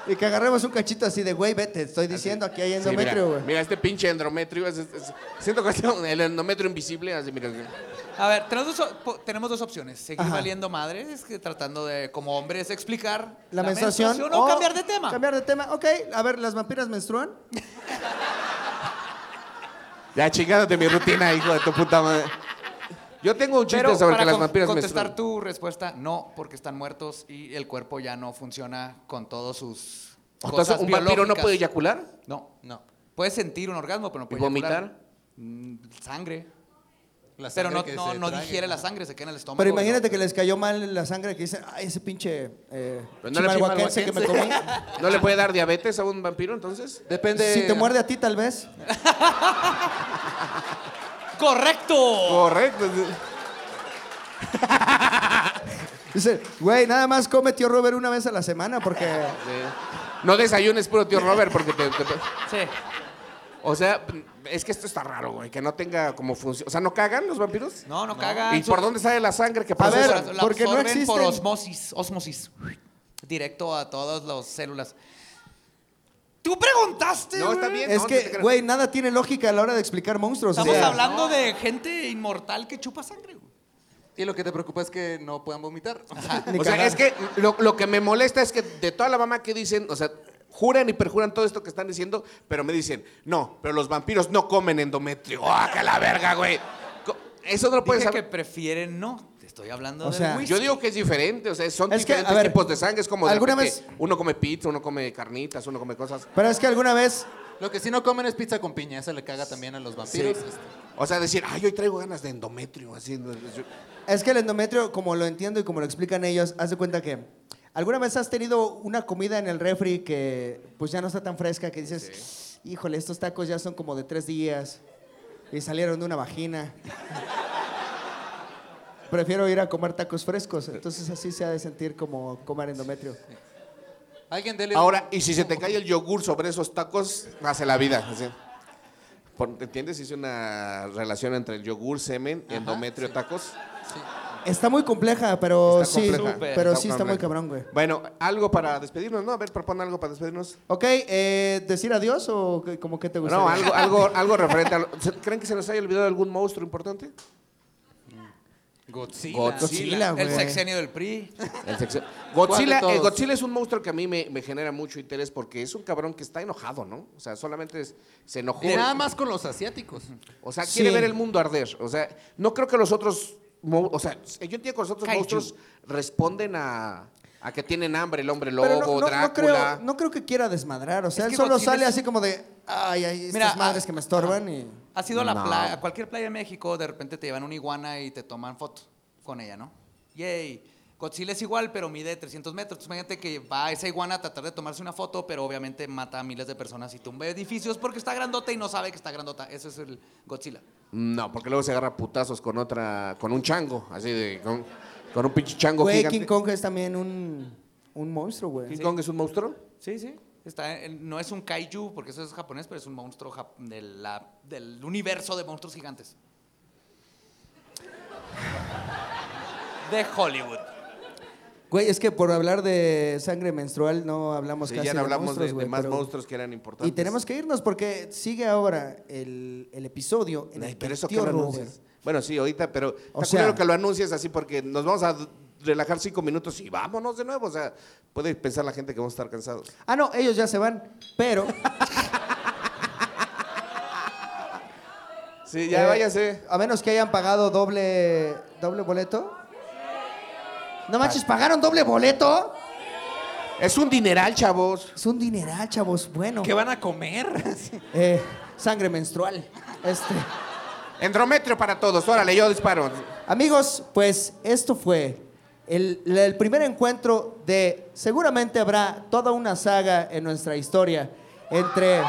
[SPEAKER 4] Y que agarremos un cachito así de, güey, vete, estoy diciendo, aquí hay
[SPEAKER 3] Sí, mira,
[SPEAKER 4] endometrio, güey.
[SPEAKER 3] mira, este pinche endometrio. es- es- es- siento que es un- el endometrio invisible. Así, mira.
[SPEAKER 6] A ver, tenemos dos, o- po- tenemos dos opciones. Seguir
[SPEAKER 4] Ajá.
[SPEAKER 6] valiendo madres, que tratando de, como hombres, explicar
[SPEAKER 4] la, menstruación,
[SPEAKER 3] Oh,
[SPEAKER 6] o, cambiar de tema.
[SPEAKER 4] Cambiar de tema. Ok, a ver, ¿las vampiras menstruan?
[SPEAKER 3] Ya chingándote mi rutina, hijo de tu puta madre. Yo tengo un chiste
[SPEAKER 6] Pero
[SPEAKER 3] sobre
[SPEAKER 6] para
[SPEAKER 3] que las
[SPEAKER 6] con-
[SPEAKER 3] vampiras
[SPEAKER 6] contestar
[SPEAKER 3] menstruan.
[SPEAKER 6] tu respuesta, no, porque están muertos y el cuerpo ya no funciona con todos sus
[SPEAKER 3] Entonces,
[SPEAKER 6] cosas
[SPEAKER 3] ¿un vampiro no
[SPEAKER 6] biológicas.
[SPEAKER 3] puede eyacular?
[SPEAKER 6] No, no. Puedes sentir un orgasmo, pero no
[SPEAKER 3] ¿Y
[SPEAKER 6] puede
[SPEAKER 3] vomitar?
[SPEAKER 6] Sangre.
[SPEAKER 5] La
[SPEAKER 6] Pero
[SPEAKER 5] sangre
[SPEAKER 6] no,
[SPEAKER 5] que
[SPEAKER 6] no,
[SPEAKER 5] se
[SPEAKER 6] no
[SPEAKER 5] trague,
[SPEAKER 6] digiere la
[SPEAKER 5] ajá.
[SPEAKER 6] sangre, se queda en el estómago.
[SPEAKER 4] Pero imagínate
[SPEAKER 6] ¿no?
[SPEAKER 4] que les cayó mal la sangre que dicen, ay, ese pinche eh,
[SPEAKER 3] Pero no era
[SPEAKER 4] chimalhuacense que me comí.
[SPEAKER 3] ¿No le puede dar diabetes a un vampiro entonces?
[SPEAKER 5] Depende.
[SPEAKER 4] Si te muerde a ti, tal vez.
[SPEAKER 6] ¡Ah! ¡Correcto!
[SPEAKER 3] Correcto.
[SPEAKER 4] Dice, güey, nada más come tío Robert una vez a la semana porque...
[SPEAKER 3] No desayunes puro tío Robert porque te- te...
[SPEAKER 6] Sí.
[SPEAKER 3] O sea, es que esto está raro, güey, que no tenga como función. O sea, ¿no cagan los vampiros?
[SPEAKER 6] No, no cagan.
[SPEAKER 3] ¿Y por dónde sale la sangre que
[SPEAKER 4] A ver,
[SPEAKER 3] procesa?
[SPEAKER 6] la
[SPEAKER 4] porque no
[SPEAKER 6] absorben por
[SPEAKER 4] existen.
[SPEAKER 6] osmosis, osmosis. Directo a todas las células. Tú preguntaste.
[SPEAKER 3] No, está
[SPEAKER 6] güey.
[SPEAKER 3] bien.
[SPEAKER 4] Es
[SPEAKER 3] no, no te
[SPEAKER 4] que,
[SPEAKER 3] creas.
[SPEAKER 4] güey, nada tiene lógica a la hora de explicar monstruos. o
[SPEAKER 6] Estamos
[SPEAKER 4] sea,
[SPEAKER 6] hablando de gente inmortal que chupa sangre. güey.
[SPEAKER 5] Y lo que te preocupa es que no puedan vomitar.
[SPEAKER 4] ni
[SPEAKER 3] O sea,
[SPEAKER 4] cagar.
[SPEAKER 3] es que lo, lo que me molesta es que de toda la mamá que dicen, o sea, juran y perjuran todo esto que están diciendo, pero me dicen, no, pero los vampiros no comen endometrio. ¡Ah, que la verga, güey! Co- Eso no lo puedes
[SPEAKER 6] Dije que
[SPEAKER 3] saber.
[SPEAKER 6] prefieren no. estoy hablando
[SPEAKER 4] O
[SPEAKER 6] del
[SPEAKER 4] sea,
[SPEAKER 6] whisky.
[SPEAKER 3] Yo digo que es diferente, o sea, son
[SPEAKER 4] Es que,
[SPEAKER 3] diferentes
[SPEAKER 4] a ver,
[SPEAKER 3] tipos de sangre. Es como de
[SPEAKER 4] ¿alguna
[SPEAKER 3] repente
[SPEAKER 4] vez-
[SPEAKER 3] uno come pizza, uno come carnitas, uno come cosas.
[SPEAKER 4] Pero es que alguna vez
[SPEAKER 5] Lo que sí no comen es pizza con piña, esa le caga también a los vampiros.
[SPEAKER 3] Sí.
[SPEAKER 5] este.
[SPEAKER 3] O sea, decir, ay, hoy traigo ganas de endometrio. Así, no, yo-
[SPEAKER 4] Es que el endometrio, como lo entiendo y como lo explican ellos, haz de cuenta que alguna vez has tenido una comida en el refri que pues ya no está tan fresca, que dices, híjole, estos tacos ya son como de tres días y salieron de una vagina. Prefiero ir a comer tacos frescos, entonces así se ha de sentir como comer endometrio.
[SPEAKER 5] Alguien dele.
[SPEAKER 3] Ahora, y si se te cae el yogur sobre esos tacos, hace la vida. así. Por- ¿Entiendes? Hice una relación entre el yogur, semen, endometrio, tacos.
[SPEAKER 4] Está muy compleja, pero
[SPEAKER 3] Está
[SPEAKER 4] Oh, sí,
[SPEAKER 3] compleja.
[SPEAKER 4] pero sí está muy
[SPEAKER 3] compleja.
[SPEAKER 4] cabrón, güey.
[SPEAKER 3] Bueno, algo para despedirnos, ¿no? A ver, propon algo para despedirnos.
[SPEAKER 4] Ok, eh, ¿decir adiós o qué- como que te gusta?
[SPEAKER 3] No, algo, algo, algo referente a... lo- ¿se- ¿Creen que se nos haya olvidado algún monstruo importante?
[SPEAKER 5] Godzilla.
[SPEAKER 4] Godzilla, güey.
[SPEAKER 6] El sexenio del PRI.
[SPEAKER 3] El sexo-
[SPEAKER 5] ¿Cuál
[SPEAKER 3] Godzilla,
[SPEAKER 5] de todos?
[SPEAKER 3] eh, Godzilla es un monstruo que a mí me, me genera mucho interés porque es un cabrón que está enojado, ¿no? O sea, solamente es- se enojó.
[SPEAKER 5] Y nada más con los asiáticos.
[SPEAKER 3] O sea, quiere
[SPEAKER 4] Sí.
[SPEAKER 3] ver el mundo arder. O sea, no creo que los otros. mo- O sea, yo entiendo que los otros
[SPEAKER 6] Kaiju.
[SPEAKER 3] monstruos responden a, a que tienen hambre, el hombre lobo,
[SPEAKER 4] Pero no- no, no
[SPEAKER 3] Drácula.
[SPEAKER 4] creo, no creo que quiera desmadrar, o sea,
[SPEAKER 6] Es
[SPEAKER 4] él
[SPEAKER 6] que
[SPEAKER 4] solo
[SPEAKER 6] Godzilla
[SPEAKER 4] sale
[SPEAKER 6] es-
[SPEAKER 4] así como de, ay, ay, estas
[SPEAKER 6] Mira,
[SPEAKER 4] madres
[SPEAKER 6] ah,
[SPEAKER 4] que me estorban y...
[SPEAKER 6] Ha sido a la
[SPEAKER 3] No.
[SPEAKER 6] playa, a cualquier playa de México, de repente te llevan una iguana y te toman foto con ella, ¿no? Yay. Godzilla es igual, pero mide 300 metros. Entonces, imagínate que va esa iguana a tratar de tomarse una foto, pero obviamente mata a miles de personas y tumba edificios porque está grandota y no sabe que está grandota. Eso es el Godzilla.
[SPEAKER 3] No, porque luego se agarra a putazos con otra. con un chango, así de. con, con un pinche chango
[SPEAKER 4] Güey,
[SPEAKER 3] gigante.
[SPEAKER 4] King Kong es también un, un monstruo, güey.
[SPEAKER 3] ¿King Kong es un monstruo?
[SPEAKER 6] Sí, sí. Está en- no es un kaiju, porque eso es japonés, pero es un monstruo jap- de la- del universo de monstruos gigantes. De Hollywood.
[SPEAKER 4] Güey, es que por hablar de sangre menstrual no hablamos
[SPEAKER 3] Sí,
[SPEAKER 4] casi
[SPEAKER 3] ya no
[SPEAKER 4] de
[SPEAKER 3] hablamos de,
[SPEAKER 4] monstruos,
[SPEAKER 3] de
[SPEAKER 4] güey,
[SPEAKER 3] más
[SPEAKER 4] pero-
[SPEAKER 3] monstruos que eran importantes.
[SPEAKER 4] Y tenemos que irnos porque sigue ahora el, el episodio en
[SPEAKER 3] Ay,
[SPEAKER 4] el
[SPEAKER 3] pero
[SPEAKER 4] que
[SPEAKER 3] eso
[SPEAKER 4] el
[SPEAKER 3] que
[SPEAKER 4] tío
[SPEAKER 3] lo
[SPEAKER 4] Robert...
[SPEAKER 3] anuncias. Bueno, sí, ahorita, pero
[SPEAKER 4] O
[SPEAKER 3] está
[SPEAKER 4] sea-
[SPEAKER 3] claro que lo anuncies así porque nos vamos a d- relajar cinco minutos y vámonos de nuevo. O sea, puede pensar la gente que vamos a estar cansados.
[SPEAKER 4] Ah, no, ellos ya se van, pero...
[SPEAKER 3] Sí, ya
[SPEAKER 4] eh,
[SPEAKER 3] váyase.
[SPEAKER 4] A menos que hayan pagado doble, doble boleto. No manches, ¿pagaron doble boleto?
[SPEAKER 3] Es un dineral, chavos.
[SPEAKER 4] Es un dineral, chavos. Bueno.
[SPEAKER 5] ¿Qué van a comer?
[SPEAKER 4] Eh, sangre menstrual. Este.
[SPEAKER 3] Endrometrio para todos. Órale, yo disparo.
[SPEAKER 4] Amigos, pues esto fue el, la- el primer encuentro de. Seguramente habrá toda una saga en nuestra historia entre.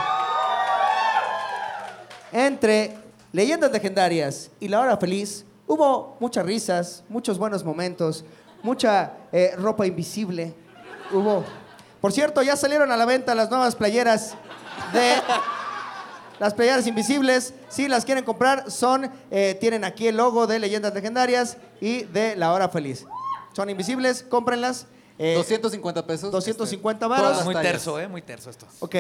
[SPEAKER 4] Entre leyendas legendarias y la hora feliz. Hubo muchas risas, muchos buenos momentos, mucha eh, ropa invisible. Hubo. Por cierto, ya salieron a la venta las nuevas playeras de Las playeras invisibles, si las quieren comprar, son, eh, tienen aquí el logo de Leyendas Legendarias y de La Hora Feliz. Son invisibles, cómprenlas. eh,
[SPEAKER 5] 250 pesos. este,
[SPEAKER 4] 250
[SPEAKER 5] todas
[SPEAKER 4] varos.
[SPEAKER 5] las
[SPEAKER 6] Muy
[SPEAKER 5] tallas.
[SPEAKER 6] terso, ¿eh? Muy terso esto.
[SPEAKER 4] Ok.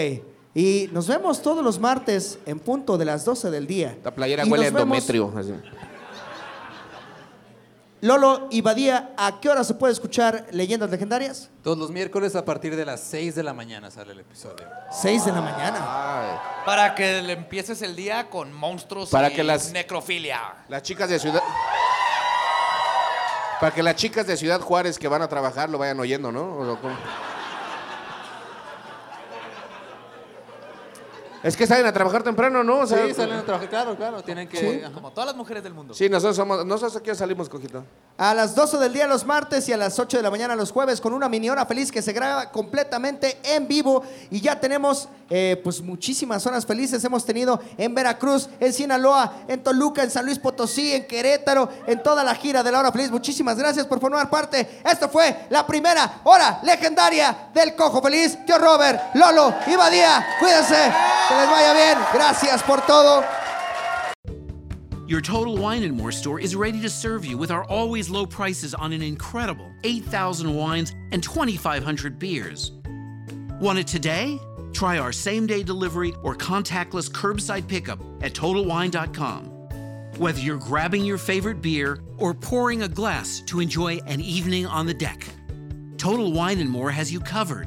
[SPEAKER 4] Y nos vemos todos los martes en punto de las 12 del día.
[SPEAKER 3] La playera
[SPEAKER 4] Y
[SPEAKER 3] huele a
[SPEAKER 4] nos vemos-
[SPEAKER 3] endometrio. así.
[SPEAKER 4] Lolo y Badía, ¿a qué hora se puede escuchar Leyendas Legendarias?
[SPEAKER 5] Todos los miércoles a partir de las 6 de la mañana sale el episodio.
[SPEAKER 4] 6 de la mañana.
[SPEAKER 3] Ay,
[SPEAKER 6] Para que le empieces el día con monstruos
[SPEAKER 3] Para
[SPEAKER 6] y
[SPEAKER 3] que las-
[SPEAKER 6] necrofilia.
[SPEAKER 3] Las chicas de Ciudad. Para que las chicas de Ciudad Juárez que van a trabajar lo vayan oyendo, ¿no? O sea, ¿cómo? Es que salen a trabajar temprano, ¿no? O sea,
[SPEAKER 5] Sí, salen a trabajar. Claro, claro, tienen que. ajá.
[SPEAKER 6] Como todas las mujeres del mundo.
[SPEAKER 3] Sí, nosotros somos. Nosotros aquí salimos, cojito.
[SPEAKER 4] A las 12 del día los martes y a las 8 de la mañana los jueves con una mini hora feliz que se graba completamente en vivo y ya tenemos eh, pues muchísimas horas felices. Hemos tenido en Veracruz, en Sinaloa, en Toluca, en San Luis Potosí, en Querétaro, en toda la gira de la hora feliz. Muchísimas gracias por formar parte. Esto fue la primera hora legendaria del Cojo Feliz. Tío Robert, Lolo y Badía, cuídense, que les vaya bien. Gracias por todo.
[SPEAKER 8] Your Total Wine and More store is ready to serve you with our always low prices on an incredible 8,000 wines and 2,500 beers. Want it today? Try our same day delivery or contactless curbside pickup at TotalWine.com. Whether you're grabbing your favorite beer or pouring a glass to enjoy an evening on the deck, Total Wine and More has you covered.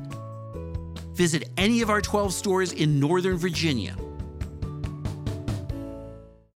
[SPEAKER 8] Visit any of our 12 stores in Northern Virginia